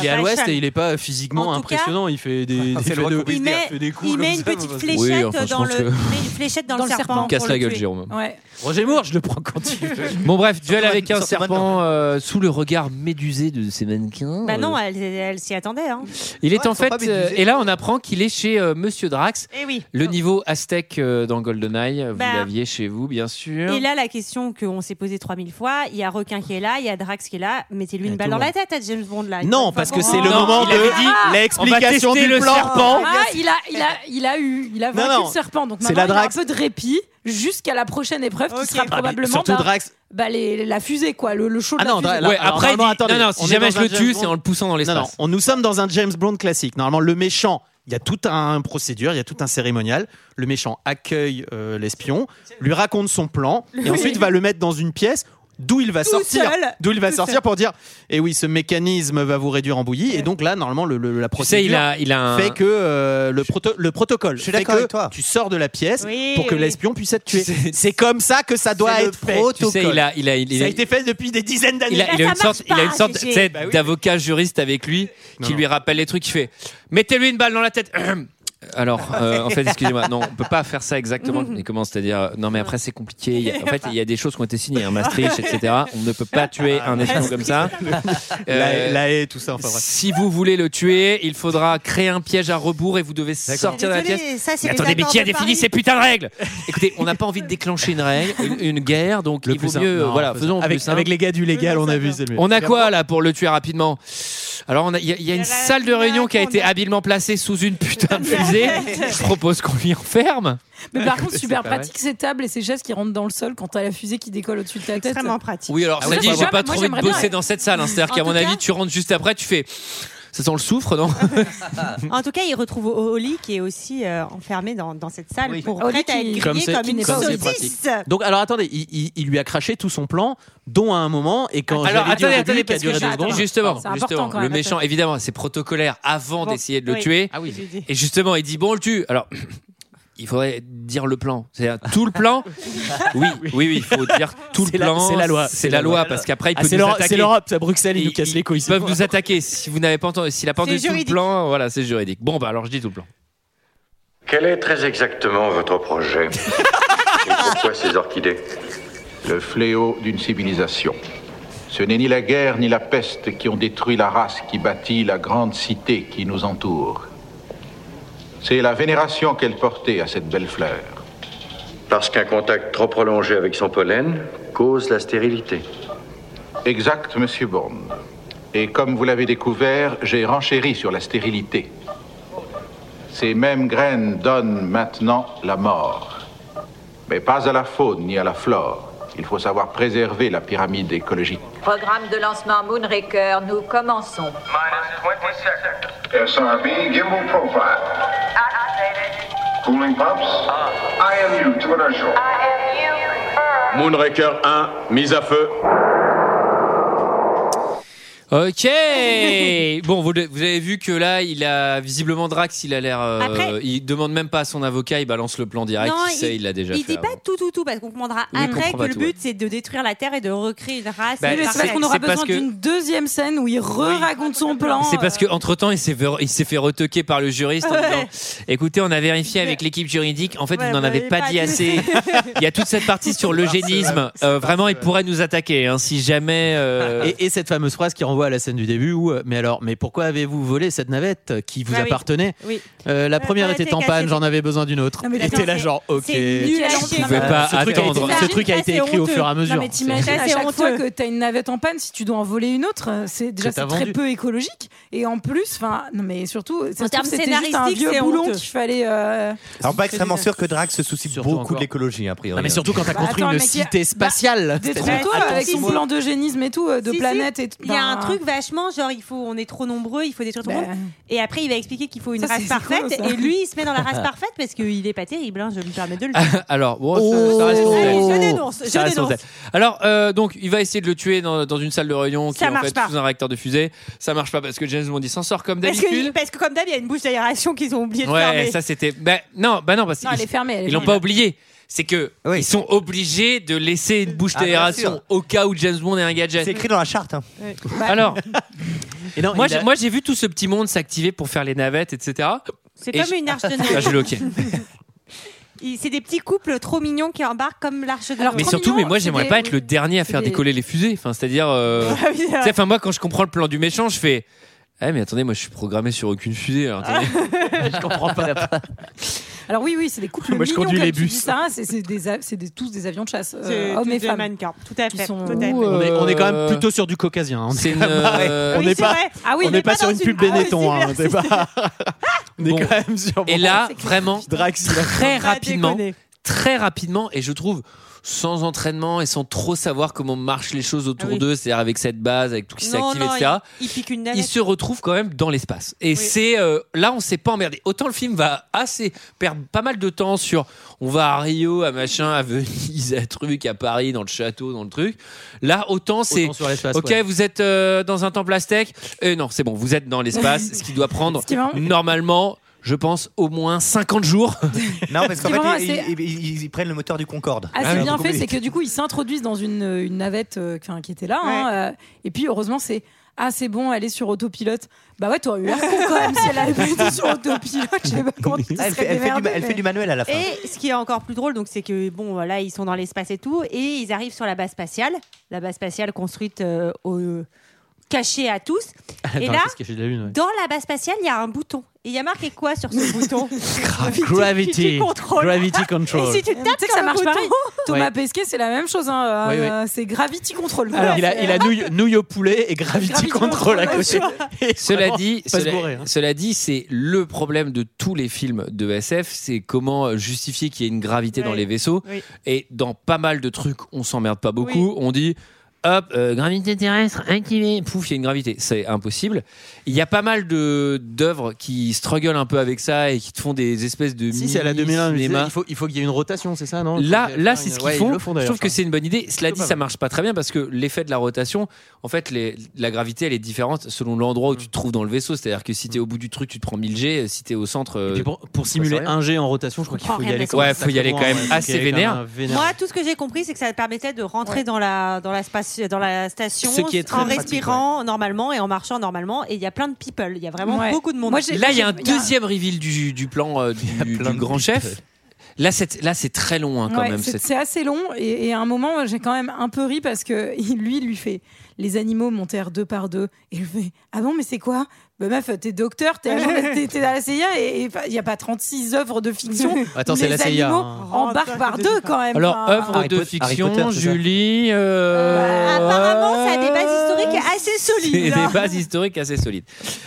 G: Il est
F: Ah,
G: à
F: pas
G: l'ouest
F: Sean.
G: et il est pas
F: En tout
G: physiquement
F: cas,
G: impressionnant. Il fait des, il
C: Ah, c'est
G: fait
C: le roi
G: de-
C: qu'on puisse
G: il
F: dire.
G: fait des coups
F: Il
G: comme
F: met une
G: ça.
F: petite
G: Enfin,
F: fléchette
A: Oui, enfin, je
F: dans
A: pense
F: le
A: que-
F: il met une fléchette dans,
B: Dans
F: le
B: le serpent.
F: serpent.
A: Casse
F: pour
A: la
F: le
A: gueule,
F: tuer.
A: Jérôme.
B: Ouais.
G: Roger Moore, je le prends quand il veut.
A: Bon, bref, duel
C: Surtout
A: avec un
C: maintenant.
A: serpent euh, sous le regard médusé de ces mannequins.
F: Bah non,
A: euh.
F: elle, elle s'y attendait. Hein.
A: Il
C: Ouais,
A: est
C: ils
A: en
C: sont
A: fait.
C: pas
A: euh,
C: médusés.
A: Et là, on apprend qu'il est chez euh, Monsieur Drax.
F: Et Eh oui.
A: Le niveau aztèque euh, dans GoldenEye, vous
F: Bah.
A: l'aviez chez vous, bien sûr.
F: Et là, la question qu'on s'est posée 3000 fois, il y a Requin qui est là, il y a Drax qui est là, mettez-lui une
G: Et
F: balle
G: tout
F: dans
G: le
F: la tête à James Bond
B: Ah,
F: là.
G: Non,
F: Une
G: parce
F: fois
G: que
F: qu'on-
G: c'est le
A: Non,
G: moment
A: il avait
G: de
A: dit,
G: l'explication
A: on va
G: du
A: tester le
G: plan.
A: serpent.
B: Ah, il a, il a, il a eu, il a
G: Non,
B: vaincu
G: non.
B: le serpent. Donc
G: C'est
B: maintenant, il
G: la
B: a un
G: Drax.
B: peu de répit jusqu'à la prochaine épreuve
F: Ok.
B: qui sera
F: Ah, mais
B: probablement
G: Surtout
B: bah,
G: Drax.
B: bah, les- la fusée, quoi, le, le show de
G: Ah
B: la
G: non,
B: fusée.
G: Dra- là,
A: ouais,
G: alors,
A: après, il dit,
G: normalement, attendez,
A: non, non, si
G: on est
A: jamais
G: dans
A: je le
G: un
A: tue,
G: James
A: c'est
G: Bond.
A: en le poussant dans
G: Non,
A: l'espace.
G: non, on- nous sommes dans un James Bond classique. Normalement, le méchant, il y a tout un procédure, il y a tout un cérémonial. Le méchant accueille euh, l'espion, lui raconte son plan, et ensuite va le mettre dans une pièce d'où il va
F: Tout
G: sortir.
F: seul.
G: D'où il va
F: Tout
G: sortir
F: seul.
G: pour dire Et oui, ce mécanisme va vous réduire en bouillie. Et donc là, normalement, le, le- la
A: Tu sais,
G: procédure.
A: il a, il a un.
G: fait que euh, le, proto- le protocole
C: Je suis
G: fait
C: d'accord
G: que
C: avec toi.
G: tu sors de la pièce
F: Oui,
G: pour que
F: oui.
G: l'espion puisse être
C: (laughs)
G: tué.
A: Tu sais-
G: C'est comme ça que ça doit
C: C'est le
G: être fait.
C: protocole.
A: Tu sais, il a, il a, il a,
G: Ça a été fait depuis des dizaines d'années.
A: il a, il a
F: Ça
A: une sorte,
F: marche
A: il a une
F: pas,
A: sorte,
F: GG.
A: tu sais,
G: Bah oui, mais-
A: d'avocat juriste avec lui qui
G: non.
A: lui rappelle les trucs. Il fait, mettez-lui une balle dans la tête. (clears throat) Alors, euh, en fait, excusez-moi, non, on peut pas faire ça
G: (laughs)
A: exactement. Mais comment c'est-à-dire euh, Non, mais après, c'est compliqué. Il y a- en fait, il y a des choses qui ont été signées, hein, Maastricht, etc. On ne peut pas tuer un espion comme
G: (laughs)
A: ça.
G: Ah, La haie- la haie,
A: tout ça. Si vous voulez le tuer, il faudra créer un piège à rebours et vous devez sortir de la
F: Désolé,
A: pièce.
F: ça, c'est
A: mais
F: les
A: attendez, mais
F: accords
A: qui a
F: de
A: défini
F: Paris.
A: ces putains de règles (laughs) Écoutez, on n'a pas envie de déclencher une règle, une, une guerre, donc il vaut mieux. euh, voilà, faisons
G: avec,
A: plus simple.
G: avec les gars du légal, on a vu, c'est le mieux.
A: On a quoi là pour le tuer rapidement Alors on a- il y, a- il y a une salle de réunion qui a été habilement placée sous une putain de fusée. Je propose qu'on l'y enferme. (laughs)
B: Mais par contre,
A: Écoutez,
B: super
A: c'est pas
B: pratique ces tables et ces chaises qui rentrent dans le sol quand t'as la fusée qui décolle au-dessus de ta tête. Extrêmement pratique.
A: Oui, alors ça dit, j'ai pas trop envie de bosser dans cette salle. hein. C'est-à-dire
F: En
A: qu'à mon
F: tout
A: avis,
F: cas-
A: tu rentres juste après, tu fais. Ça sent le soufre, non
F: En tout cas, il retrouve Oli qui est aussi euh, enfermé dans, dans cette salle pour
G: Oli
F: prête à être grillée comme, une saucisse.
G: Donc, alors attendez, il, il- il lui a craché tout son plan, dont à un moment, et quand
A: Alors
G: je l'avais dit au
A: attendez,
G: début,
A: attendez,
G: qui a
A: parce que
G: duré deux secondes.
A: j'ai- justement,
G: C'est important
A: justement,
G: quand
A: le
G: même,
A: méchant,
G: attends.
A: évidemment, c'est protocolaire avant
G: Bon,
A: d'essayer de le
G: oui.
A: tuer.
G: Ah oui.
A: Et justement, il dit bon, on le tue. Alors. Il faudrait dire le plan, c'est-à-dire tout le plan. Oui, oui, oui, il faut dire tout le
G: C'est la-
A: plan.
G: c'est la loi.
A: c'est la loi, parce qu'après il
G: Ah,
A: peut
G: c'est
A: nous
G: l'Europe-
A: attaquer.
G: C'est l'Europe, c'est à Bruxelles, ils nous cassent les couilles.
A: Ils peuvent nous attaquer si vous n'avez pas entendu, s'il a pas
G: C'est
A: entendu tout le
G: juridique.
A: plan. Voilà, c'est juridique. Bon, bah alors je dis tout le plan.
D: Quel est très exactement votre projet Et pourquoi ces orchidées
E: Le fléau d'une civilisation. Ce n'est ni la guerre ni la peste qui ont détruit la race qui bâtit la grande cité qui nous entoure. C'est la vénération qu'elle portait à cette belle fleur.
D: Parce qu'un contact trop prolongé avec son pollen cause la stérilité.
E: Exact, monsieur Bourne. Et comme vous l'avez découvert, j'ai renchéri sur la stérilité. Ces mêmes graines donnent maintenant la mort. Mais pas à la faune ni à la flore. Il faut savoir préserver la pyramide écologique.
I: Programme de lancement Moonraker, nous commençons.
R: SRB, gimbal profile. Cooling pumps. I am you to inertial.
S: Moonraker 1, mise à feu.
F: (laughs)
A: Ok. bon, vous, le- vous avez vu que là, il a visiblement Drax, il a l'air. euh,
F: Après-
A: il demande même pas à son avocat, il balance le plan direct.
F: Non,
A: il sait, il l'a déjà
F: il
A: fait. hein.
F: dit pas
A: avant.
F: tout, tout, tout, parce qu'on comprendra
A: Oui, on
F: après
A: comprend
F: que
A: pas
F: le
A: tout,
F: but c'est de détruire la Terre et de recréer une race.
A: Bah,
F: et
A: Mais
F: une
A: c'est parce
F: race.
A: qu'on aura C'est parce besoin que- d'une
B: deuxième scène où il re-raconte son plan.
A: C'est parce que entre temps, il s'est fait, il s'est fait retoquer par le juriste. en
B: Ouais.
A: disant, Écoutez, on a vérifié avec l'équipe juridique. En fait,
B: Ouais,
A: vous n'en
B: vous
A: avez
B: avez
A: pas
B: pas
A: dit
B: dit.
A: assez. il y a toute cette partie sur l'eugénisme. Euh, vraiment, il pourrait nous attaquer hein, si jamais. euh,
G: Et, et cette fameuse phrase qui renvoie à la scène du début où euh, mais alors mais pourquoi avez-vous volé cette navette qui vous
F: Ah oui.
G: appartenait
F: Oui.
G: Euh, la première
F: elle
G: était
F: était
G: en panne
F: cassée.
G: j'en avais besoin d'une autre
F: Non, mais
G: et t'es
F: attends,
G: là
F: c'est-
G: genre ok
F: c'est nul à
G: Je
F: chier.
G: pouvais
F: Non,
G: pas
A: mais-
G: attendre
A: T'imagines
G: ce truc a
A: pas,
G: été
A: c'est
G: écrit au
A: honteux.
G: fur et à mesure
B: Non, mais t'imagines
F: Ça,
B: à
F: c'est
B: chaque
F: honteux.
B: fois que t'as une navette en panne, si tu dois en voler une autre, euh, c'est déjà
G: Que t'as
B: c'est très
G: vendu.
B: peu écologique. Et en plus, enfin, non mais surtout, ça
F: En
B: se
F: termes
B: trouve, c'était juste un
F: scénaristiques,
B: vieux
F: c'est
B: boulon
F: honteux.
B: qu'il fallait. euh,
C: Alors, pas extrêmement sûr que Drax se soucie beaucoup de l'écologie, a priori.
G: Non, mais surtout quand t'as
B: Bah,
G: construit
B: attends,
G: une
B: mec,
G: cité spatiale
B: Détrompe-toi
G: Attends,
B: avec son
G: c'est-
B: plan d'eugénisme et tout, euh, de
F: Si, si.
B: planète et tout.
F: Il y a un
B: Ben,
F: truc vachement genre il faut on est trop nombreux, il faut détruire tout le
B: Bah.
F: monde. Et après il va expliquer qu'il faut une
B: Ça,
F: race
B: c'est- c'est con,
F: parfaite
B: ça.
F: et lui il se met dans
B: (laughs)
F: la race parfaite parce qu'il est pas terrible hein, je me permets de le dire.
A: (laughs) Alors, bon,
G: Oh
A: ça- ça reste son
F: Allez,
A: thème.
F: je dénonce, je
A: Ça reste son
F: dénonce.
A: thème. Alors, euh, donc, il va essayer de le tuer dans, dans une salle de réunion qui
F: Ça
A: est en
F: marche
A: fait
F: pas.
A: sous un réacteur de fusée. Ça marche pas parce que James Bond il s'en sort comme
F: Parce que,
A: d'habitude.
F: parce que comme d'hab il y a une bouche d'aération qu'ils ont oublié de fermer.
A: Ouais, ça c'était. Bah, non, bah non, parce
F: Non, elle est
A: qu'ils
F: fermée, elle est
A: ils l'ont
F: fermée.
A: pas oublié. C'est que ils sont obligés de laisser une bouche
C: Ah, bien
A: d'aération
C: sûr.
A: au cas où James Bond est un gadget.
C: C'est écrit dans la charte. hein.
A: Alors, moi,
C: il a-
A: j'ai- moi, j'ai vu tout ce petit monde s'activer pour faire les navettes, etc.
F: C'est
A: Et
F: comme
A: je- (laughs)
F: une arche de Noël.
A: Ah, je l'ai ok.
F: Il- C'est des petits couples trop mignons qui embarquent comme l'arche de Noël.
A: mais surtout, mais moi, j'aimerais pas être le dernier à faire
F: des-
A: décoller les fusées. Enfin, c'est-à-dire,
F: (laughs)
A: euh,
F: (laughs) Ah oui, c'est
A: tu sais,
F: vrai.
A: enfin, moi, quand je comprends le plan du méchant, je fais. Eh mais attendez, moi je suis programmé sur aucune fusée. alors, attendez.
G: je comprends pas.
B: Alors oui, oui, c'est des couples
A: Moi, je
B: mignons,
A: conduis
B: comme
A: les
B: tu
A: bus.
B: dis ça, Ah, c'est c'est des, a- c'est des- tous des avions de chasse, euh,
F: C'est
B: hommes
F: tous
B: et
F: des
B: femmes.
F: mannequins, tout à
B: qui
F: fait,
B: sont-
F: tout à fait.
B: Ou,
G: on est, on est quand même
A: Euh,
G: plutôt sur du caucasien. hein.
A: c'est une,
G: Ouais.
A: euh,
G: On
A: Oui,
G: n'est
A: c'est
G: pas,
A: vrai. Ah oui,
G: on n'est pas, sur une pub Benetton. hein, c'est pas- on est
A: Bon.
G: quand même sur.
A: Et là, vraiment,
G: Drax, il a-
A: très
G: Pas
A: rapidement,
G: déconner.
A: très rapidement, et je trouve sans entraînement et sans trop savoir comment marchent les choses autour
F: Ah oui.
A: d'eux, c'est-à-dire avec cette base, avec tout qui
F: Non,
A: s'active,
F: non,
A: etc.
F: Il, il pique une
A: Il
F: navette.
A: se retrouve quand même dans l'espace. Et
F: Oui.
A: c'est euh, là, on s'est pas emmerdé. Autant le film va assez perdre pas mal de temps sur on va à Rio, à machin, à Venise, à truc, à Paris, dans le château, dans le truc. Là, autant c'est
G: sur l'espace,
A: ok,
G: ouais.
A: vous êtes euh, dans un temple aztèque. Et non, c'est bon, vous êtes dans l'espace, ce qui doit prendre
B: Ce qui est marrant-
A: normalement. Je pense au moins 50 jours.
C: Non, parce qu'en
B: C'est vraiment
C: fait, ils,
B: assez-
C: ils- ils- ils prennent le moteur du Concorde.
B: Ah, c'est bien fait, c'est que du coup, ils s'introduisent dans une, une navette euh, enfin, qui était là. hein, euh, et puis, heureusement, c'est. Ah, c'est bon, elle est sur autopilote. Bah ouais, t'aurais eu l'air con quand même si elle avait pas été sur autopilote. Je sais pas comment tu te
C: Ah,
B: serais
C: elle fait- elle fait du
B: démerdé,
C: ma- elle
B: mais-
C: fait du manuel à la fin.
F: Et ce qui est encore plus drôle, donc, c'est que bon, voilà, ils sont dans l'espace et tout, et ils arrivent sur la base spatiale, la base spatiale construite euh, au- cachée à tous. et là,
G: Dans l'espace caché de la Lune, ouais.
F: dans la base spatiale, il y a un bouton. Et il y a marqué quoi sur
B: (laughs)
F: ce bouton
G: Gravity.
F: contrôle.
G: Gravity control.
F: Et si tu
B: Tu
F: tapes
B: sais que
F: sur
B: ça
F: le
B: marche
F: bouton-
B: pareil. Thomas
G: Ouais.
B: Pesquet, c'est la même chose. hein.
G: Oui, oui.
B: Euh, C'est Gravity Control.
G: Alors, il a,
B: Voilà,
G: il a
B: c'est-
G: nouilles- nouilles au poulet et Gravity, Control à côté. Et
A: Cela
G: vraiment,
A: dit,
G: pas se
A: cela,
G: bourrer, hein.
A: cela dit, c'est le problème de tous les films de SF, c'est comment euh, justifier qu'il y ait une gravité dans
G: Oui.
A: les vaisseaux.
G: Oui.
A: Et dans pas mal de trucs, on s'emmerde pas beaucoup. On dit, hop, euh, gravité terrestre, inclinée, pouf, il y a une gravité. C'est impossible. Il y a pas mal de d'œuvres qui struggle un peu avec ça et qui te font des espèces de
G: Si, c'est à la 2001. mais
A: mini-cinéma.
G: Il faut, il faut qu'il y ait une rotation, c'est ça,
A: Là,
G: non Faut qu'il y ait-
A: là c'est ce qu'ils
G: ouais, ils
A: font.
G: le font
A: Je
G: d'ailleurs,
A: trouve que
G: ça.
A: c'est une bonne idée. Cela
G: plutôt
A: dit,
G: pas
A: ça
G: mal.
A: marche pas très bien parce que l'effet de la rotation, en fait, les- la gravité, elle est différente selon l'endroit où tu te trouves dans le vaisseau. C'est-à-dire que si t'es au bout du truc, tu te prends 1000 G. Si t'es au centre. euh,
G: Puis pour, pour
A: ça
G: simuler
A: sert à rien.
G: un G en rotation, je crois qu'il faut y
A: Ouais,
G: aller.
A: faut y aller quand même assez vénère.
G: Hein,
F: Moi, tout ce que j'ai compris, c'est que ça permettait de rentrer dans la dans la space- dans la station
A: Ce qui est très
F: en
A: pratique,
F: respirant normalement et en marchant normalement. Et il y a plein de people. Il y a vraiment
B: Ouais.
F: beaucoup de monde.
A: euh, là, il y a un deuxième reveal du, du plan
G: (laughs)
A: euh, du, du grand chef. Là, c'est là, c'est très long hein, quand
B: Ouais,
A: même.
B: c'est
A: cette-
B: c'est assez long et, et à un moment j'ai quand même un peu ri parce que il- lui il lui fait les animaux montèrent deux par deux et il fait ah bon mais c'est quoi bah meuf t'es docteur t'es agent de- t'es- t'es à la CIA et et il y a pas 36 œuvres de fiction
G: (laughs) Attends,
B: où
G: c'est
B: les
G: la CIA,
B: animaux
G: hein.
B: embarquent par deux quand même
A: Alors,
B: Enfin,
A: œuvre de fiction, Julie. euh,
F: Euh, Apparemment, ça a des bases
A: (laughs)
F: historiques assez
A: des
F: solides. hein.
A: bases historiques assez solides.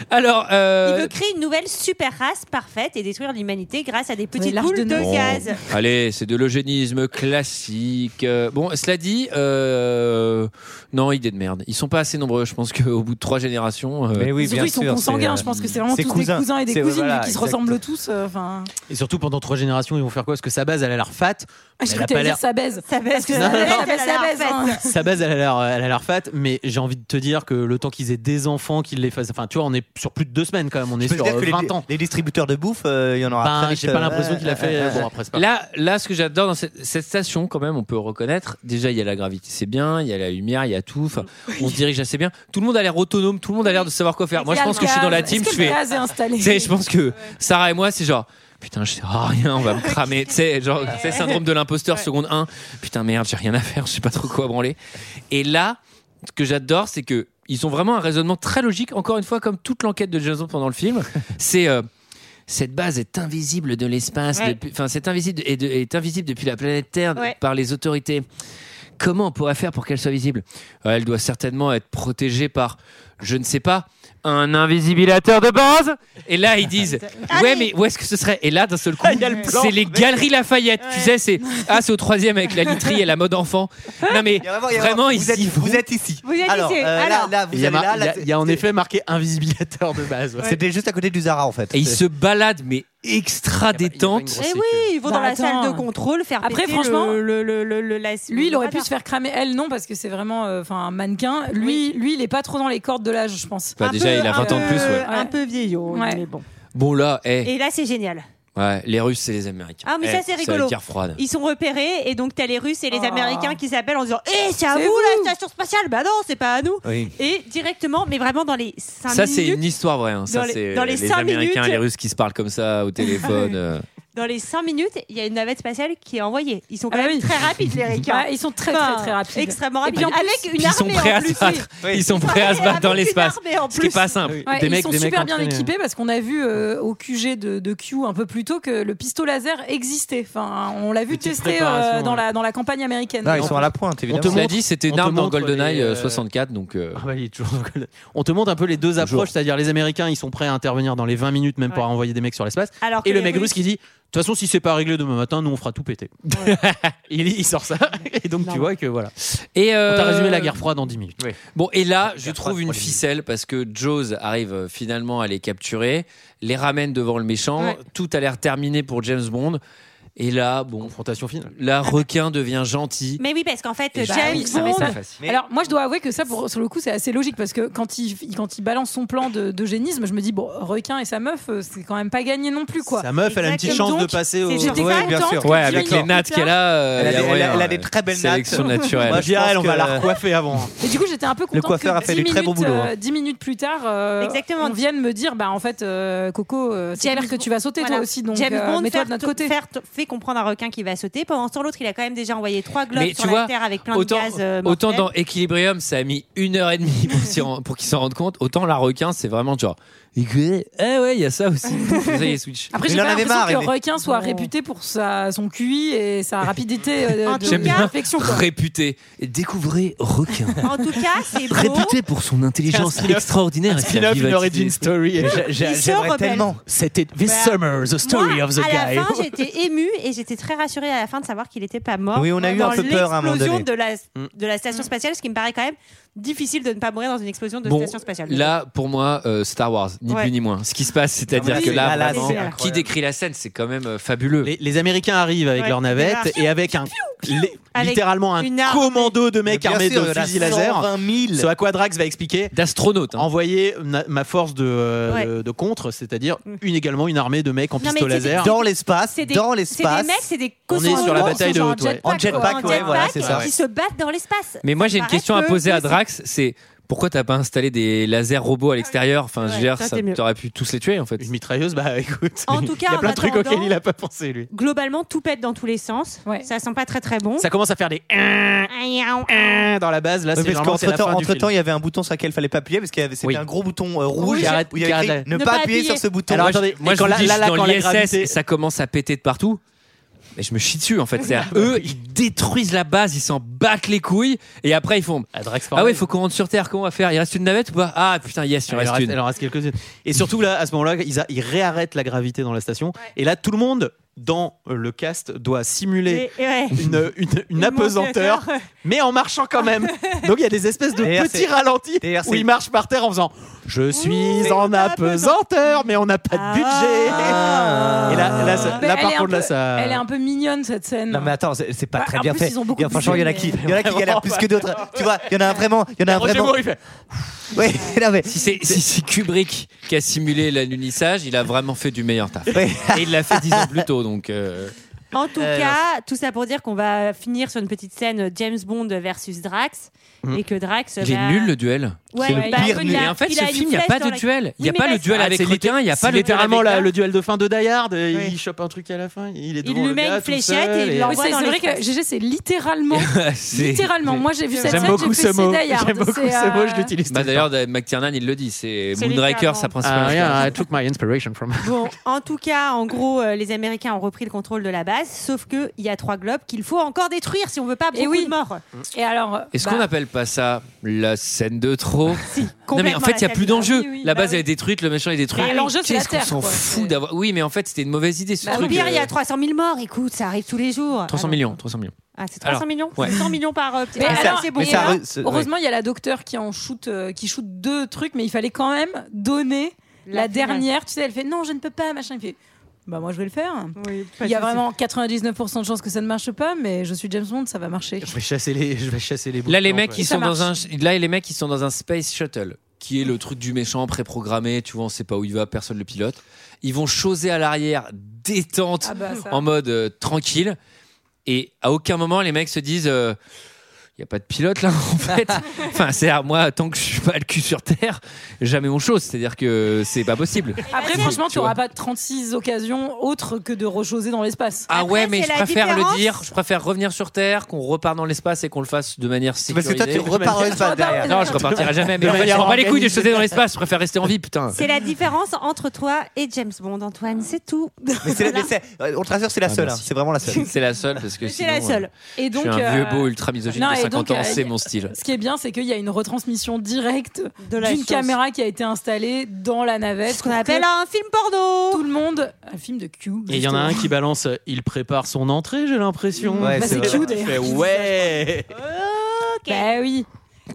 A: Alors, euh,
F: Il veut créer une nouvelle super race parfaite et détruire l'humanité grâce à des petites
B: l'arche
F: boules
B: de
F: de,
A: Bon.
F: gaz.
A: Oh. Allez, c'est de l'eugénisme classique. Euh, Bon, cela dit, euh, non, idée de merde. Ils sont pas assez nombreux. Je pense qu'au bout de trois générations. euh,
C: Mais oui,
B: surtout ils sont consanguins je pense que c'est vraiment tous des cousins et des cousines qui se ressemblent tous euh, enfin
G: Et surtout, pendant trois générations, ils vont faire quoi Parce que sa base, elle a l'air fat.
B: ah, je
G: elle
B: crois
G: a
B: que t'allais dire
G: pas
B: (laughs)
G: l'air.
B: ça baise
F: ça
B: ça
F: baise
B: baise ça baise, ça baise, hein.
G: (laughs) Sa base, elle a l'air, elle a l'air fat, mais j'ai envie de te dire que le temps qu'ils aient des enfants, qu'ils les fassent. Enfin, tu vois, on est sur plus de deux semaines quand même. On est
C: Je peux
G: sur
C: dire
G: euh,
C: que les-
G: 20 ans.
C: Les distributeurs de bouffe, euh, il y en aura
G: Ben,
C: très vite,
G: j'ai pas
C: euh,
G: l'impression qu'il a fait- bon, après, c'est pas-
A: Là, là, ce que j'adore dans cette, cette station, quand même, on peut reconnaître. Déjà, il y a la gravité, c'est bien. Il y a la lumière, il y a tout. Enfin, on se dirige assez bien. Tout le monde a l'air autonome. Tout le monde a l'air de savoir quoi faire. Moi, je pense que je suis dans la team.
B: Est-ce
A: je
B: que le
A: fais-
B: gaz est installé
G: (laughs)
A: Tu sais, je pense que Sarah et moi, c'est genre. Putain, je sais oh, rien, on va me cramer. Tu sais, genre, c'est le syndrome de l'imposteur, seconde 1. Putain, merde, j'ai rien à faire, je sais pas trop quoi branler. Et là, ce que j'adore, c'est que ils ont vraiment un raisonnement très logique, encore une fois, comme toute l'enquête de Jason pendant le
G: (laughs)
A: film. C'est. euh, cette base est invisible de l'espace,
G: Ouais.
A: depuis- enfin, c'est invisible, est, de- est invisible depuis la planète Terre
G: Ouais.
A: par les autorités. Comment on pourrait faire pour qu'elle soit visible Euh, Elle doit certainement être protégée par, je ne sais pas, un invisibilateur de base. Et là, ils disent,
F: Ah
A: ouais, mais où est-ce que ce serait Et là, d'un seul coup,
G: plan.
A: c'est les galeries Lafayette. Tu sais, c'est ah, c'est au troisième avec la literie et la mode enfant. Non mais
C: Il y a vraiment- il y a
A: vraiment,
C: vous
A: ils y vont.
C: Vous êtes ici.
F: Vous êtes
C: Alors,
F: ici,
C: euh, là-
F: alors.
C: là, vous
G: Il y a
C: avez là,
G: mar- il y
C: là,
G: a- il y a en effet marqué invisibilateur de base. ouais.
C: C'était juste à côté du Zara en fait.
A: Et ils se baladent, mais extra détente.
F: Eh oui, ils vont
B: Bah,
F: dans la
B: attends.
F: salle de contrôle faire
B: Après,
F: péter
B: franchement,
F: le, le, le, le- le- la-
B: Lui, il
F: le
B: aurait pu
F: radar.
B: se faire cramer. Elle, non, parce que c'est vraiment euh, enfin un mannequin. Lui, lui, il est pas trop dans les cordes de l'âge, je pense.
A: Bah, déjà, il a 20 ans de plus, ouais.
F: un peu vieillot, mais bon.
A: Bon là, eh,
F: euh, Et là, c'est génial.
A: ouais, les Russes, c'est les Américains.
F: Ah, mais
A: Eh,
F: ça, c'est rigolo.
A: la guerre froide.
F: Ils sont repérés et donc t'as les Russes et les
B: Ah.
F: Américains qui s'appellent en disant Eh, c'est à
B: C'est
F: vous
B: vous.
F: la station spatiale Bah non, c'est pas à nous
A: Oui.
F: Et directement, mais vraiment dans les 5
A: Ça, c'est
F: minutes,
A: une histoire vraie. hein. Ça,
F: Dans les-
A: c'est
F: dans les
A: les,
F: cinq
A: Américains et les
F: minutes.
A: Russes qui se parlent comme ça au téléphone. euh.
F: dans les cinq minutes, il y a une navette spatiale qui est envoyée. Ils sont quand même très rapides, les Américains.
B: Ah, ils sont très, très,
F: Enfin,
B: très rapides.
F: Extrêmement
B: Et
F: rapides.
B: puis en hein. plus-
F: avec une
A: Puis ils sont
F: armée
A: prêts
F: en
A: à
F: plus.
A: se battre. Ils sont prêts à se battre dans
F: Avec une
A: l'espace.
F: armée en
A: Ce qui est
F: plus.
A: pas simple.
B: Ouais, ils sont super bien équipés parce qu'on a vu euh, au QG de, de Q un peu plus tôt que le pistolet laser existait. Enfin, on l'a vu tester
G: préparation,
B: euh, dans,
G: ouais.
B: la, dans la campagne américaine.
C: Là, ils sont à la pointe évidemment.
A: Cela dit, c'était
G: on
A: une
G: te
A: arme dans
G: montre
A: GoldenEye
G: les,
A: euh,
G: euh,
A: 64, donc. euh,
G: Ah bah, il est toujours dans le col- On te montre un peu les deux approches, c'est-à-dire les Américains, ils sont prêts à intervenir dans les 20 minutes, même pour envoyer des mecs sur l'espace.
F: Alors que
G: et le
F: les
G: mec
F: Russes-
G: russe qui dit De toute façon, si c'est pas réglé demain matin, nous on fera tout péter. (laughs) il, il sort ça, et donc tu vois que voilà.
A: Et
G: On t'a
A: euh,
G: résumé la guerre froide en 10 minutes.
A: Bon, et là, je trouve une ficelle parce que Jaws arrive euh, finalement à les capturer, les ramène devant le méchant.
G: Ouais.
A: Tout a l'air terminé pour James Bond. Et là, bon.
G: Confrontation finale.
A: Là, requin devient gentil.
F: Mais oui, parce qu'en fait,
A: Et
F: James
A: j'avoue que Eh bah ça reste
F: Bond-
A: pas facile.
B: Alors moi je dois avouer que ça pour, sur le coup c'est assez logique parce que quand il, il- quand il balance son plan de, de génisme je me dis bon requin et sa meuf euh, c'est quand même pas gagné non plus quoi.
G: Sa meuf, elle a une petite
B: Exactement.
G: chance de
B: Donc,
G: passer au-
B: c'est- j'étais
G: Ouais,
B: quand même
G: bien sûr.
B: contente
A: Ouais,
B: que
A: avec
B: Johnny
A: les nattes
B: Cooper-
A: qu'elle a. euh,
C: Elle a
A: y
C: des- elle a-
A: moyen,
C: elle a
A: euh,
C: des très belles
A: Sélection
C: nattes.
A: naturelle.
C: Moi, je
G: Bien,
C: pense
G: elle, on va
C: que-
G: la recoiffer avant. hein.
B: Et du coup, j'étais un peu contente
G: Le coiffeur
B: que
G: a fait
B: 10
G: du très
B: minutes,
G: bon boulot, hein.
B: euh, 10 minutes plus tard, euh, on vienne me dire, bah en fait, euh, Coco, euh, c'est clair que tu vas sauter
F: Voilà.
B: toi aussi, donc
F: James
B: euh,
F: Bond
B: mets-toi
F: faire-
B: de notre côté.
F: faire- fait comprendre un requin qui va sauter. Pendant ce temps, l'autre, il a quand même déjà envoyé trois globes
A: Mais
F: sur
A: tu
F: la
A: vois,
F: Terre avec plein
A: autant,
F: de gaz. euh,
A: autant
F: mortels.
A: dans Equilibrium, ça a mis une heure et demie pour, s'y ren- pour qu'ils s'en rendent compte, autant la requin, c'est vraiment genre. écoutez, Eh ouais, il y a ça aussi. Pouf, ça y est, switch.
B: Après, j'ai pas l'impression que le requin soit réputé pour sa, son QI et sa rapidité euh,
G: (laughs)
B: de-
A: J'aime
B: de
A: bien
B: réflexion, quoi.
A: réputé. Et Découvrez requin.
F: En tout cas,
G: (laughs)
F: c'est beau.
A: réputé pour son intelligence
G: spin-off.
A: extraordinaire. et sa
G: spin-off, une
A: vivacité.
G: origin story. J'a-
F: j'a- Ils se j'aimerais rebellent. tellement.
G: C'était This
F: Bah,
G: Summer, the story
F: moi,
G: of the
F: à
G: guy.
F: la fin,
G: (laughs)
F: j'étais émue et j'étais très rassurée à la fin de savoir qu'il n'était pas mort.
G: Oui, on a eu un
F: dans
G: peu peur hein, à un moment
F: l'explosion
G: donné.
F: de la,
A: Mm.
F: de la station spatiale, ce qui me paraît quand même difficile de ne pas mourir dans une explosion de
A: Bon,
F: station spatiale.
A: là, pour moi, euh, Star Wars, ni
F: Ouais.
A: plus ni moins. Ce qui se passe,
G: Non,
A: c'est-à-dire
G: mais
A: que
G: c'est-
A: là,
G: là, là,
A: vraiment,
G: c'est
A: qui
G: incroyable.
A: décrit la scène, c'est quand même euh, fabuleux.
G: Les, les Américains arrivent avec
A: Ouais,
G: leur
A: des
G: navette
A: armes.
G: et avec un li-
A: Avec
G: littéralement un
A: une arme.
G: commando de mecs
A: Mais bien
G: armés
A: sûr, il y
G: de
A: en a
G: fusils laser.
A: 120 000.
G: Ce à quoi Drax va expliquer
A: d'astronautes. hein.
G: Envoyer na- ma force de, euh,
F: Ouais. Mm.
G: de- de contre, c'est-à-dire une- également une armée de mecs en
F: Non, mais
G: pistolet
F: c'est des-
G: laser
F: Dans l'espace,
B: C'est des-
G: dans
F: C'est
G: l'espace.
F: des mecs, c'est des
G: On est sur la
F: cosmonauts
G: bataille
F: qui
G: de
F: sont en
G: haute, ouais.
F: jetpack,
G: En jetpack,
F: quoi, en
G: ouais, voilà,
F: jetpack,
G: c'est ça,
F: Qui
G: ouais.
F: se battent dans l'espace.
A: Mais moi, j'ai une
F: Ça me
A: question à
F: paraît peu
A: poser à
F: possible. Ah
A: Drax, c'est pourquoi t'as pas installé des lasers robots à l'extérieur Enfin, je veux dire,
F: ça,
A: ça-
F: t'es mieux.
A: t'aurais pu tous les tuer en fait. Une
G: mitrailleuse, bah écoute.
F: En tout cas,
G: il y a plein
F: en
G: de trucs
F: attendant-
G: auxquels il a pas pensé lui.
F: Globalement, tout pète dans tous les sens. Ça sent pas très très bon.
G: Ça commence à faire des hein dans la base. Là, c'est
C: parce
G: vraiment c'est la
C: qu'entre temps,
G: fin du
C: entre
G: film.
C: temps, il y avait un bouton sur lequel il fallait pas appuyer parce qu'il y avait c'était un gros bouton euh, rouge
G: Qui arrête-
C: où il y avait
G: qui
C: écrit
G: arrête.
C: ne, pas appuyer, sur ce bouton.
G: Alors, attendez,
A: moi
G: et
A: je
G: quand
A: vous
G: la-
A: dis,
G: là, là,
A: dans
G: quand la
A: l'ISS,
G: gravité-
A: ça commence à péter de partout. Mais je me chie dessus en fait. C'est-à-dire, eux, ils détruisent la base, ils s'en battent les couilles et après ils font. Ah ouais, il faut qu'on rentre sur Terre. Comment on va faire Il reste une navette ou pas Ah putain, yes, il en
G: Il en
A: reste
G: reste-
A: une.
G: il en reste quelques-unes. Et surtout, là, à ce moment-là, ils, a- ils réarrêtent la gravité dans la station. Et là, tout le monde dans le cast doit simuler
F: Et- et ouais. euh,
G: une, une- une
F: Une (laughs)
G: apesanteur,
F: montée à terre.
G: mais en marchant
B: (laughs)
G: quand même. Donc, il y a des espèces de
C: D'ailleurs,
G: petits
C: c'est-
G: ralentis
C: d'ailleurs,
G: où
C: c'est-
G: ils marchent par terre en faisant Je suis en apesanteur, mais on n'a pas de budget.
F: Ah.
G: Et là, là, ça-
B: Ah. Mais
G: là,
B: elle
G: par
B: est un
G: contre, là,
B: peu-
G: ça.
B: Elle est un peu mignonne cette scène.
C: Non mais attends, c'est c'est pas
B: Bah,
C: très
B: en
C: bien
B: plus,
C: fait.
B: ils ont beaucoup
C: Il y a-
B: de
C: franchement, il y en a qui,
B: budget,
C: il y en a qui
B: mais-
C: galèrent plus que d'autres. Tu vois, il y en a un vraiment, il y en a un
G: Roger
C: vraiment.
G: Moore, il fait-
C: Oui, non, mais-
A: Si c'est si c'est Kubrick qui a simulé l'alunissage, il a vraiment fait du meilleur taf. Et il l'a fait dix ans plus tôt, donc. euh,
F: En tout
A: Euh,
F: cas, tout ça pour dire qu'on va finir sur une petite scène James Bond versus Drax
A: Mm.
F: et que Drax.
A: Il est
F: va-
A: nul le duel.
F: Ouais, C'est le bah, pire il nul. a-
A: Et en fait,
F: il
A: ce
F: a une
A: film, il n'y a
F: flèche
A: pas
F: dans
A: de
F: la-
A: duel. Il n'y a
F: Oui,
A: pas
F: mais
A: le duel
G: Ah,
A: avec
G: c'est
A: requin, il n'y a
G: c'est
A: pas le duel
G: littéralement
A: avec
G: la-
A: arbre.
G: le duel de fin de Die Hard. et
A: Oui.
G: Il chope un truc à la fin. Il est
F: Il
G: devant
F: lui
G: le
F: met
G: gars
F: une
G: tout
F: fléchette
G: seul,
F: et il
B: Oui,
F: l'envoie
B: c'est
F: dans
B: c'est vrai
F: l'espace.
B: que GG, c'est littéralement.
A: (laughs) C'est-
B: littéralement. Moi, j'ai vu cette
G: J'aime
B: scène, j'ai
G: beaucoup
B: fait
G: ce mot.
B: c'est Die Hard,
G: J'aime beaucoup
B: c'est,
G: ce mot.
B: euh,
G: Je l'utilise.
A: Bah,
G: tout le
A: D'ailleurs,
G: temps.
A: McTiernan, il le dit, c'est
F: C'est
A: Moonraker,
F: littéralement-
A: sa principale
G: Ah, yeah, I
A: inspiration.
G: took my inspiration from.
F: Bon, en tout cas, en gros, euh, les Américains ont repris le contrôle de la base, sauf que il y a trois globes qu'il faut encore détruire si on veut pas beaucoup de morts.
B: Et alors,
A: Est-ce
F: bah,
A: qu'on appelle pas ça la scène de trop Non mais en
F: (laughs) complètement
A: fait il n'y a
F: la
A: plus
F: scène-
A: d'enjeu.
F: oui, oui,
A: la
F: bah
A: base
F: oui.
A: elle est détruite, le méchant est détruit.
F: Bah, l'enjeu, c'est la
A: Qu'est-ce qu'on
F: Terre,
A: s'en
F: quoi.
A: fout d'avoir Oui mais en fait c'était une mauvaise idée ce
F: Bah, au
A: truc.
F: pire, il y
A: euh,
F: a 300 000 morts. Écoute, ça arrive tous les jours.
A: 300 millions, 300 millions.
F: Ah, c'est 300
A: Alors,
F: millions
A: ouais.
F: 100 millions par euh, petit.
G: (laughs)
B: Mais
F: Ah,
B: alors,
F: c'est
B: et
F: bon.
B: là,
C: re- c'est-
B: heureusement, il y a la docteur qui en shoot, euh, qui shoot deux trucs, mais il fallait quand même donner la,
F: finale.
B: dernière. Tu sais, elle fait non, je ne peux pas, machin. Il fait bah moi je vais le faire.
F: pas
B: il y a
F: de souci.
B: vraiment 99% de chances que ça ne marche pas, mais je suis James Bond, ça va marcher.
G: Je vais chasser les, je vais chasser les.
A: Là les
G: boutons,
A: mecs
G: ouais.
A: ils sont dans un là les mecs ils sont dans un space shuttle qui est le truc du méchant préprogrammé, tu vois, on sait pas où il va, personne le pilote. Ils vont choser à l'arrière détente
B: Ah bah, ça.
A: en mode euh, tranquille et à aucun moment les mecs se disent euh, il y a pas de pilote là (laughs) en
B: (laughs)
A: fait. enfin c'est à moi tant que je suis pas le cul sur terre, jamais on chose, c'est-à-dire que c'est pas possible.
B: Après, franchement, tu
A: vois.
B: n'auras pas 36 occasions autres que de rechoser dans l'espace.
A: Ah ouais, mais je préfère le dire. Je préfère revenir sur Terre, qu'on repart dans l'espace et qu'on le fasse de manière
C: parce
A: sécurisée.
C: que toi, tu repars dans l'espace derrière.
A: Non, je repartirai jamais. Mais
C: De
A: en fait, je
C: manière
A: m'en bats les couilles de
C: organisée.
A: sauter dans l'espace. Je préfère rester en vie, putain.
F: C'est la différence entre toi et James Bond, Antoine, c'est tout.
C: Mais c'est la- mais c'est- euh, on te rassure, c'est la
A: Ah,
C: seule. hein.
A: merci.
C: C'est vraiment
B: (laughs)
C: la
G: (laughs)
C: seule.
A: C'est la seule parce que
F: C'est la
A: sinon,
F: seule.
A: euh,
B: Et donc,
A: je suis un
B: euh,
A: vieux beau ultra misogyne
B: non,
A: de
B: et
A: 50
B: donc,
A: ans.
B: euh,
A: C'est
B: y-
A: mon style.
B: Ce qui est bien, c'est qu'il y a une retransmission directe
F: la
B: d'une
F: chose.
B: caméra qui a été installée dans la navette. Ce qu'on
F: appelle un film porno.
B: Tout le monde, un film de Q.
G: Et il y en a un qui balance. euh, Il prépare son entrée. J'ai l'impression.
B: Ouais, Bah, c'est c'est vrai. cute,
G: Il fait,
B: d'ailleurs.
G: Ouais.
B: Bah oui.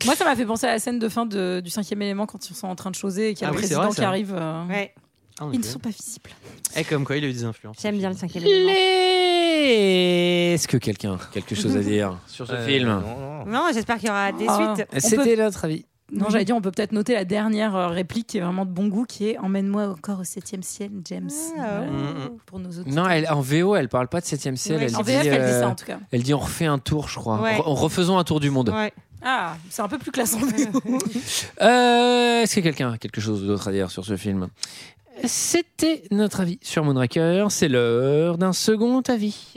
B: Moi, ça m'a fait penser à la scène de fin de- du cinquième élément quand ils sont en train de choser et qu'il y a
G: Ah
B: le
G: oui, c'est
B: président
G: vrai,
B: qui
G: ça.
B: arrive. euh,
F: Ouais.
G: Ah, ok.
B: Ils ne sont pas visibles.
G: Et comme quoi, il a eu des influences.
F: J'aime bien le cinquième élément.
B: Les
A: Est-ce que quelqu'un a quelque chose
B: (laughs)
A: à dire sur ce
F: Euh,
A: film
F: Non, j'espère qu'il y aura des
B: Ah.
F: suites.
B: On
A: C'était
B: peut-
A: notre avis.
B: Non, j'allais dire, on peut peut-être noter la dernière euh, réplique qui est vraiment de bon goût, qui est Emmène-moi encore au 7 ciel, James.
F: Ah,
B: Voilà.
G: Mm,
A: Mhm.
B: Pour nos autres.
A: Non, elle, en VO, elle parle pas de 7ème ciel.
B: Ouais,
A: elle
B: en
A: dit,
B: VF, elle dit ça,
A: euh,
B: en tout cas.
A: Elle dit on refait un tour, je crois.
B: Ouais.
A: Re- on refaisons un tour du monde.
B: Ah, c'est un peu plus classe en
A: Euh, Est-ce que quelqu'un a quelque chose d'autre à dire sur ce film C'était notre avis sur Moonraker. C'est l'heure d'un second avis.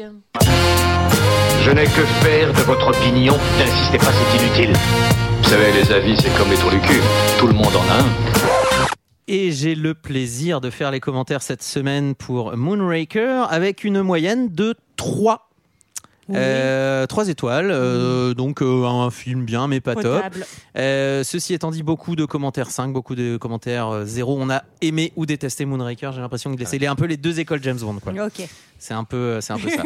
H: Je n'ai que faire de votre opinion. N'insistez pas, c'est inutile.
D: Vous savez, les avis, c'est comme les trous du cul. Tout le monde en a un.
G: (laughs) Et j'ai le plaisir de faire les commentaires cette semaine pour Moonraker avec une moyenne de 3. Euh, trois étoiles, euh, donc euh, un film bien mais pas
F: Potable.
G: top. Euh, ceci étant dit, beaucoup de commentaires 5, beaucoup de commentaires euh, 0. On a aimé ou détesté Moonraker, j'ai l'impression qu'il est un peu les deux écoles James Bond. quoi.
F: Ok.
G: C'est un peu, c'est un peu ça.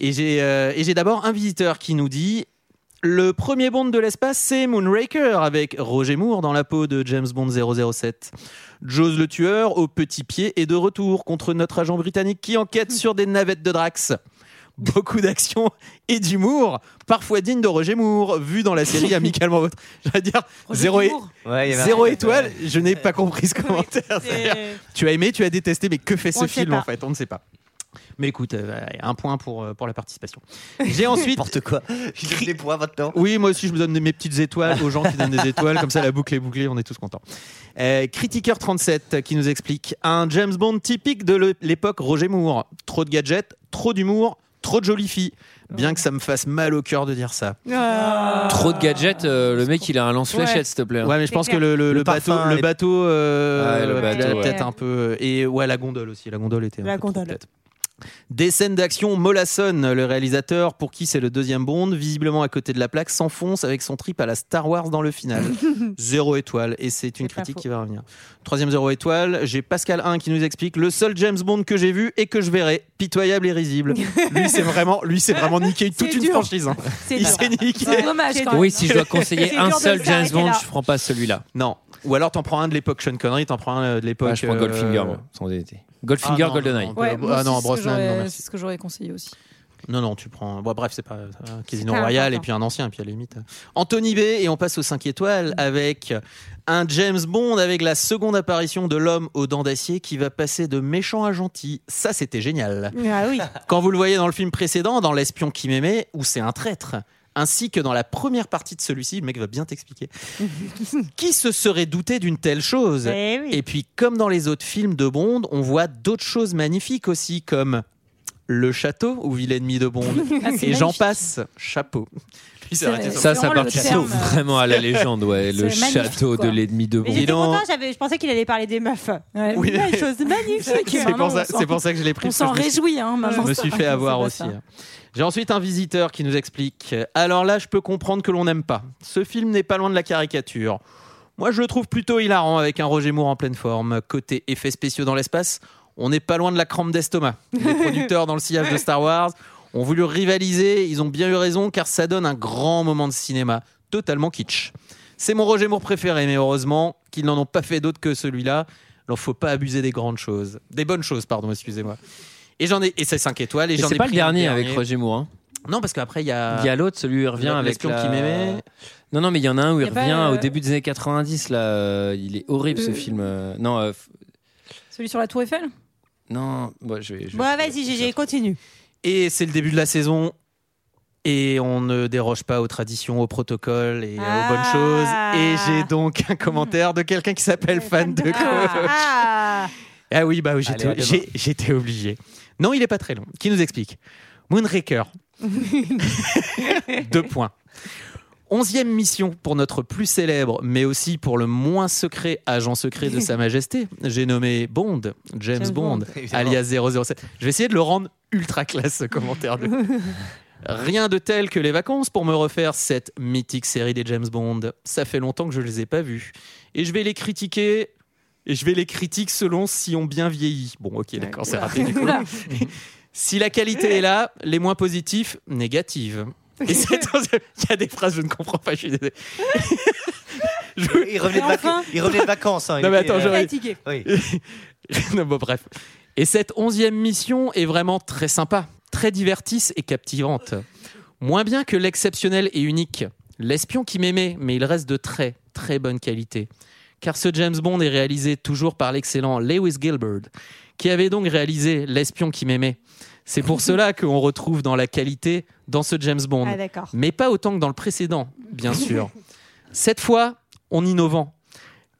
G: Et j'ai, euh, et j'ai d'abord un visiteur qui nous dit. Le premier Bond de l'espace, c'est Moonraker, avec Roger Moore dans la peau de James Bond 007. Jaws le tueur, au petit pied, est de retour contre notre agent britannique qui enquête sur des navettes de Drax. Beaucoup d'action et d'humour, parfois digne de Roger Moore, vu dans la série Amicalement Votre. J'allais dire, zéro,
C: Ouais,
G: é-
C: il y avait un
G: zéro
C: truc,
G: étoile, je n'ai pas compris ce commentaire. C'est-à-dire, tu as aimé, tu as détesté, mais que fait
A: On
G: ce
A: ne sait
G: film
A: pas.
G: en fait On ne sait pas. Mais écoute, euh, allez, un point pour, euh, pour la participation. (laughs) J'ai ensuite.
C: (laughs)
G: N'importe
C: quoi. Je donne des points maintenant.
G: Oui, moi aussi, je me donne mes petites étoiles aux gens qui donnent des étoiles. Comme ça, la boucle est bouclée, on est tous contents. Euh, Critiqueur37 qui nous explique un James Bond typique de le- l'époque Roger Moore. Trop de gadgets, trop d'humour, trop de jolies filles. Bien que ça me fasse mal au cœur de dire ça.
F: Ah.
A: Trop de gadgets, euh, le mec il a un lance-fléchette, s'il te plaît.
G: Ouais, mais je pense que le, le- le bateau,
A: parfum,
G: le
A: les-
G: bateau, euh,
A: Ouais, le
G: euh,
A: bateau,
G: peut-être
A: ouais.
G: un peu. Et ouais, la gondole aussi. La gondole était. un
F: La
G: peu trop,
F: gondole.
G: peut-être. Des scènes d'action, Molasson, le réalisateur pour qui c'est le deuxième Bond, visiblement à côté de la plaque, s'enfonce avec son trip à la Star Wars dans le final. zéro étoile, et c'est une critique qui va revenir. Troisième zéro étoile, j'ai Pascal 1 qui nous explique le seul James Bond que j'ai vu et que je verrai, pitoyable et risible. lui, c'est vraiment, lui, c'est vraiment niqué toute une franchise. hein.
A: C'est
G: Il
A: dur.
G: s'est niqué.
A: C'est dommage, quand même. Oui, si je dois conseiller C'est un dur de seul James s'arrêter Bond, là. je
G: prends pas celui-là. Non. Ou alors t'en prends un de l'époque Sean Connery, t'en prends un euh, de l'époque. euh,
A: Ouais, je prends Goldfinger, moi,
G: sans
A: euh, Goldfinger, GoldenEye.
B: Ouais, moi aussi,
G: ah non,
B: c'est ce que
G: Brosnan,
B: j'aurais-
G: non merci.
B: C'est ce que j'aurais conseillé aussi.
G: Non, non, tu prends. Bon, bref, c'est pas euh, Casino
B: pas
G: Royal
B: important.
G: et puis un ancien, et puis à la limite. euh. Anthony B, et on passe aux 5 étoiles avec un James Bond avec la seconde apparition de l'homme aux dents d'acier qui va passer de méchant à gentil. Ça, c'était génial.
F: Ah oui.
G: Quand vous le voyez dans le film précédent, dans L'espion qui m'aimait, où c'est un traître, ainsi que dans la première partie de celui-ci, le mec va
B: (laughs)
G: bien t'expliquer. Qui se serait douté d'une telle chose
F: Eh oui.
G: Et puis, comme dans les autres films de Bond, on voit d'autres choses magnifiques aussi, comme le château ou ville ennemie de Bond.
A: Ah, c'est
G: Et j'en
A: magnifique.
G: passe, chapeau. Lui, il s'est
A: C'est
G: arrêté
A: vrai.
G: sur-
A: Ça, ça appartient vraiment à la légende, ouais.
F: C'est
A: Le
F: magnifique,
A: château
F: quoi.
A: de l'ennemi de
F: Mais
A: Bond.
F: j'étais content, j'avais- je pensais qu'il allait parler des meufs.
G: Oui,
F: Une
G: mais-
F: chose magnifique.
G: (laughs) C'est pour, ça- c'est pour ça que je l'ai pris.
F: On
G: parce que
F: s'en
G: je me suis-
F: réjouit, hein, maman.
G: Je me suis fait avoir aussi. J'ai ensuite un visiteur qui nous explique euh, Alors là, je peux comprendre que l'on n'aime pas. Ce film n'est pas loin de la caricature. Moi, je le trouve plutôt hilarant avec un Roger Moore en pleine forme. Côté effets spéciaux dans l'espace, on n'est pas loin de la crampe d'estomac. Les producteurs, dans le sillage de Star Wars, ont voulu rivaliser. Ils ont bien eu raison car ça donne un grand moment de cinéma, totalement kitsch. C'est mon Roger Moore préféré, mais heureusement qu'ils n'en ont pas fait d'autres que celui-là. Alors, faut pas abuser des grandes choses. Des bonnes choses, pardon, excusez-moi. Et j'en ai, et c'est 5 étoiles. Et
A: Mais
G: j'en
A: c'est
G: ai
A: pas le
G: pris un
A: dernier avec Roger Moore. hein.
G: Non, parce qu'après, il y a.
A: Il y a l'autre, celui où il revient
G: Le-
A: avec.
G: l'espion
A: la-
G: qui m'aimait.
A: Non, non, mais il y en a un où il
G: Y a pas,
A: revient
G: euh,
A: au début des années 90, là. euh, Il est horrible ce
B: Euh,
A: film. euh, Non, euh, f-
B: Celui sur la Tour Eiffel
A: non, ouais, je vais. je vais-
F: Bon, vas-y, GG,
G: (laughs)
F: continue.
G: Et c'est le début de la saison. Et on ne déroge pas aux traditions, aux protocoles et aux bonnes choses. Et j'ai donc un commentaire de quelqu'un qui s'appelle Fan de Coach.
F: Ah
G: Ah oui, bah oui,
A: Allez, à demain.
G: j'étais- j'ai- j'étais obligé. Non, il n'est pas très long. Qui nous explique Moonraker, (laughs) deux points. Onzième mission pour notre plus célèbre, mais aussi pour le moins secret agent secret (laughs) de Sa Majesté. J'ai nommé Bond, James,
A: James
G: Bond,
A: Bond. Évidemment.
G: alias 007. Je vais essayer de le rendre ultra classe, ce commentaire. de- (laughs) Rien de tel que les vacances pour me refaire cette mythique série des James Bond. Ça fait longtemps que je ne les ai pas vus. Et je vais les critiquer. Et je vais les critiquer selon si on bien vieilli. Bon, ok, d'accord, c'est raté (laughs) du coup.
B: Oula.
G: Si la qualité est là, les moins positifs, négatives. Et c'est- il y a des phrases, je ne comprends pas, je suis désolé.
C: Il revenait de, vac- il revenait de vacances. hein, il
G: Non, mais
C: était,
G: attends,
C: euh,
G: je-
C: Oui.
G: (laughs) non, bon, bref. Et cette onzième mission est vraiment très sympa, très divertisse et captivante. Moins bien que l'exceptionnel et unique. L'espion qui m'aimait, mais il reste de très, très bonne qualité. Car ce James Bond est réalisé toujours par l'excellent Lewis Gilbert, qui avait donc réalisé L'espion qui m'aimait. C'est pour cela qu'on retrouve dans la qualité dans ce James Bond.
F: Ah, d'accord.
G: mais pas autant que dans le précédent, bien sûr. cette fois, on innovant.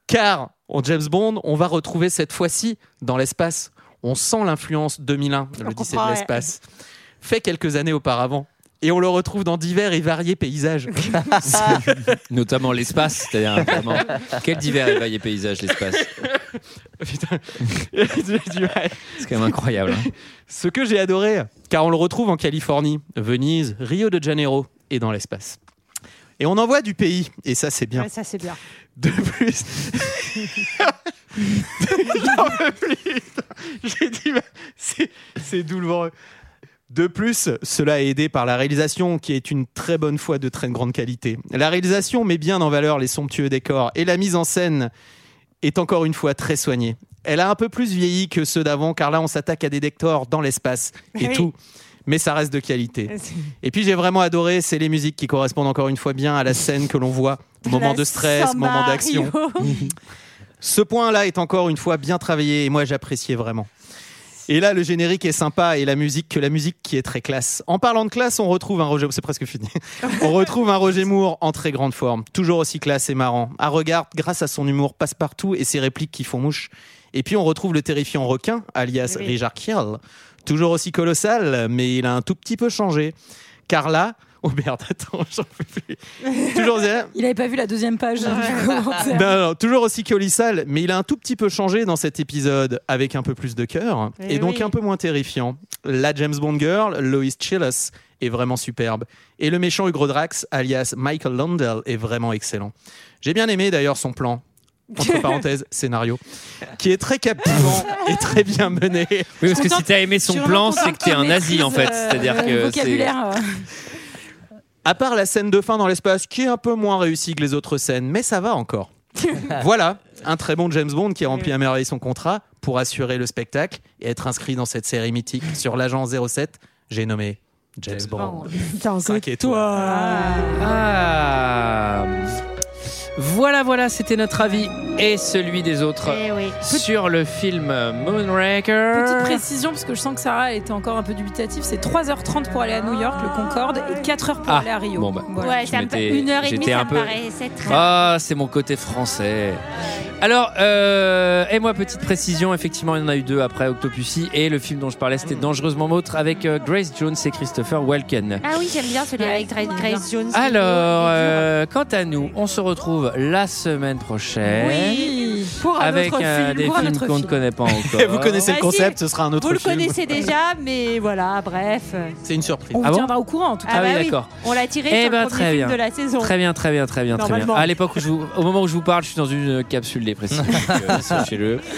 G: Car en James Bond, on va retrouver cette fois-ci dans l'espace. On sent l'influence 2001,
F: On
G: le lycée
F: comprend,
G: de
F: ouais.
G: l'espace, fait quelques années auparavant. Et on le retrouve dans divers et
F: (laughs)
G: variés paysages. (laughs) C'est-
A: Notamment l'espace, c'est-à-dire
B: (laughs)
A: vraiment. Quel divers et varié paysage l'espace.
G: Putain.
B: (laughs)
G: C'est
A: quand même incroyable. hein.
G: Ce que j'ai adoré, car on le retrouve en Californie, Venise, Rio de Janeiro et dans l'espace. Et on en voit du pays, et ça c'est bien.
F: Ouais, ça, c'est bien.
G: De plus. J'en peux plus. J'ai dit, mais c'est- c'est douloureux. De plus, cela est aidé par la réalisation qui est une très bonne fois de très grande qualité. La réalisation met bien en valeur les somptueux décors et la mise en scène est encore une fois très soignée. Elle a un peu plus vieilli que ceux d'avant car là on s'attaque à des décors dans l'espace et
F: Oui.
G: tout, mais ça reste de qualité.
F: C'est-
G: Et puis j'ai vraiment adoré, c'est les musiques qui correspondent encore une fois bien à la scène que l'on voit, moment de stress,
F: Samba
G: moment d'action. (laughs)
F: Rio.
G: Ce point-là est encore une fois bien travaillé et moi j'appréciais vraiment. Et là, le générique est sympa et la musique, que la musique qui est très classe. En parlant de classe, on retrouve un Roger, c'est presque fini. On retrouve un Roger Moore en très grande forme, toujours aussi classe et marrant. À regard, grâce à son humour passe-partout et ses répliques qui font mouche. Et puis on retrouve le terrifiant requin, alias
F: Oui.
G: Richard Kiel, toujours aussi colossal, mais il a un tout petit peu changé. Car là, oh merde, (laughs) attends, j'en peux plus. Toujours
B: (laughs) Il avait pas vu la deuxième page hein, du commentaire.
G: non, non, toujours aussi colissal, mais il a un tout petit peu changé dans cet épisode, avec un peu plus de cœur,
F: Eh
G: et, donc
F: oui.
G: un peu moins terrifiant. La James Bond Girl, Lois Chillis, est vraiment superbe. Et le méchant Hugo Drax, alias Michael Landell, est vraiment excellent. J'ai bien aimé d'ailleurs son plan,
B: (laughs)
G: entre parenthèses, scénario, qui est
F: (laughs)
G: très captivant et très bien mené.
A: Oui, parce que si t'as aimé son plan, c'est que t'es un nazi en fait.
B: euh,
F: Euh,
A: C'est-à-dire que c'est.
G: À part la scène de fin dans l'espace, qui est un peu moins réussie que les autres scènes, mais ça
F: (laughs)
G: va encore. voilà, un très bon James Bond qui a rempli à merveille son contrat pour assurer le spectacle et être inscrit dans cette série mythique sur l'agent 07. J'ai nommé James Bond.
F: Putain,
G: c'est toi.
A: Ah. Voilà, voilà, c'était notre avis et celui des autres
B: Eh oui.
A: sur le film Moonraker.
B: Petite précision, parce que je sens que Sarah était encore un peu dubitative, c'est 3h30 pour aller à New York, le Concorde, et 4h pour
A: Ah,
B: aller à Rio.
A: bon, bah,
B: Voilà.
F: Ouais,
A: Je
F: ça me
A: m'étais-
F: pa- une heure et demie,
A: j'étais un
F: ça me
A: peu-
F: paraissait très.
A: Ah, c'est mon côté français. Alors, euh, et moi, petite précision, effectivement, il y en a eu deux après Octopussy et le film dont je parlais, c'était Dangereusement Mautre avec euh, Grace Jones et Christopher Walken.
F: Ah oui, j'aime bien celui avec Dra- Grace Jones.
A: Alors, euh, quant à nous, on se retrouve la semaine prochaine.
F: Oui, pour un
A: Avec
F: autre
A: euh,
F: film,
A: des
F: pour un
A: films
F: autre
A: qu'on ne
F: film.
A: connaît
F: (laughs)
A: pas encore.
G: Vous connaissez le
F: Bah,
G: concept,
F: si.
G: ce sera un autre
F: Vous le
G: film.
F: connaissez déjà, mais voilà, bref.
G: C'est une surprise.
F: On
A: Ah
F: vous
A: bon
F: tiendra
B: au courant en tout
A: cas. Ah oui, d'accord.
F: bah On l'a tiré
A: Eh
F: sur
A: ben,
F: le
A: très
F: premier film
A: bien.
F: de la saison.
A: Très bien, très bien, très bien, très bien.
F: Normalement.
A: À l'époque où je vous, au moment où je vous parle, je suis dans une capsule dépressive. donc, euh, Sachez-le. (coughs)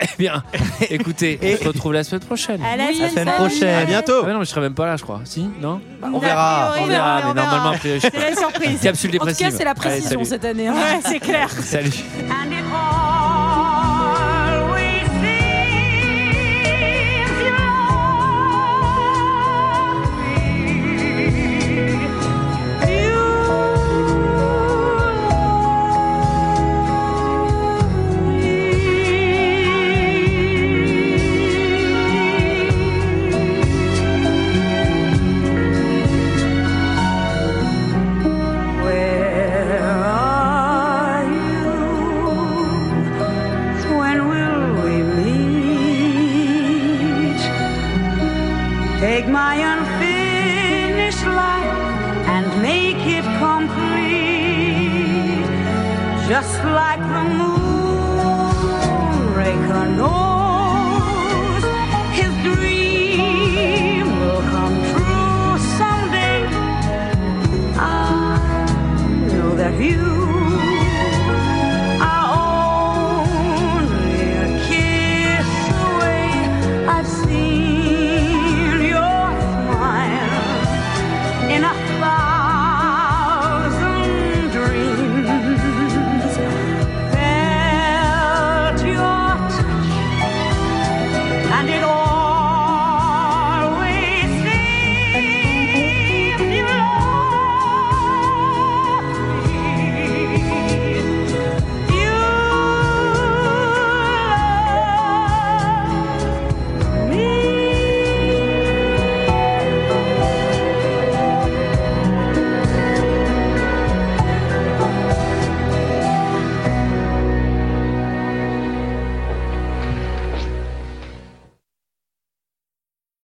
A: Eh bien, écoutez, on se retrouve la semaine prochaine.
F: À la semaine prochaine.
A: À bientôt. Ah, mais non, mais je serai même pas là, je crois. Si, non
B: Bah, on verra.
A: On verra, mais normalement, a priori, je
B: C'est la surprise.
A: Capsule
B: En tout
A: dépressive.
B: cas, c'est la
A: Allez,
B: précision
A: salut.
B: cette année. hein.
F: Ouais, c'est clair.
A: Salut.
R: Where are you? When will we meet? Take my unfinished life and make it complete, just like the moon. Break a no